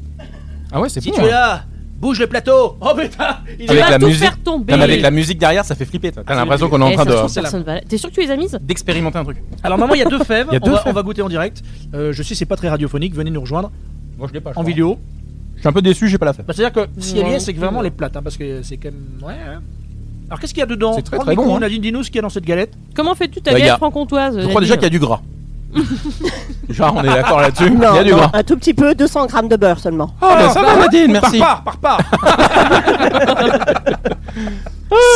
E: Ah ouais, c'est
D: Si
E: bon.
D: tu es
E: hein.
D: là, Bouge le plateau Oh putain il
I: Avec
D: est-
I: la tout faire tomber.
E: Non, mais avec la musique derrière, ça fait flipper. toi. T'as l'impression qu'on est en
I: Eh,
E: train
I: ça se trouve,
E: de
I: personne va- T'es sûr que tu les as mises
E: d'expérimenter un truc.
D: Alors maman, il y a deux fèves.
E: Il y a
D: on,
E: deux
D: va, on
E: fèves.
D: va goûter en direct. Euh, je sais, c'est pas très radiophonique. Venez nous rejoindre
E: Moi, je l'ai pas.
D: en vidéo.
E: Je suis un peu déçu, j'ai pas la fève.
D: Bah, C'est-à-dire que si elle y
I: Ouais.
D: est, c'est que
E: euh,
D: vraiment les plates, hein, parce que c'est quand même. Ouais. hein. Alors qu'est-ce qu'il y a dedans
E: C'est très,
D: Prends
E: très
D: le micro,
E: bon, hein.
D: Nadine, dis-nous ce qu'il y a dans cette galette.
I: Comment fais-tu ta
E: Bah, y
I: galette
E: a-
I: franc-comtoise
E: Je crois
C: euh,
E: déjà qu'il y a du gras. Genre, on est d'accord là-dessus. Il y
C: Non,
E: a du
C: non,
E: gras.
C: un tout petit peu, 200 grammes de beurre seulement.
D: Ah,
E: Oh, bah, ça va, Nadine, merci.
D: Pars pas, pars pas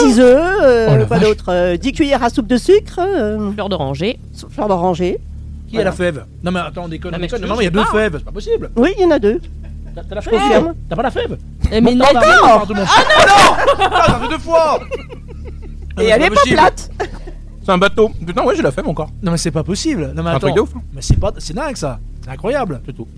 C: 6 œufs, euh,
E: ah. Oh, la
C: quoi
E: vache.
C: d'autre euh, 10 cuillères à soupe de sucre, euh,
I: fleur d'oranger.
C: fleur d'oranger.
D: Qui a la fève Non mais attends, on déconne,
I: Non,
D: on
I: mais
D: déconne.
I: je-
D: Non, mais il y a
I: je
D: deux
I: sais pas.
D: fèves, c'est pas possible
C: Oui, il y en a deux.
D: T'as t'as la
C: Je
D: fève
C: confirme.
D: T'as pas la fève
I: Eh, mais
D: Bon,
I: non,
D: pardon,
I: mais-
D: pardon, pardon. Ah non Non, ça fait deux fois
E: Ah,
C: Et
E: bah,
C: elle est pas plate
E: C'est un bateau. Putain, ouais, j'ai la fève encore.
D: Non mais c'est pas possible Non mais
E: C'est un
D: attends
E: truc de ouf.
D: Mais c'est pas... C'est dingue ça hein. C'est incroyable
E: C'est tout.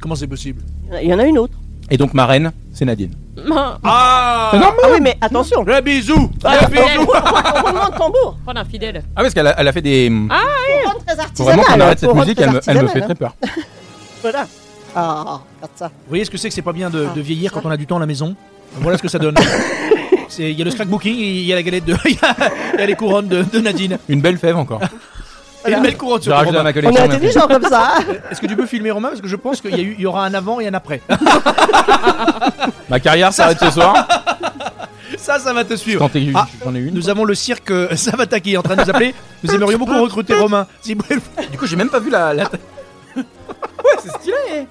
D: Comment c'est possible
C: Il y en a une autre.
E: Et donc, ma reine, c'est Nadine.
D: Ah
E: Non,
C: Ah oui, mais attention
D: Le bisou
C: Ah,
D: Le bisou
C: Au roulement de tambour
I: Prends un fidèle.
E: Ah, parce qu'elle a, elle a fait des.
C: Ah, Pour rendre très
E: Faut
C: artisanal
E: vraiment qu'on arrête
C: pour
E: cette
C: rendre
E: musique,
C: très
E: elle me, elle me fait
C: artisanal,
E: très peur.
C: hein. Voilà. Ah, regarde ça.
D: Vous voyez ce que c'est que c'est pas bien de, de vieillir quand on a du temps à la maison Voilà ce que ça donne. C'est- Il y a le scrapbooking, et il y a la galette de. Il y a, il y a les couronnes de, de Nadine.
E: Une belle fève encore.
D: Et une belle couronne
E: J'ai
D: sur
E: rajouté à
D: Romain.
E: ma
C: On est
E: collection. merci.
C: intelligent comme ça hein.
D: Euh, Est-ce que tu peux filmer Romain Parce que je pense qu'il y, a eu- il y aura un avant et un après.
E: Ma carrière s'arrête ce soir.
D: Ça, ça va te suivre.
E: Quand t'es-
D: Ah.
E: j'en ai une.
D: Nous avons le cirque euh, Savata qui est en train de nous appeler. Nous aimerions beaucoup recruter Romain. Si vous pouvez le-
E: Du coup, j'ai même pas vu la. la... ouais, c'est stylé.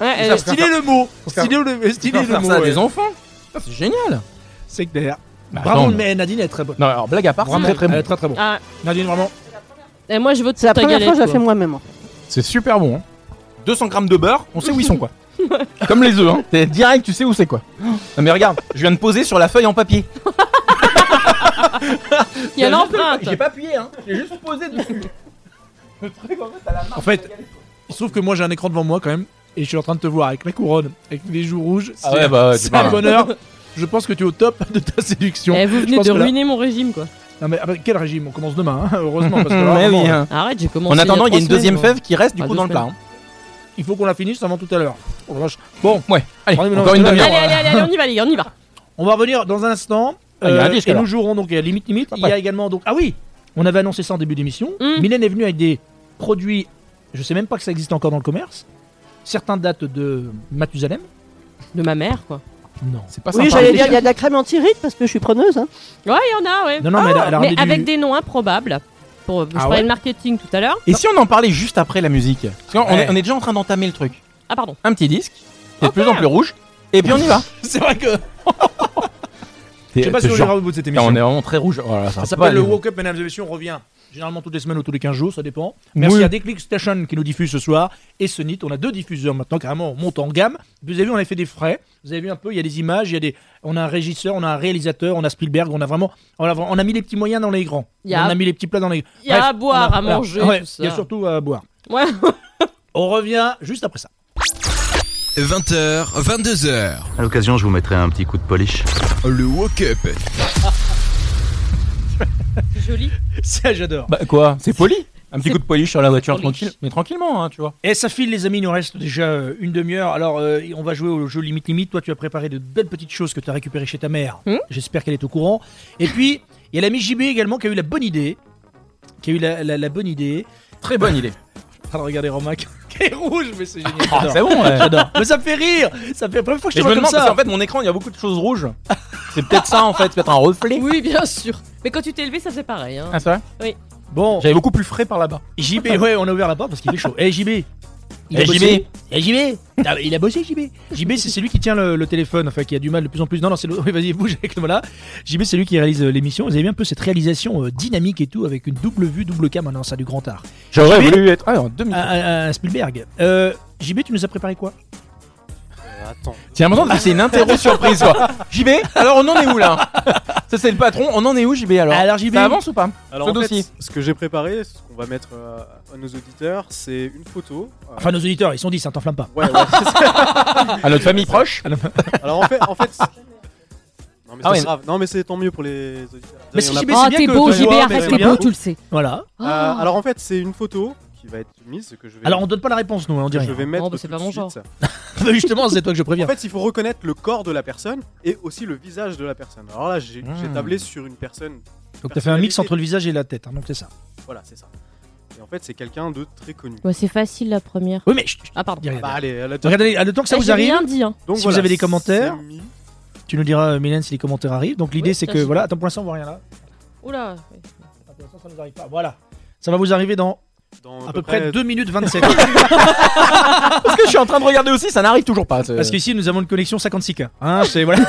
I: Ouais, euh,
E: Ça,
D: Stylé le mot Stylé le,
E: Stylé
D: stylé le
E: faire
D: mot
E: ça à
D: ouais.
E: des enfants. C'est génial.
D: C'est clair.
E: Bah,
D: Bravo,
E: attends, mais-
D: mais Nadine elle est très bonne.
E: Non, alors blague à part, c'est
D: Vraiment,
E: très très
D: elle est
E: bon.
D: très très bon.
I: ah,
D: Nadine, vraiment.
I: et moi je vote
C: C'est la
I: ta
C: première
I: galette,
C: fois que je la
I: quoi.
C: fais moi-même.
E: Ah, C'est super bon. hein. 200 grammes de beurre, on sait où ils sont quoi. Comme les œufs, hein. T'es direct, tu sais où c'est quoi. Non mais regarde, je viens de poser sur la feuille en papier.
I: Il y a l'empreinte.
E: pas appuyé, hein. J'ai juste posé dessus. Le truc en fait, à la main.
D: En fait, il se trouve que moi j'ai un écran devant moi quand même et je suis en train de te voir avec ma couronne, avec les joues rouges.
E: Ah
D: C'est-
E: ouais, bah ouais, tu
D: c'est
E: parles.
D: un bonheur. Je pense que tu es au top de ta séduction.
I: Eh, vous
D: Je
I: venez
D: pense
I: de
D: que là-
I: ruiner mon régime quoi.
D: Non mais ah bah, quel régime On commence demain, hein, heureusement. Parce que là,
E: Ouais,
D: vraiment,
E: oui, hein.
I: Arrête, j'ai commencé.
E: En attendant, il y a
I: trois
E: une deuxième
I: semaines,
E: fève qui reste du
I: Ah,
E: coup
I: deux
E: dans le plat. hein.
I: semaines.
D: Il faut qu'on la finisse avant tout à l'heure. Oh la vache.
E: Bon, ouais. Allez,
D: Allez, mais non,
E: encore une
D: c'est-
I: moi.
E: demi-heure.
I: Allez, allez, allez, allez, on y va, les gars, on y va.
D: On va revenir dans un instant. euh,
E: Ah, il y a un disque,
D: et nous
E: alors.
D: jouerons donc à limite limite.
E: Pas
D: Il y a
E: prêt.
D: également donc ah oui, on avait annoncé ça en début d'émission.
I: Mm.
D: Mylène est venue avec des produits. Je sais même pas que ça existe encore dans le commerce. Certains datent de Mathusalem.
I: De ma mère quoi.
D: Non.
E: C'est pas
C: Oui,
E: sympa.
C: j'allais dire, il y a de la crème antirite parce que je suis preneuse. hein.
I: Ouais, il y en a, ouais.
D: Non, non, mais elle a- elle a
I: mais
D: ramené du-
I: avec des noms improbables. Pour, je
D: Ah
I: parlais
D: ouais
I: de marketing tout à l'heure.
E: Et si on en parlait juste après la musique Parce qu'on on
D: Ouais.
E: est, on est déjà en train d'entamer le truc.
I: Ah, pardon.
E: Un petit disque, c'est de
I: Ok.
E: plus en plus rouge, et puis on y va.
D: C'est vrai que je sais pas si on ira au bout de cette
E: Putain,
D: émission.
E: on est vraiment très rouge. Voilà, ça
D: Ça
E: va pas
D: s'appelle le
E: aller.
D: Woke Up, mesdames et messieurs. On revient généralement toutes les semaines ou tous les 15 jours, ça dépend. Merci
E: Oui.
D: à Déclic Station qui nous diffuse ce soir et Sonit. On a deux diffuseurs maintenant, carrément, on monte en gamme. Vous avez vu, on a fait des frais. Vous avez vu un peu, il y a des images, il y a des... on a un régisseur, on a un réalisateur, on a Spielberg, on a vraiment. On a, on a mis les petits moyens dans les grands.
I: Il y a-
D: On a mis les petits plats dans les.
I: Il y a
D: Bref,
I: à boire,
D: on
I: à manger,
D: ouais,
I: tout ça.
D: Il y a surtout à boire.
I: Ouais.
D: On revient juste après ça.
F: 20h, 22h,
B: À l'occasion, je vous mettrai un petit coup de polish.
F: le Woke Up.
I: Joli.
D: Ça, j'adore.
E: Bah quoi C'est poli Un petit coup de polish sur la voiture
I: Polish.
E: tranquille. Mais tranquillement, hein, tu vois.
D: Et Eh, ça file les amis, il nous reste déjà euh, une demi-heure. Alors euh, on va jouer au jeu Limite Limite. Toi tu as préparé de belles petites choses que tu as récupérées chez ta mère.
I: Hmm.
D: J'espère qu'elle est au courant. Et puis il y a l'ami JB également qui a eu la bonne idée. Qui a eu la, la- la bonne idée.
E: Très bonne idée.
D: Pardon, regardez Romain qui qui est rouge, mais c'est génial.
E: Ah,
D: J'adore.
E: c'est bon, ouais. j'adore.
D: mais ça me fait rire Ça fait la première fois que je
E: Mais
D: te vois comme
E: je me demande, parce
D: ça.
E: qu'en fait, mon écran, il y a beaucoup de choses rouges. C'est peut-être ça, en fait, c'est peut-être un reflet.
I: Oui, bien sûr. Mais quand tu t'es levé, ça fait pareil. Hein.
E: Ah, c'est vrai
D: Bon,
E: J'avais beaucoup plus frais par là-bas.
D: JB, ouais, on a ouvert la porte parce qu'il fait chaud. Eh JB il a
E: Eh,
D: bossé.
E: JB.
D: Eh, JB Ah, Il a bossé JB JB c'est c'est lui qui tient le, le téléphone, enfin qui a du mal de plus en plus. Non, non, c'est le... oui, vas-y, bouge avec le voilà. JB c'est lui qui réalise euh, l'émission. Vous avez vu un peu cette réalisation euh, dynamique et tout avec une double vue, double cam. Ah non, ça a du grand art.
E: J'aurais
D: JB.
E: voulu être. Ah, en deux
D: Un,
E: minutes.
D: un- un Spielberg. Euh, JB, tu nous as préparé quoi
E: J'ai l'impression que c'est une interro surprise, quoi. JB, alors on en est où là Ça, c'est le patron. On en est où, JB alors
D: Alors, JB
E: Ça avance ou pas
L: Alors,
E: Ce
L: en fait,
E: dossier.
L: ce que j'ai préparé, ce qu'on va mettre euh, à nos auditeurs, c'est une photo. euh,
D: Enfin, nos auditeurs, ils sont 10, hein, t'enflamme pas.
L: ouais, ouais,
I: Ah
L: c'est ça.
E: À notre famille proche
L: Alors, en fait. En fait c'est- non, mais c'est
E: Ah ouais.
L: pas grave. Non, mais c'est tant mieux pour les auditeurs.
D: Mais
L: Il y en
D: si,
L: a
D: mais
L: pas.
D: c'est
L: Ah,
I: oh,
D: bien
I: t'es
D: que
I: beau,
D: tu
I: JB,
D: vois,
I: arrête,
L: mais
I: t'es
L: c'est
I: beau,
L: bien.
I: tu le sais.
D: Voilà.
I: Oh.
L: Euh, alors, en fait, c'est une photo qui va être mise, que je vais,
D: Alors, on donne pas la réponse, nous, hein, on
L: que
D: dirait.
L: je vais mettre.
I: bah, c'est
L: tout
I: pas
L: de
I: mon
L: suite.
D: bah justement, c'est toi que je préviens.
L: En fait, il faut reconnaître le corps de la personne et aussi le visage de la personne. Alors là, j'ai j'ai
E: Ah.
D: Hmm.
L: tablé sur une personne.
D: Donc t'as fait un mix
L: personnalité.
D: entre le visage et la tête, hein, donc c'est ça.
L: Voilà, c'est ça. Et en fait, c'est quelqu'un de très connu.
I: Ouais, c'est facile la première.
D: Oui, mais je-
I: Ah, pardon.
L: Bah, allez, à la tête. Eh,
D: Regardez, à le temps que ça
I: Ah,
D: vous
I: j'ai
D: arrive,
I: rien dit, hein.
L: Donc
D: si
L: voilà,
D: vous avez des commentaires,
L: c'est mis.
D: tu nous diras, euh, Mylène, si les commentaires arrivent. Donc l'idée,
I: Oui,
D: c'est
I: ça,
D: que,
I: j'ai-
D: voilà, attends, pour l'instant, on voit rien là.
I: Oula.
D: ça nous arrive pas. Voilà. Ça va vous arriver dans
L: Dans
D: à peu près 2 minutes 27.
E: Parce que je suis en train de regarder aussi, ça n'arrive toujours pas. c'est-
D: Parce qu'ici, nous avons une connexion 56K. Hein, c'est, voilà.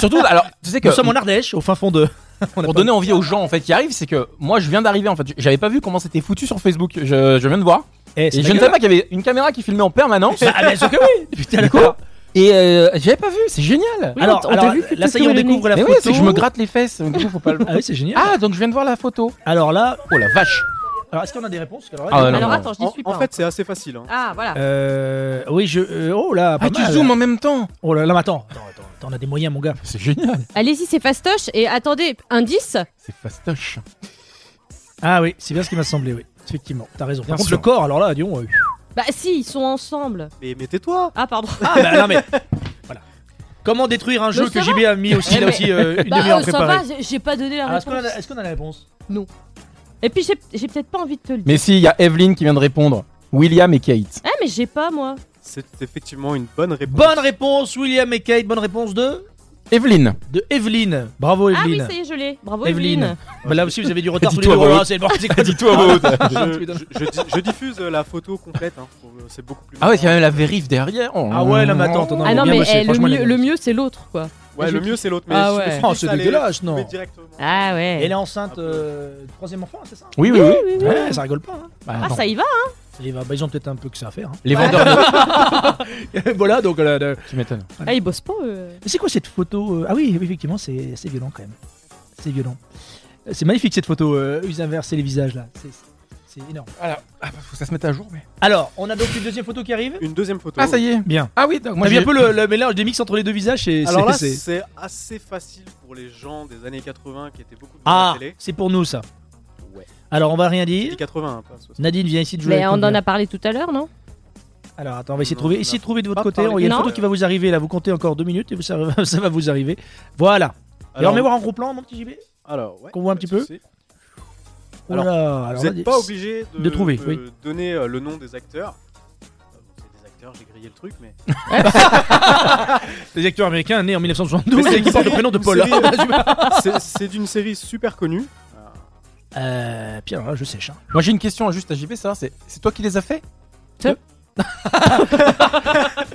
E: Surtout, alors, tu sais que.
D: Nous sommes en Ardèche, au fin fond de. on a
E: pour
D: pas-
E: donner envie aux gens en fait qui arrivent, c'est que moi je viens d'arriver en fait. J'avais pas vu comment c'était foutu sur Facebook. Je, je viens de voir.
D: Eh,
E: Et
D: c'est
E: je ne savais pas qu'il y avait une caméra qui filmait en permanence.
D: Ah, bien sûr que oui Putain, la
E: D'accord. Et euh, j'avais pas vu. C'est génial.
I: Oui,
D: Alors,
I: on t'a
D: alors,
I: vu que
D: là,
I: tu
D: ça y est, on
I: courais le
D: découvre la
E: Mais
D: photo.
E: oui, c'est que je me gratte les fesses. donc du coup, faut pas le-
D: Ah oui, c'est génial.
E: Ah, donc je viens de voir la photo.
D: Alors là,
E: Oh la vache.
D: alors est-ce qu'on a des réponses Alors là,
E: Ah,
D: il y a-
E: non,
I: Alors
E: non.
I: attends, je n'y
L: En,
I: suis pas.
L: en fait, c'est assez facile. hein.
I: Ah, voilà.
D: Euh, oui, je. euh, oh là, pas
E: Ah, tu
D: mal.
E: zoomes en même temps.
D: Oh là là, mais attends, attends, attends, attends, on a des moyens, mon gars.
E: C'est génial.
I: Allez-y, c'est fastoche. Et attendez, indice
E: C'est fastoche.
D: Ah oui, c'est bien ce qui m'a semblé, oui. Effectivement, t'as raison. Par
E: Bien
D: contre,
E: sûr.
D: le corps, alors là, disons. euh,
I: Bah, si, ils sont ensemble.
L: Mais, mais tais-toi
I: Ah, pardon.
D: Ah bah, non, mais. Voilà. Comment détruire un jeu
I: ça
D: que
I: va.
D: JB a mis aussi,
I: Eh,
D: là
I: mais-
D: aussi, euh, une
I: bah,
D: demi-heure
I: euh, ça
D: préparée
I: va, j'ai- j'ai pas donné la
D: Alors, est-ce
I: réponse.
D: qu'on a, la- est-ce qu'on a la réponse
I: Et puis, j'ai j'ai peut-être pas envie de te le dire.
E: Mais si, il y a Evelyn qui vient de répondre. William et Kate.
I: Ah, mais j'ai pas, moi.
L: C'est effectivement une bonne réponse.
D: Bonne réponse, William et Kate. Bonne réponse de
E: Evelyn.
D: de Evelyne. Bravo,
I: Ah, oui,
D: Evelyne.
I: ça y est, je l'ai. Bravo,
D: Evelyne.
I: Evelyne.
D: Bah, là aussi, vous avez du retard tous les
E: Dis-toi,
D: deux.
E: bravo.
D: Oh, c'est bon, c'est quoi
E: Dis-toi à haute.
L: Je, je- je di- je diffuse euh, la photo complète. hein, pour- euh, C'est beaucoup plus.
E: Ah ouais, il y a
L: marrant.
E: même la vérif derrière. Oh.
D: Ah ouais, là, mais attends, attends,
I: Ah non,
D: bien
I: mais
D: bossé,
I: eh, le
D: franchement,
I: mieux,
D: les
I: le
D: mecs.
I: mieux, c'est l'autre, quoi.
L: Ouais, le mieux c'est l'autre. Mais
I: Ah
L: je me
I: ouais.
L: suis
D: Oh,
L: dit,
D: c'est
L: ça allait-
D: dégueulasse, non
L: mais directement.
I: Ah
D: Elle est
I: ouais.
D: enceinte, euh, troisième enfant, c'est ça
E: Oui, oui, oui.
D: Ouais, ça rigole pas. hein.
E: Bah,
I: Ah,
E: non.
I: ça y va, hein.
D: Les- bah, ils ont peut-être un peu que ça à faire.
E: Les vendeurs de.
D: hein. voilà, donc. euh, de-
E: Tu m'étonnes.
I: Ah, ils bossent pas, eux.
D: Mais c'est quoi cette photo euh, Ah oui, oui, effectivement, c'est c'est violent quand même. C'est violent. Euh, C'est magnifique cette photo. Euh, ils inversent les visages là. C'est- C'est énorme.
E: Alors, ah, faut que ça se mette à jour. Mais...
D: Alors, on a donc une deuxième photo qui arrive.
L: Une deuxième photo.
E: Ah, ça y est.
D: Bien.
E: Ah oui, donc
D: Moi,
E: moi
D: j'ai
E: j'ai
D: un peu le, le mélange des mix entre les deux visages. Et
L: Alors là,
D: c'est-
L: c'est assez facile pour les gens des années 80 qui étaient beaucoup devant
D: Ah,
L: la télé.
D: c'est pour nous ça.
L: Ouais.
D: Alors on va rien
L: Je dis
D: dire.
L: 80, hein, pas 60.
D: Nadine vient ici de jouer.
I: Mais on
D: avec
I: en
D: nous.
I: a parlé tout à l'heure, non
D: Alors attends, on va essayer de
L: Non,
D: trouver.
L: on
D: Essayez
L: a
D: de trouver de votre
L: pas
D: côté. Oh, Il
L: parlé.
D: y a une
I: Non.
D: photo qui va vous arriver là. Vous comptez encore deux minutes et vous, ça, va- ça va vous arriver. Voilà. Et on
L: Alors-
D: met voir en gros plan, mon petit JB.
L: Alors, ouais,
D: qu'on voit un
L: pas
D: petit
L: de
D: peu.
L: souci.
D: Oh
L: Alors,
D: là, alors,
L: Vous
D: on a
L: n'êtes
D: dit-
L: pas obligé de,
D: de trouver, oui.
L: donner euh, le nom des acteurs. Euh, bon, C'est des acteurs, j'ai grillé le truc, mais.
D: Les acteurs américains nés en 1972
L: Mais c'est
D: et qui portent le
L: une
D: prénom de Paul.
L: série- euh, C'est- C'est d'une série super connue. Euh,
D: Euh, Pierre, hein, je sèche. hein.
E: Moi j'ai une question juste à JB, ça, c'est c'est toi qui les as fait
L: Est-ce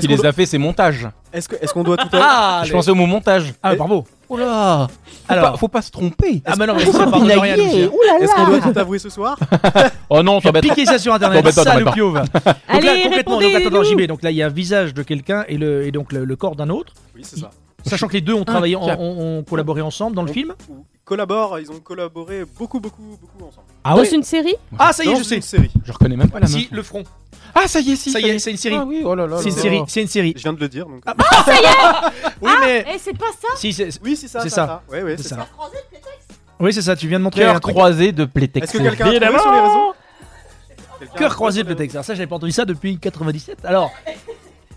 E: Qui
L: qu'on
E: les
L: doit-
E: a fait, c'est montage.
L: est-ce que- est-ce qu'on doit tout à
D: Ah,
E: Je pensais au mot montage.
D: ah
L: Et-
D: bravo.
E: Oh là
D: Alors,
E: Alors, faut pas se tromper.
D: ah, mais non, mais ça pardonne rien. nous, c'est-
L: Est-ce qu'on doit tout avouer ce soir
E: Oh non,
D: Tu as
E: t'embêtes.
D: piqué ça sur internet.
E: Non, mais attends,
D: ça,
E: attends,
D: le
E: attends.
D: pio va. Donc là,
I: Allez,
D: complètement. Donc, attends, attends,
I: répondez-nous.
D: JB. Donc là, il y a un visage de quelqu'un et, le, et donc le, le corps d'un autre.
L: Oui, c'est ça.
D: Sachant que les deux ont travaillé, en-
E: cap.
D: ont, ont collaboré ensemble dans le
L: On-
D: film.
L: ou- Ils collaborent, ils ont collaboré beaucoup, beaucoup, beaucoup ensemble.
D: Ah
I: Dans
D: oui.
I: une série
D: Ah, ça y est,
L: Dans
D: je sais.
L: une série.
E: Je reconnais même pas la
D: Si
E: meuf.
D: le front.
E: Ah ça y est, si.
D: Ça y est, c'est une série.
E: Ah oui, oh là là.
D: C'est une
E: là
D: série.
E: là.
D: C'est une série.
L: Je viens de le dire.
D: Ah,
L: Donc...
D: bah, Oui, mais
I: Eh, c'est pas ça
D: Ah, si, c'est-
L: Oui, c'est ça.
D: C'est
L: C'est
D: ça.
L: ça. Ouais, ouais,
D: C'est
L: c'est
D: ça.
L: ça.
D: oui, c'est ça. Tu viens de montrer un
E: Cœur
D: truc.
E: croisé de Plétex.
L: Est-ce que quelqu'un a trouvé sur les réseaux Quelqu'un a
D: Cœur
L: trouvé
D: croisé
L: sur
D: de
L: les
D: Pétex. Alors ça, j'avais pas entendu ça depuis 97. Alors,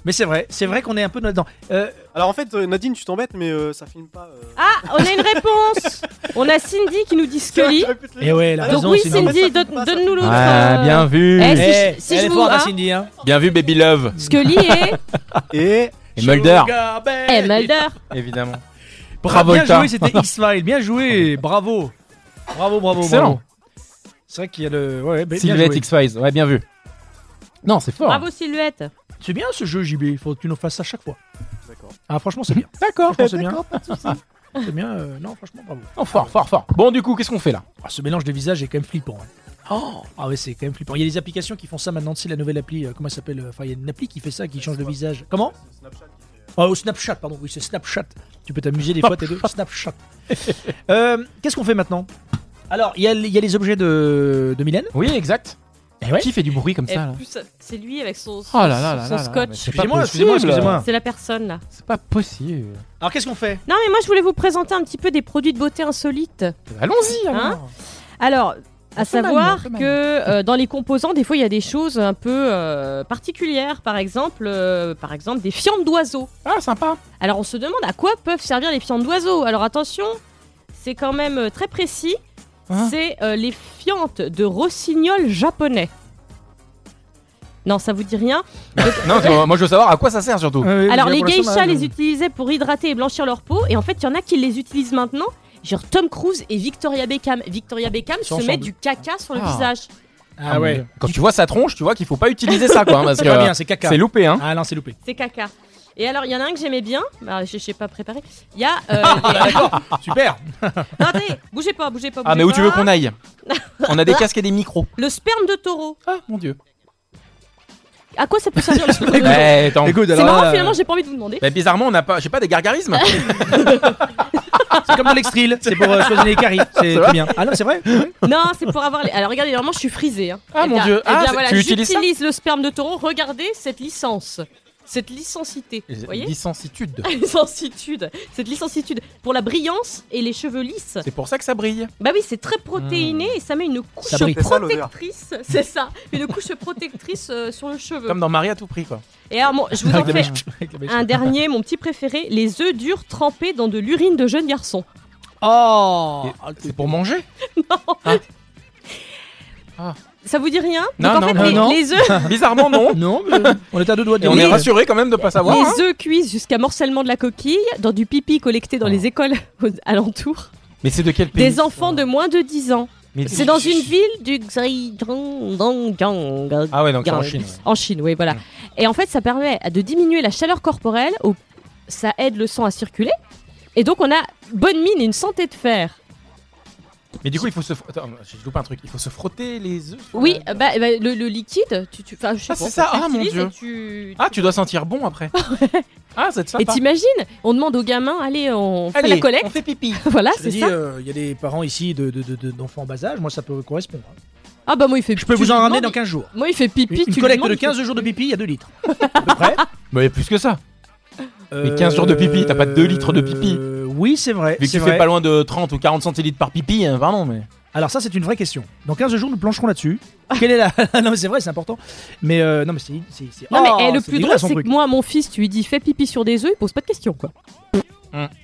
D: mais c'est vrai, c'est vrai qu'on est un peu là-dedans. Euh,
L: réseaux Alors en fait, euh, Nadine, tu t'embêtes, mais euh, ça filme pas. euh.
I: Ah, on a une réponse On a Cindy qui nous dit Scully.
L: J'aurais pu te le
D: Et
L: dire.
D: Eh ouais, la
L: Ah,
I: Donc
D: raison,
I: oui,
D: c'est une-
I: Cindy,
L: Ça fait
I: donne-
L: pas, ça
I: donne-nous
L: fait
I: l'autre.
E: Ah,
I: euh,
E: bien vu.
I: Eh, si-
D: eh,
I: si
D: elle
I: je
D: est
I: vous-
D: forte, la
I: ah.
D: Cindy, hein.
E: Bien vu, Baby Love.
I: Scully et,
L: Et
E: Et Mulder,
I: et Eh, Mulder.
E: évidemment.
D: Bravo, bien
E: Travolta.
D: joué, c'était Ismail. Bien joué, bravo. Bravo, bravo, bravo.
E: Excellent.
D: C'est vrai qu'il y a le. Ouais, ouais, bien
E: Silhouette
D: joué.
E: X-Files. Ouais, bien vu. Non, c'est fort.
I: Bravo, Silhouette.
D: C'est bien ce jeu, JB. Il faut que tu nous fasses ça chaque fois.
L: D'accord.
D: Ah, franchement, c'est bien.
E: D'accord.
D: Franchement, c'est bien. C'est bien. euh, non, franchement, bravo.
E: Non, fort, fort, fort. Bon, du coup, qu'est-ce qu'on fait là
D: Ah, ce mélange de visages est quand même flippant. hein. Ah ouais, c'est quand même flippant. Il y a des applications qui font ça maintenant. C'est la nouvelle appli, euh, comment elle s'appelle Enfin, il y a une appli qui fait ça, qui change de visage. Comment
L: Snapchat qui fait, euh,
D: Oh, au Snapchat, pardon. Oui, c'est Snapchat. Tu peux t'amuser des fois, t'es deux. Snapchat. Euh, Qu'est-ce qu'on fait maintenant Alors, il y, a les- il y a les objets de, de Mylène.
E: Oui, exact.
D: Eh ouais.
E: Qui fait du bruit comme
I: Et
E: ça là
I: plus, c'est lui avec son, son,
E: Oh là là là là
I: son
E: là. mais
I: scotch.
E: c'est pas
D: Excusez-moi,
E: possible.
D: excusez-moi, excusez-moi.
I: C'est la personne là.
E: C'est pas possible.
D: Alors, qu'est-ce qu'on fait
I: Non
E: Hein
I: mais moi je voulais vous présenter un petit peu des produits de beauté insolites.
E: Allons-y. alors.
I: Hein alors,
E: Ah,
I: À savoir que euh, dans les composants, des fois, il y a des choses un peu euh, particulières. Par exemple, euh, par exemple, des fientes d'oiseaux.
E: Ah, sympa.
I: Alors, on se demande à quoi peuvent servir les fientes d'oiseaux. Alors, attention, c'est quand même euh, très précis.
E: Hein
I: C'est euh, les fientes de rossignol japonais. Non, ça vous dit rien.
E: Non, parce que moi je veux savoir à quoi ça sert surtout.
I: Alors, les geishas
E: hein.
I: les utilisaient pour hydrater et blanchir leur peau, et en fait, il y en a qui les utilisent maintenant, genre Tom Cruise et Victoria Beckham. Victoria Beckham
E: Sans
I: se met
E: sans-
I: du caca sur le
E: Ah.
I: visage.
E: Ah ouais. Quand tu vois sa tronche, tu vois qu'il faut pas utiliser ça quoi. hein, parce
D: C'est
E: que
D: pas bien, c'est caca.
E: C'est loupé hein.
D: Ah non, c'est loupé.
I: C'est caca. Et alors, il y en a un que j'aimais bien, bah, je je sais pas préparer. Il y a. euh,
D: Super.
I: les- Non, attendez, bougez pas, bougez pas.
E: Ah, mais où
I: bougez
E: tu
I: pas.
E: veux qu'on aille On a des casques et des micros.
I: Le sperme de taureau.
E: Ah, mon dieu.
I: À quoi ça peut servir le sperme de taureau
E: Ouais, attends.
I: C'est
E: euh,
I: marrant, finalement, j'ai pas envie de vous demander.
E: Bah, bizarrement, on n'a pas, j'ai pas des
I: Ah.
E: gargarismes.
D: C'est comme dans l'extril, c'est pour euh, soigner les caries. C'est
E: C'est
D: très
E: vrai
D: bien. Ah non, c'est vrai
I: Non, c'est pour avoir les. Alors regardez, normalement je suis frisée. hein.
E: Ah,
I: Eh
E: mon
I: bien-
E: Dieu.
I: eh
E: Ah,
I: bien,
E: c'est-
I: voilà,
E: tu utilises ça
I: J'utilise le sperme de taureau. Regardez cette licence, cette licencité. Vous voyez Ah.
E: Licencitude.
I: Licencitude, cette licencitude pour la brillance et les cheveux lisses.
E: C'est pour ça que ça brille.
I: Bah oui, c'est très protéiné et ça met une couche
E: Hmm. Ça brille. C'est ça, l'odeur.
I: protectrice. C'est ça, une couche protectrice euh, sur le cheveu.
E: Comme dans Marie à tout prix quoi.
I: Et alors, moi, je vous en
E: Avec la
I: fais
E: mèche. Avec la mèche.
I: un dernier, mon petit préféré les œufs durs trempés dans de l'urine de jeunes garçons.
D: Oh
E: C'est pour manger
I: Ça vous dit rien
E: Ah. Non,
I: Donc, en
E: non, non,
I: fait, les,
E: non.
I: les œufs.
E: Bizarrement non.
D: non, on est à deux doigts de
E: Et on
D: dire.
E: est rassuré quand même de pas savoir. hein.
I: les œufs cuisent jusqu'à morcellement de la coquille dans du pipi collecté dans les écoles aux- alentours.
E: Mais c'est de quel Oh. pays
I: Des enfants de moins de 10 ans.
E: Mais
I: C'est dans une ville du Xinjiang.
E: Ah ouais, donc c'est en Chine, ouais.
I: En Chine, oui, voilà. Et en fait, ça permet de diminuer la chaleur corporelle, au- ça aide le sang à circuler. Et donc, on a bonne mine et une santé de fer.
E: Mais du coup, il faut se. fr- Attends, j'ai loupé un truc. Il faut se frotter les œufs. sur
I: Oui,
E: la-
I: euh, bah, euh, bah, le, le liquide, tu, tu, enfin, je sais
E: Ah,
I: pas,
E: c'est ça.
I: tu
E: Ah, mon
I: l'utilises
E: Dieu.
I: et tu-
E: Ah, tu dois sentir bon après. ah, c'est sympa.
I: Et t'imagines, on demande aux gamins, allez, on fait
E: Allez,
I: la collecte.
E: on fait pipi.
I: voilà,
D: Je te
I: c'est
D: dis,
I: ça.
D: euh, Il y a des parents ici de- de- de- de- d'enfants en bas âge, moi ça peut correspondre. hein.
I: Ah bah moi il fait.
D: Je peux vous en ramener dans 15 jours.
I: Moi il fait pipi.
D: Une
I: tu lui
D: collecte
I: demandes,
D: de
I: il fait-
D: 15 jours de pipi, il y a 2 litres.
E: Mais plus que ça. Mais 15 jours de pipi, t'as pas 2 litres de pipi.
D: Euh, Oui, c'est vrai.
E: Vu que
D: c'est
E: tu
D: vrai.
E: fais pas loin de 30 ou 40 centilitres par pipi, hein, vraiment, mais.
D: Alors ça, c'est une vraie question. Dans 15 jours, nous plancherons là-dessus. Quelle est la Non, mais c'est vrai, c'est important. Mais euh, non, mais c'est c'est- c'est-
I: Non
D: Oh,
I: mais eh, le
D: c'est
I: plus drôle
D: dégueulasse, son
I: c'est que
D: truc.
I: moi à mon fils tu lui dis fais pipi sur des œufs il pose pas de questions quoi.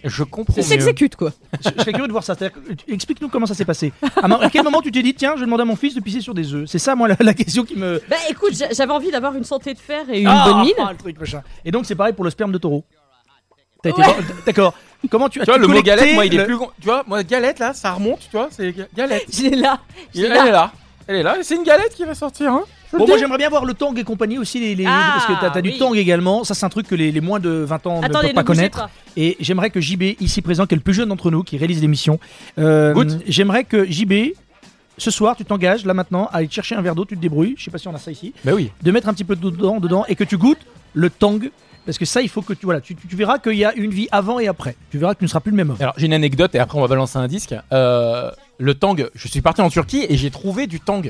E: Je comprends.
I: Il s'exécute quoi.
D: Je, je serais curieux de voir ça. C'est-à-dire que- Explique-nous comment ça s'est passé. À, ma- à quel moment tu t'es dit tiens, je vais demander à mon fils de pisser sur des œufs C'est ça, moi, la, la question qui me.
I: Bah écoute j'a- j'avais envie d'avoir une santé de fer et une
D: Ah,
I: bonne mine.
D: ah, le truc, machin. Et donc c'est pareil pour le sperme de taureau. T'as été voir- D'accord. Comment tu as
E: Tu vois, le mot galette, moi, il est
D: le-
E: plus. con- Tu vois, moi, galette, là, ça remonte, tu vois, c'est ga- galette.
I: Je l'ai là. Je
E: Il-
I: l'ai
E: elle
I: là.
E: est là. Elle est là. et C'est une galette qui va sortir, hein. Je
D: Bon,
E: le
D: moi
E: dis.
D: j'aimerais bien voir le tang et compagnie aussi, les, les-
I: Ah,
D: parce que t'as as du
I: oui.
D: tang également. Ça, c'est un truc que les, les moins de 20 ans ne
I: Attendez
D: peuvent pas
I: ne bougez
D: connaître.
I: pas.
D: Et j'aimerais que JB, ici présent, qui est le plus jeune d'entre nous, qui réalise l'émission, euh,
E: Goûte.
D: j'aimerais que JB, ce soir, tu t'engages, là maintenant, à aller te chercher un verre d'eau, tu te débrouilles, je sais pas si on a ça ici,
E: Bah oui.
D: de mettre un petit peu d'eau dedans, dedans et que tu goûtes le tang. Parce que ça, il faut que tu, voilà, tu, tu- tu verras qu'il y a une vie avant et après. Tu verras que tu ne seras plus le même homme.
E: Alors j'ai une anecdote et après on va balancer un disque. Euh, le tang, je suis parti en Turquie et j'ai trouvé du tang.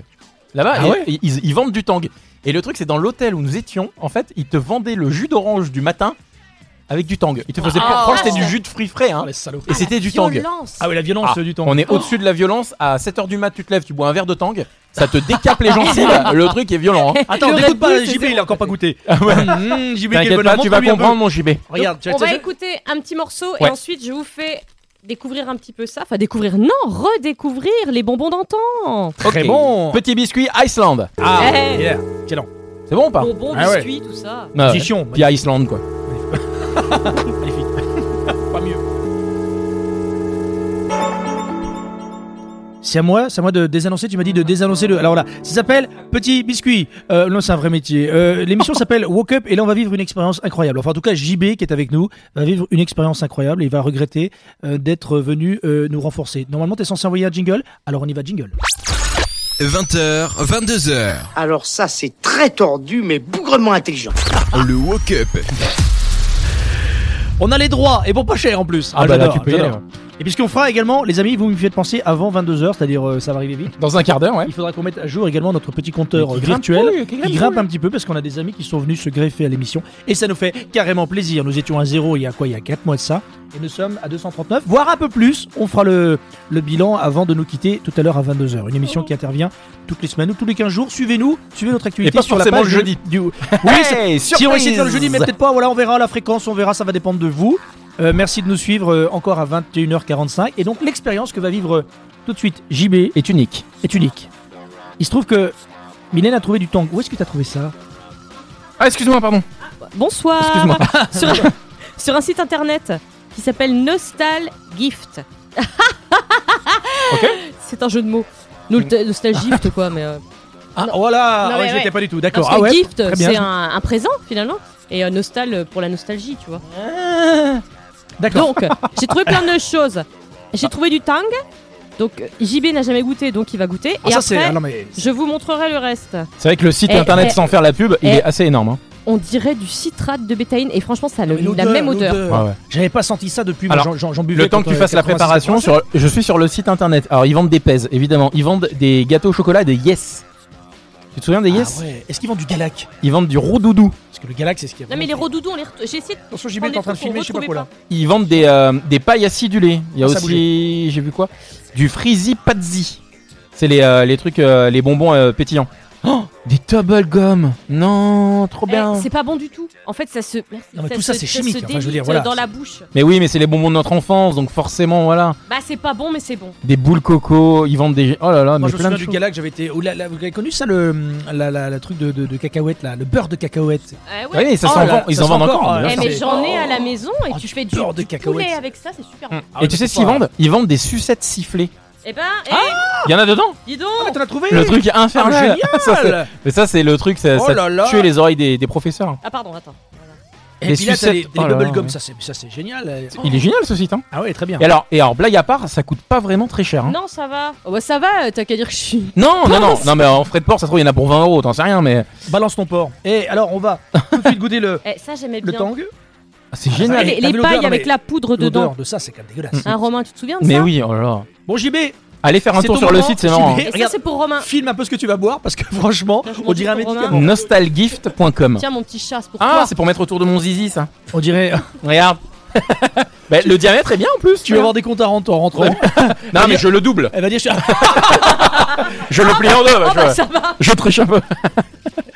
E: Là-bas,
D: Ah
E: et-
D: ouais
E: et ils, ils vendent du tang. Et le truc c'est dans l'hôtel où nous étions, en fait, ils te vendaient le jus d'orange du matin avec du tang. Ils te faisaient
I: Ah,
E: croire que c'était
I: ouais.
E: du jus de fruits frais, hein.
D: les salauds.
E: et c'était du tang.
I: Violence.
D: Ah oui, la violence
E: Ah,
D: euh, du tang.
E: On est au-dessus de la violence. À 7h du mat, tu te lèves, tu bois un verre de tang, ça te décape les gencives. Le truc est violent. hein.
D: Attends,
I: Le
D: n'écoute
I: Red
D: pas
I: Bull, c'est
D: JB, il a encore pas goûté. Mmh, JB, quel
E: Ah T'inquiète
D: bonhomme,
E: pas, tu vas
D: montre-lui un peu.
E: comprendre mon JB.
D: Regarde,
I: Donc, on va écouter un petit morceau et
E: Ouais.
I: ensuite je vous fais découvrir un petit peu ça. Enfin découvrir non redécouvrir les bonbons d'antan.
D: Très
E: Ok.
D: bon.
E: Petit biscuit Iceland.
D: Ah,
I: Eh.
D: yeah, excellent.
E: C'est bon ou pas
I: Bonbons
D: Ah ouais.
I: biscuits tout ça.
E: Ouais.
D: Position.
E: Puis Iceland quoi.
D: Magnifique. Pas mieux. C'est à moi, c'est à moi de désannoncer. Tu m'as dit de désannoncer le. Alors là, ça s'appelle Petit Biscuit. Euh, non, c'est un vrai métier. Euh, L'émission s'appelle Woke Up et là, on va vivre une expérience incroyable. Enfin, en tout cas, JB qui est avec nous va vivre une expérience incroyable et il va regretter euh, d'être venu euh, nous renforcer. Normalement, t'es censé envoyer un jingle. Alors on y va, jingle.
F: 20h, 22h.
M: Alors ça, c'est très tordu, mais bougrement intelligent.
F: Le Woke Up.
D: On a les droits et pour pas cher en plus.
E: Ah bah là,
D: j'adore,
E: tu peux y
D: j'adore.
E: aller,
D: hein. Et puis ce qu'on fera également, les amis, vous me faites penser avant 22h, c'est-à-dire euh, ça va arriver vite.
E: Dans un quart d'heure, ouais.
D: Il faudra qu'on mette à jour également notre petit compteur
E: Mais qui
D: euh,
E: grimpe,
D: virtuel
E: oui, qui grimpe,
D: grimpe
E: oui.
D: un petit peu parce qu'on a des amis qui sont venus se greffer à l'émission et ça nous fait carrément plaisir. Nous étions à zéro il y a quoi Il y a 4 mois de ça et nous sommes à 239, voire un peu plus. On fera le, le bilan avant de nous quitter tout à l'heure à 22h. Une émission qui intervient toutes les semaines ou tous les 15 jours. Suivez-nous, suivez notre
E: Et
D: actualité.
E: pas
D: sur la
E: forcément le
D: page de-
E: jeudi.
D: oui, c'est- si on essaie de faire le
E: surprise.
D: jeudi, mais peut-être pas. Voilà, on verra la fréquence, on verra, ça va dépendre de vous. Euh, merci de nous suivre euh, encore à 21h45. Et donc, l'expérience que va vivre euh, tout de suite JB est unique. Est unique. Il se trouve que Mylène a trouvé du temps. Où est-ce que tu as trouvé ça
E: Ah, excuse-moi, pardon.
I: Bonsoir.
D: Excuse-moi.
I: sur, sur un site internet qui s'appelle Nostal Gift. C'est un jeu de mots.
D: Mm.
I: Nostal Nostal Gift, quoi, mais. euh,
D: Ah, voilà
I: Non,
D: Ah ouais,
I: mais
D: je
I: ouais.
D: l'étais pas du tout,
I: Parce
D: d'accord.
I: que
D: Ah ouais,
I: gift,
D: très bien.
I: c'est un, un présent finalement. Et euh, nostal euh, pour la nostalgie, tu vois.
E: Ah.
D: D'accord.
I: Donc, j'ai trouvé plein de choses. J'ai
E: Ah.
I: trouvé du tang. Donc, euh, JB n'a jamais goûté, donc il va goûter.
E: Ah,
I: et
E: ça, c'est-
I: après,
E: ah, non, mais-
I: je vous montrerai le reste.
E: C'est vrai que le site
I: Eh,
E: internet
I: eh,
E: sans faire la pub, il
I: eh,
E: est assez énorme. hein.
I: On dirait du citrate de bétaïne. Et franchement, ça a le-
D: Mais l'odeur,
I: la même odeur.
E: Ouais, ouais.
D: J'avais pas senti ça depuis. moi, j'en- j'en- j'en buvais
E: le temps
D: quand,
E: que tu
D: euh,
E: fasses la
D: 86,
E: préparation,
D: 87.
E: sur, je suis sur le site internet. Alors, ils vendent des pèses, évidemment. Ils vendent des gâteaux au chocolat, des yes. Tu te souviens des yes
D: Ah ouais. Est-ce qu'ils vendent du Galac
E: Ils vendent du rodoudou.
D: Parce que le Galac, c'est ce qu'il y a.
I: Non, mais les redoudous, on les retrouve. J'ai essayé de.
D: Attention,
I: JB est en train de filmer, je sais pas quoi là.
E: Ils vendent des, euh, des pailles acidulées. Il y a
D: Ah, ça
E: aussi, j'ai vu quoi Du frizzy pazzi. C'est les, euh, les trucs, euh, les bonbons euh, pétillants. Oh, des double gum. Non, trop bien.
I: Eh, c'est pas bon du tout. En fait, ça se. Non,
E: ben, hein. mais tout ça, c'est chimique, hein. enfin, je veux dire, voilà,
I: dans
E: c'est-
I: la bouche.
E: Mais oui, mais c'est les bonbons de notre enfance, donc forcément, voilà.
I: Bah, c'est pas bon, mais c'est bon.
E: Des boules coco, ils vendent des. Oh là là,
D: Moi,
E: mais
D: je me
E: plein de
D: souviens du
E: choses.
D: Galac, j'avais été. oh là là, vous avez connu ça, le, la, la- la truc de, de- de cacahuète, là, le beurre de cacahuète
I: Eh
E: ouais. Ah Oui, ça s'en vend- ils en vendent encore,
I: Eh,
E: mais
I: mais
E: c'est- Oh.
I: j'en ai à la maison et tu fais du,
D: beurre de
I: du
D: cacahuète.
I: poulet avec ça, Ah c'est super bon.
E: Et tu sais ce qu'ils vendent Ils vendent des sucettes sifflées.
I: Eh ben, eh,
E: Ah Il y en a dedans
I: dis donc
D: t'en as trouvé
E: Le truc infernal.
D: Ah,
E: Ça, c'est-
D: génial
E: mais ça, c'est le truc, ça,
D: Oh
E: ça
D: là là.
E: tuait les oreilles des, des professeurs.
I: Ah, pardon, attends.
D: Et
E: Les
D: puis là, t'as les, les
E: sucettes. Oh là là,
D: bubblegum,
E: ouais.
D: ça c'est ça, c'est génial.
E: Il est génial ce site. Hein.
D: Ah ouais, très bien.
E: Et alors, et alors, blague à part, ça coûte pas vraiment très cher. hein.
I: Non, ça va. Oh, bah, ça va, euh, t'as qu'à dire que je suis.
E: Non, non, non, non, mais en frais de port, ça se trouve, il y en a pour 20 euros, t'en sais rien, mais.
D: Balance ton porc. Et alors, on va tout de suite goûter le,
I: Eh, ça, j'aimais
D: le
I: bien.
D: tang.
E: Ah, c'est génial.
I: les-
D: T'as vu
I: les
D: l'odeur
I: pailles
D: Non,
I: avec
D: mais
I: la poudre
D: l'odeur
I: dedans.
D: de ça, c'est quand même dégueulasse.
I: Hein, Romain, tu te souviens de
E: Mais
I: ça
E: oui, oh là là.
D: Bon, JB.
E: Allez faire un
D: c'est
E: tour
D: ton
E: sur le
D: moment.
E: site, c'est
D: JB,
E: marrant.
I: Et ça,
D: regarde,
I: c'est pour Romain.
D: Filme un peu ce que tu vas boire parce que franchement, on dirait un
I: pour
D: médicament.
E: hein. Nostalgift.com.
I: Tiens, mon petit chat, c'est pour
E: Ah,
I: toi.
E: c'est pour mettre autour de mon zizi, ça.
D: On dirait.
E: Regarde. Bah, le diamètre est bien en plus.
D: Tu vas avoir des comptes à rendre en rentrant.
E: Non, mais je le double.
D: Elle va dire.
E: Je le plie en deux.
I: Ah,
E: je-
I: bah, ça va.
E: Je triche un peu.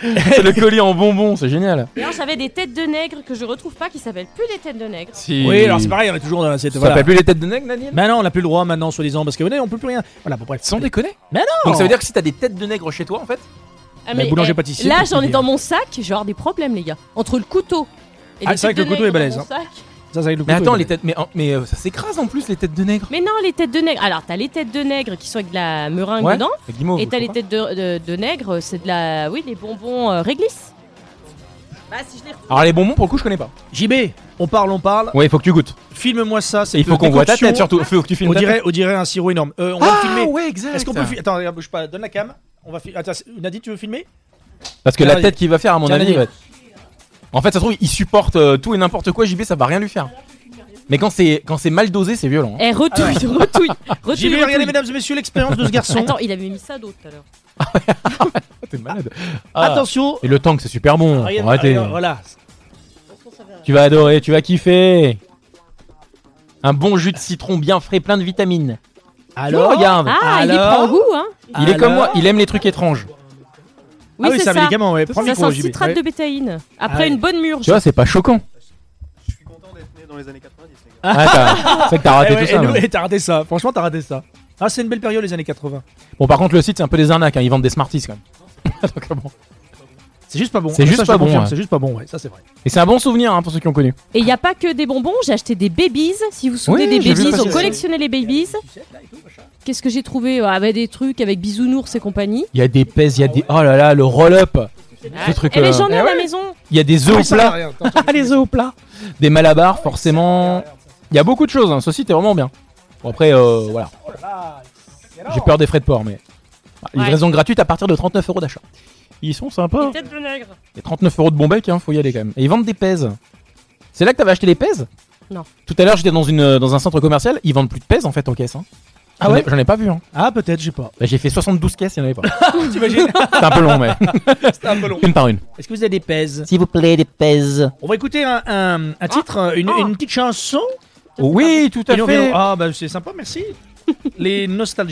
E: c'est le collier en bonbon, c'est génial.
I: D'ailleurs, j'avais des têtes de nègre que je retrouve pas qui s'appellent plus les têtes de nègre.
D: Oui, alors c'est pareil, on est toujours dans cette.
E: Ça
D: voilà.
E: s'appelle plus les têtes de nègre, Nadine
D: Mais non, on n'a plus le droit maintenant, soi-disant, parce que venez, on peut plus rien. Voilà, pour
E: Sans déconner.
D: Mais non
E: Donc ça veut dire que si t'as des têtes de nègre chez toi, en fait,
I: Ah,
D: mais boulanger-pâtissier,
I: Là,
D: qu'est-ce
I: j'en
D: qu'il
I: ai
D: dit
I: dans mon sac, je vais avoir des problèmes, les gars. Entre le couteau et
D: Ah,
I: les
D: c'est vrai
I: têtes
D: que le
I: de
D: couteau
I: nègre
D: est balèze, hein.
I: dans mon sac.
D: Ça, ça va être le
E: Mais
D: couteau,
E: attends,
D: il
E: les
D: va dire.
E: têtes, mais, en- mais euh, ça s'écrase en plus les têtes de nègre.
I: Mais non, les têtes de nègre. Alors, t'as les têtes de nègre qui sont avec de la meringue
E: Ouais,
I: dedans.
E: la
D: Oh,
E: guimauve,
I: et t'as
E: je
I: les
E: crois.
I: têtes de, de, de nègre, c'est de la. Oui, les bonbons euh, réglisse. Bah, si je les retrouve.
E: Alors les bonbons, pour le coup, je connais pas.
D: JB, on parle, on parle.
E: Ouais, il faut que tu goûtes.
D: Filme-moi ça. c'est
E: Il faut
D: une
E: qu'on voit ta
D: décoction.
E: tête surtout. Faut que tu filmes
D: On
E: ta
D: dirait,
E: tête. Ah,
D: on dirait un sirop énorme. Euh, on va le filmer.
E: ouais, exact.
D: Est-ce qu'on peut filmer Attends, regarde, bouge pas, donne la cam. On va fil- Attends, c'est- Nadine, tu veux filmer
E: Parce que
D: Tiens,
E: la
D: vas-y.
E: tête qu'il va faire, à mon
D: Tiens,
E: avis,
D: Nadine.
E: va être- en fait, ça se trouve, il supporte euh, tout et n'importe quoi. JB, ça va rien lui faire. Mais quand c'est quand c'est mal dosé, c'est violent. hein.
I: Eh,
D: Ah
I: retouille, retouille, retouille.
D: JB, regardez,
I: retouille.
D: mesdames et messieurs, l'expérience de ce garçon.
I: Attends, il avait mis ça d'autre tout à l'heure.
E: T'es malade. Ah.
D: Attention.
E: Et le tank, c'est super bon. Faut
D: Regarde,
E: arrêter.
D: regarde, voilà.
E: Tu vas adorer, tu vas kiffer. Un bon jus de citron bien frais, plein de vitamines.
D: Alors,
E: Oh, regarde.
I: Ah, il y
D: Alors
I: prend goût, hein.
E: Il est comme
D: Alors
E: moi, il aime les trucs étranges.
I: Oui,
D: Ah oui,
I: c'est
D: c'est un
I: ça.
D: médicament, ouais. Prends le
I: ça
D: micro,
I: sent le
D: JB.
I: citrate
D: Ouais. Ah
I: de bétaïne. Après
D: ouais.
I: une bonne murge.
E: Tu vois, c'est pas choquant. Ah, t'as- c'est vrai que t'as raté
D: Eh ouais,
E: tout
D: et
E: ça. hein.
D: nous-
E: ouais.
D: et T'as raté ça. Franchement, t'as raté ça. Ah, c'est une belle période, les années 80.
E: Bon, par contre, le site, c'est un peu des arnaques. hein, Ils vendent des Smarties quand même. Donc, bon.
D: C'est juste pas bon. Ah,
E: C'est
D: Ça,
E: juste
D: je
E: pas
D: te
E: bon,
D: confirme,
E: ouais.
D: C'est juste pas bon, ouais. Ça, c'est vrai.
E: Et c'est un bon souvenir hein, pour ceux qui ont connu.
I: Et il n'y a pas que des bonbons, j'ai acheté des babies. Si vous vous souvenez
E: Oui, j'ai
I: des
E: vu
I: babies,
E: passer
I: on
E: ça.
I: collectionnait les babies. Qu'est-ce que j'ai trouvé Ah, bah, Des trucs avec bisounours et compagnie.
E: Il y a des pèses, il y a des. Oh là là, le roll-up. Ce truc.
I: Et les
E: euh,
I: gens ben, ai
E: eh
I: à
E: ouais.
I: la maison.
E: Il y a
D: Ah
E: des œufs au plat.
D: les œufs au plat.
E: Des malabars, forcément. Il y a beaucoup de choses. hein, Ce site est vraiment bien. Bon, après, euh, voilà.
D: Oh
E: J'ai peur des frais de port, mais. Ah, Livraison gratuite à partir de 39 euros d'achat. Ils sont sympas.
I: Tête de nègre.
E: Il y a 39 euros de bon bec, hein, faut y aller quand même. Et ils vendent des pèses. C'est là que t'avais acheté les pèses
I: Non.
E: Tout à l'heure, j'étais dans, une, dans un centre commercial, ils vendent plus de pèse en fait en caisse. hein.
D: Ah
E: J'en ai-
D: ouais
E: J'en ai pas vu. hein.
D: Ah, peut-être, je sais pas.
E: Bah, j'ai fait 72 caisses, il n'y en avait pas.
D: T'imagines
E: C'est un peu long, mais.
D: C'était un peu long.
E: Une par une.
D: Est-ce que vous avez des pèses
E: S'il vous plaît, des pèses.
D: On va écouter un, un- un titre, euh, une, une petite chanson.
E: Oui, tout Ah. à
D: Et nous
E: fait.
D: reviendrons- Ah, bah c'est sympa, merci. Les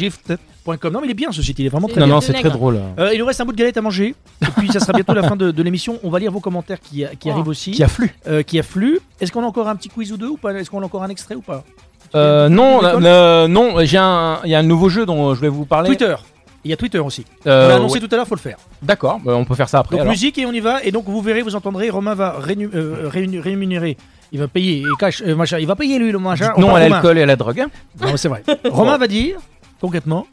D: nostalgift.com. Non, mais il est bien ce site, il est vraiment très
E: Non,
D: bien.
E: non, c'est très drôle.
D: Euh, il nous reste un bout de galette à manger. Et puis, ça sera bientôt la fin de, de l'émission. On va lire vos commentaires qui, qui
E: Oh.
D: arrivent aussi.
E: Qui afflue.
D: Euh, qui affluent. Est-ce qu'on a encore un petit quiz ou deux ou pas Est-ce qu'on a encore un extrait ou pas
E: Euh, non,
D: Une
E: la-
D: école
E: le- non, euh, j'ai un, il y a un nouveau jeu dont je vais vous parler.
D: Twitter. Il y a Twitter aussi.
E: Euh,
D: on l'a annoncé tout
E: ouais.
D: à l'heure, faut le faire.
E: D'accord, bah, on peut faire ça après.
D: Donc
E: alors.
D: musique et on y va. Et donc vous verrez, vous entendrez, Romain va rénu- euh, réunu- rémunérer. Il va payer, et cash, euh, machin. Il va payer lui le machin.
E: Dites
D: On
E: non
D: parle
E: à
D: Romain.
E: l'alcool et à la drogue.
D: Non, c'est vrai. Romain va dire, concrètement,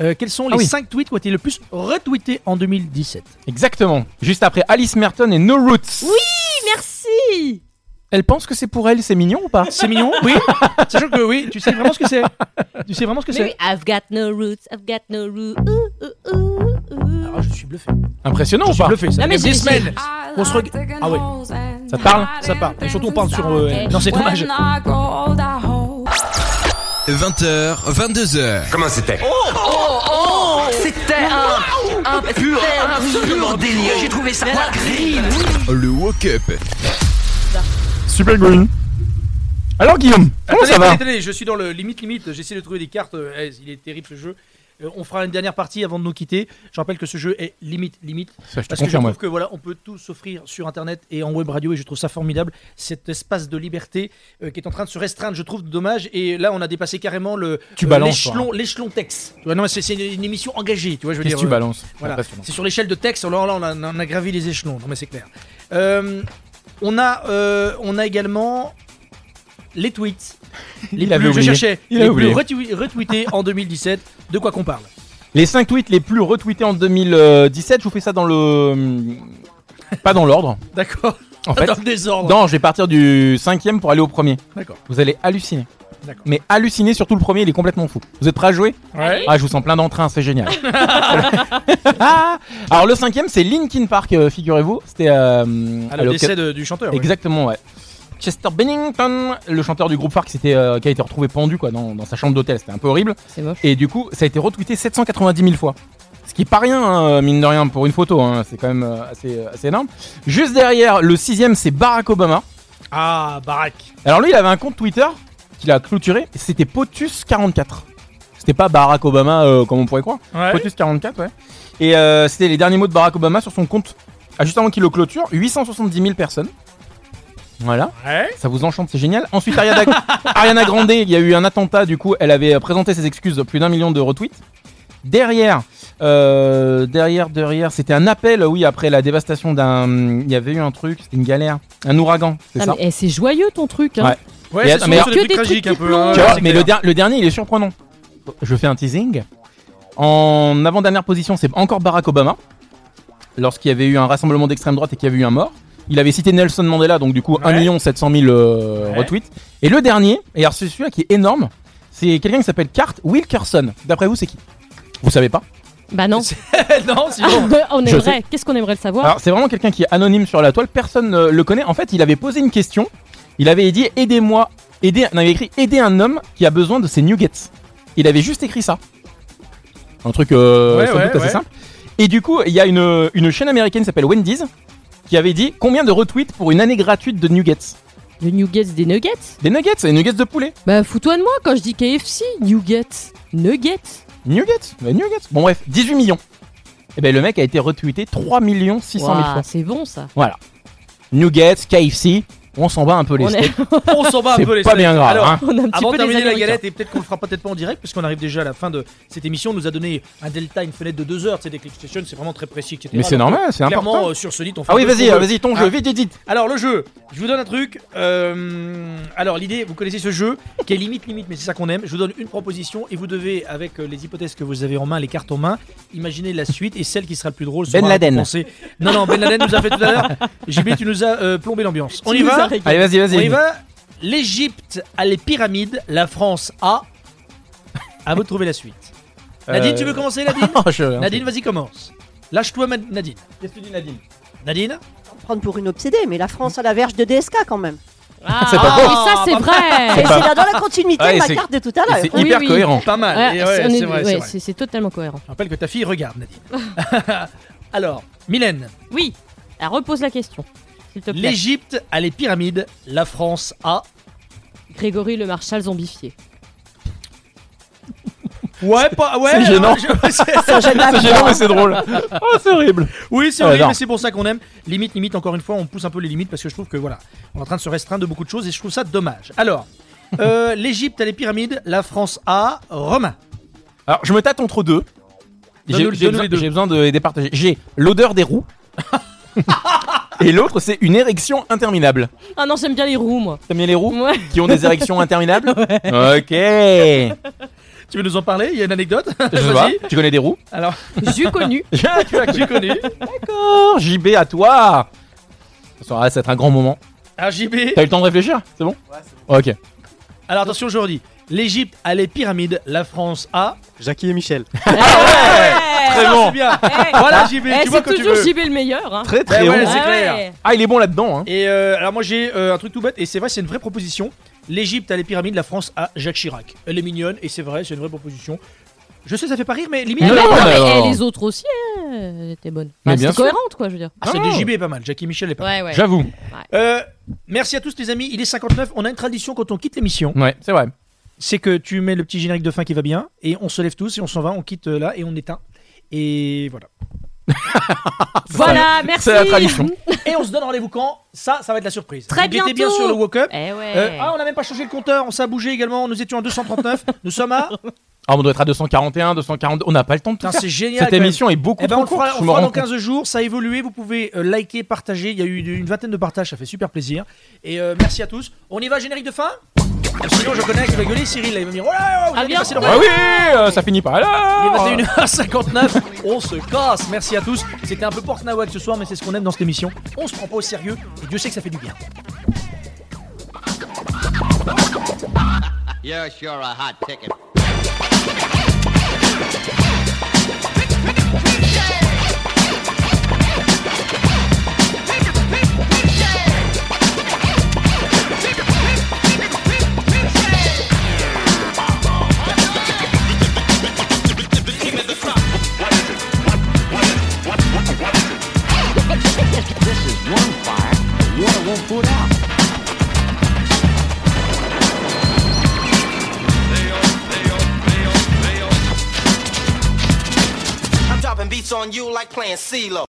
D: euh, quels sont
E: Ah
D: les
E: oui.
D: 5 tweets qui ont été le plus retweetés en 2017.
E: Exactement. Juste après Alice Merton et No Roots.
I: Oui, merci
E: Elle pense que c'est pour elle, c'est mignon ou pas
D: C'est mignon, oui. Sachant que oui, tu sais vraiment ce que c'est. Tu sais vraiment ce que
I: Mais oui,
D: c'est.
I: I've got no roots, I've got no roots. Ouh, ouh, ouh.
D: Alors, je suis bluffé.
E: Impressionnant
D: Je
E: ou
D: suis
E: pas
D: bluffé. Ça
I: Non, mais
D: fait
I: j'ai-
D: des
I: j'ai-
D: semaines. On se reg- Ah ouais.
E: Ça te parle
D: Ça parle. Et surtout, on parle sur. euh, Non, c'est dommage.
F: 20h, 22h. Comment c'était
N: Oh, oh C'était un, un pur, absolument délire. J'ai trouvé ça green.
F: Le Woke Up.
E: Super Green. Alors Guillaume, comment
D: Attendez,
E: ça va
D: attendez, attendez, je suis dans le limite limite, j'essaie de trouver des cartes, euh, eh, il est terrible ce jeu. Euh, on fera une dernière partie avant de nous quitter. Je rappelle que ce jeu est limite limite.
E: Ça, je te
D: parce que je
E: confirme,
D: trouve
E: ouais.
D: que voilà, on peut tout s'offrir sur internet et en web radio et je trouve ça formidable cet espace de liberté euh, qui est en train de se restreindre, je trouve dommage et là on a dépassé carrément le euh,
E: Tu balances, hein.
D: l'échelon l'échelon texte. Tu vois, non, c'est c'est une, une émission engagée, tu vois, je veux
E: Qu'est-ce
D: dire. euh,
E: que tu balances
D: voilà.
E: Impressionnant.
D: C'est sur l'échelle de texte, alors là on a, on a gravi les échelons. Non mais c'est clair. Euh, on a euh, on a également les tweets. Les
E: Il avait
D: plus, je
E: oublié.
D: cherchais.
E: Il
D: les
E: avait
D: plus retweet-
E: oublié.
D: retweetés en 2017. De quoi qu'on parle
E: Les 5 tweets les plus retweetés en 2017, je vous fais ça dans le pas dans l'ordre.
D: D'accord.
E: En fait,
D: Dans le désordre.
E: Non, je vais partir du cinquième pour aller au premier.
D: D'accord.
E: Vous allez halluciner.
D: D'accord.
E: Mais halluciner, surtout le premier, il est complètement fou. Vous êtes prêts à jouer
D: Ouais.
E: Ah, je vous sens plein d'entrain, c'est génial. Alors le cinquième, c'est Linkin Park, euh, figurez-vous. C'était euh,
D: Ah,
E: à
D: le
E: l'occasion-
D: décès de- du chanteur, oui.
E: Exactement, ouais. Chester Bennington, le chanteur du groupe phare qui, s'était, euh, qui a été retrouvé pendu quoi, dans, dans sa chambre d'hôtel, c'était un peu horrible. Et du coup, ça a été retweeté 790 000 fois. Ce qui est pas rien, hein, mine de rien, pour une photo, hein. c'est quand même euh, assez, euh, assez énorme. Juste derrière, le sixième, c'est Barack Obama.
D: Ah, Barack.
E: Alors lui, il avait un compte Twitter qu'il a clôturé, c'était POTUS44. C'était pas Barack Obama euh, comme on pourrait croire.
D: Ouais.
E: POTUS44, ouais. Et euh, c'était les derniers mots de Barack Obama sur son compte. Ah, juste avant qu'il le clôture, 870 000 personnes. Voilà. Ça vous enchante, c'est génial. Ensuite, Ariana, Ariana Grande, il y a eu un attentat, du coup, elle avait euh, présenté ses excuses, plus d'un million de retweets. Derrière, euh, derrière, derrière, c'était un appel, oui, après la dévastation d'un. Il y avait eu un truc, c'était une galère, un ouragan, c'est
I: Ah,
E: ça
I: mais, eh, c'est joyeux ton truc. Hein.
E: Ouais. Ouais, Et c'est att- souvent mais- sur des
I: Que
E: trucs
D: tragiques,
I: trucs
D: un
I: qui
D: peu,
I: plongent.
D: hein.
E: Tu vois,
D: c'est
E: mais
D: clair.
E: le, der- le dernier, il est surprenant. Je fais un teasing. En avant-dernière position, c'est encore Barack Obama. Lorsqu'il y avait eu un rassemblement d'extrême droite et qu'il y avait eu un mort. Il avait cité Nelson Mandela, donc du coup 1 700 000 euh,
D: Ouais.
E: retweets. Et le dernier, et alors c'est celui-là qui est énorme, c'est quelqu'un qui s'appelle Cart Wilkerson. D'après vous, c'est qui Vous savez pas
I: Bah non.
D: non,
I: on
E: Je
I: aimerait.
E: sais. Ah.
I: Qu'est-ce qu'on aimerait le savoir
E: Alors c'est vraiment quelqu'un qui est anonyme sur la toile, personne ne le connaît. En fait, il avait posé une question. Il avait dit aidez-moi, aidez, non, il avait écrit aider un homme qui a besoin de ses nuggets. Il avait juste écrit ça. Un truc euh,
D: Ouais,
E: sans
D: ouais,
E: doute assez
D: ouais.
E: simple. Et du coup, il y a une, une chaîne américaine qui s'appelle Wendy's qui avait dit combien de retweets pour une année gratuite de nuggets
I: De nuggets, des nuggets
E: Des nuggets, des nuggets de poulet.
I: Bah fous-toi de moi quand je dis KFC, nuggets, nuggets.
E: Nuggets, bah, nuggets. Bon bref, 18 millions. Et ben le mec a été retweeté 3 millions 600 000
I: Ouah,
E: fois.
I: C'est bon ça.
E: Voilà. Nuggets, KFC, on s'en bat un peu les
I: On est-
E: steaks.
D: On s'en bat un
E: C'est
D: peu les
E: pas
D: steaks.
E: bien grave,
D: Alors,
E: hein. On a un petit
D: avant de
E: peu des
D: terminer la
E: Américains.
D: galette, et peut-être qu'on le fera peut-être pas en direct, parce qu'on arrive déjà à la fin de cette émission, on nous a donné un delta, une fenêtre de deux heures, c'est des click stations, c'est vraiment très précis, etc.
E: Mais c'est
D: Ah, Donc,
E: normal, c'est
D: clairement,
E: important.
D: euh, sur ce lit, on fait
E: Ah oui,
D: deux
E: vas-y,
D: qu'on
E: euh,
D: veut.
E: vas-y, ton
D: Ah.
E: jeu, vite, vite, vite.
D: Alors le jeu, je vous donne un truc. euh, alors l'idée, vous connaissez ce jeu qui est limite limite, mais c'est ça qu'on aime. Je vous donne une proposition et vous devez, avec euh, les hypothèses que vous avez en main, les cartes en main, imaginer la suite et celle qui sera le plus drôle. sera
E: Ben Laden.
D: récompensée. Non non, Ben Laden nous a fait tout à l'heure. JB, tu nous as euh, plombé l'ambiance. On
E: Tu
D: y
E: nous
D: va.
E: as régalé. Allez, vas-y, vas-y.
D: On y va. L'Égypte a les pyramides, la France a. À vous de trouver la suite. Nadine,
E: Euh,
D: tu veux commencer, Nadine
E: je- hein.
D: Nadine, vas-y, commence. Lâche-toi, Ma- Nadine.
E: Qu'est-ce que tu dis, Nadine
I: Ah,
D: Nadine
C: Prendre pour une obsédée, mais la France à la verge de DSK quand même.
I: Ah,
E: c'est pas faux.
I: oui, ça, c'est vrai.
E: C'est
I: Et
E: pas-
I: c'est là dans la continuité de
E: Ouais,
I: ma
E: c'est-
I: carte de tout à l'heure.
E: et C'est
I: Oui,
E: hyper
I: oui.
E: cohérent.
I: Pas mal. Ouais, Et ouais, on est- c'est vrai, ouais, c'est vrai. c'est-
D: totalement cohérent. Je rappelle que ta fille regarde, Nadine. Alors, Mylène.
I: Oui, elle repose la question. S'il te plaît.
D: L'Égypte a les pyramides, la France a.
I: Grégory le Marshal zombifié.
D: Ouais, pas. Ouais,
I: C'est gênant.
D: je-
I: C'est
E: Ah,
I: gênant. C'est gênant, mais c'est drôle.
E: Oh, c'est horrible.
D: Oui, c'est
E: Ah,
D: horrible,
E: non.
D: mais c'est pour ça qu'on aime. Limite, limite, encore une fois, on pousse un peu les limites parce que je trouve que voilà, on est en train de se restreindre de beaucoup de choses et je trouve ça dommage. Alors, euh, l'Égypte a les pyramides, la France a. Romain.
E: Alors, je me tâte entre deux. J'ai
D: Donne-nous-
E: j'ai
D: donne-nous
E: besoin,
D: les deux.
E: j'ai besoin de les départager. J'ai l'odeur des roues. et l'autre, c'est une érection interminable.
I: Ah non, j'aime bien les roues, moi.
E: T'aimes bien les roues
I: Ouais.
E: Qui ont des érections interminables Ok.
D: Tu veux nous en parler Il y a une anecdote
E: Je sais pas, tu connais des roues
D: Alors,
I: j'ai connu.
E: tu as j'ai connu. D'accord, JB à toi. ah, Ça va être un grand moment.
D: Alors, JB.
E: T'as eu le temps de réfléchir C'est bon Ok.
D: Alors attention, je redis. L'Égypte a les pyramides, la France a.
L: Jackie et Michel.
D: Très
I: Ah bon.
D: bien.
I: Eh,
D: voilà, JB,
I: eh,
D: tu vois
I: c'est
D: quand tu
I: toujours
D: veux.
I: JB le meilleur. hein.
E: Très, très
D: Ben
E: bon.
D: ouais, c'est
I: Ah
D: clair.
I: ouais.
E: Ah, il est bon là-dedans. Hein.
D: Et euh, alors moi j'ai euh, un truc tout bête et c'est vrai c'est une vraie proposition. L'Égypte a les pyramides, la France a Jacques Chirac. Elle est mignonne et c'est vrai c'est une vraie proposition. Je sais ça fait pas rire mais limite.
I: Mais
D: Ah,
I: non, mais,
D: mais-
I: eh, les autres aussi, hein, elles étaient bonnes.
D: Mais
I: Enfin,
D: bien
I: c'est
D: sûr.
I: cohérente, quoi, je veux dire.
D: Ah, celle de JB est pas mal, Jackie Michel est pas mal.
I: Ouais, ouais. J'avoue. Ouais.
D: Euh, merci à tous les amis, il est 59, on a une tradition quand on quitte l'émission.
E: Ouais, c'est vrai.
D: C'est que tu mets le petit générique de fin qui va bien et on se lève tous et on s'en va, on quitte euh, là et on éteint. Et voilà.
I: Voilà, merci.
D: Et on se donne rendez-vous quand Ça, ça va être la surprise.
I: Très
D: bien.
I: bientôt.
D: bien sur le Woke Up.
I: Eh ouais.
D: Euh, ah, on n'a même pas changé le compteur, on s'est bougé également. Nous étions à 239, nous sommes à.
E: Ah, on doit être à 241, 242. On n'a pas le temps de tout
D: Putain,
E: faire.
D: c'est génial.
E: Cette
D: quand même.
E: émission est beaucoup
D: Eh ben,
E: trop
D: on fera-
E: courte. je
D: on
E: me
D: fera
E: rends
D: dans
E: compte.
D: 15 jours, ça a évolué. Vous pouvez euh, liker, partager. Il y a eu une vingtaine de partages, ça fait super plaisir. Et euh, merci à tous. On y va, générique de fin Sinon, je connais qui va gueuler Cyril. Là, il va me dire Oh là là, vous avez dépassé le
E: Ah oui,
D: horaire.
E: euh, ça finit pas là.
D: Il est 21h59, on se casse, merci à tous. C'était un peu Portnawak ce soir, mais c'est ce qu'on aime dans cette émission. On se prend pas au sérieux, et Dieu sait que ça fait du bien.
N: You're sure a hot ticket. This is one fire, the water won't put out.
O: I'm dropping beats on you like playing CeeLo.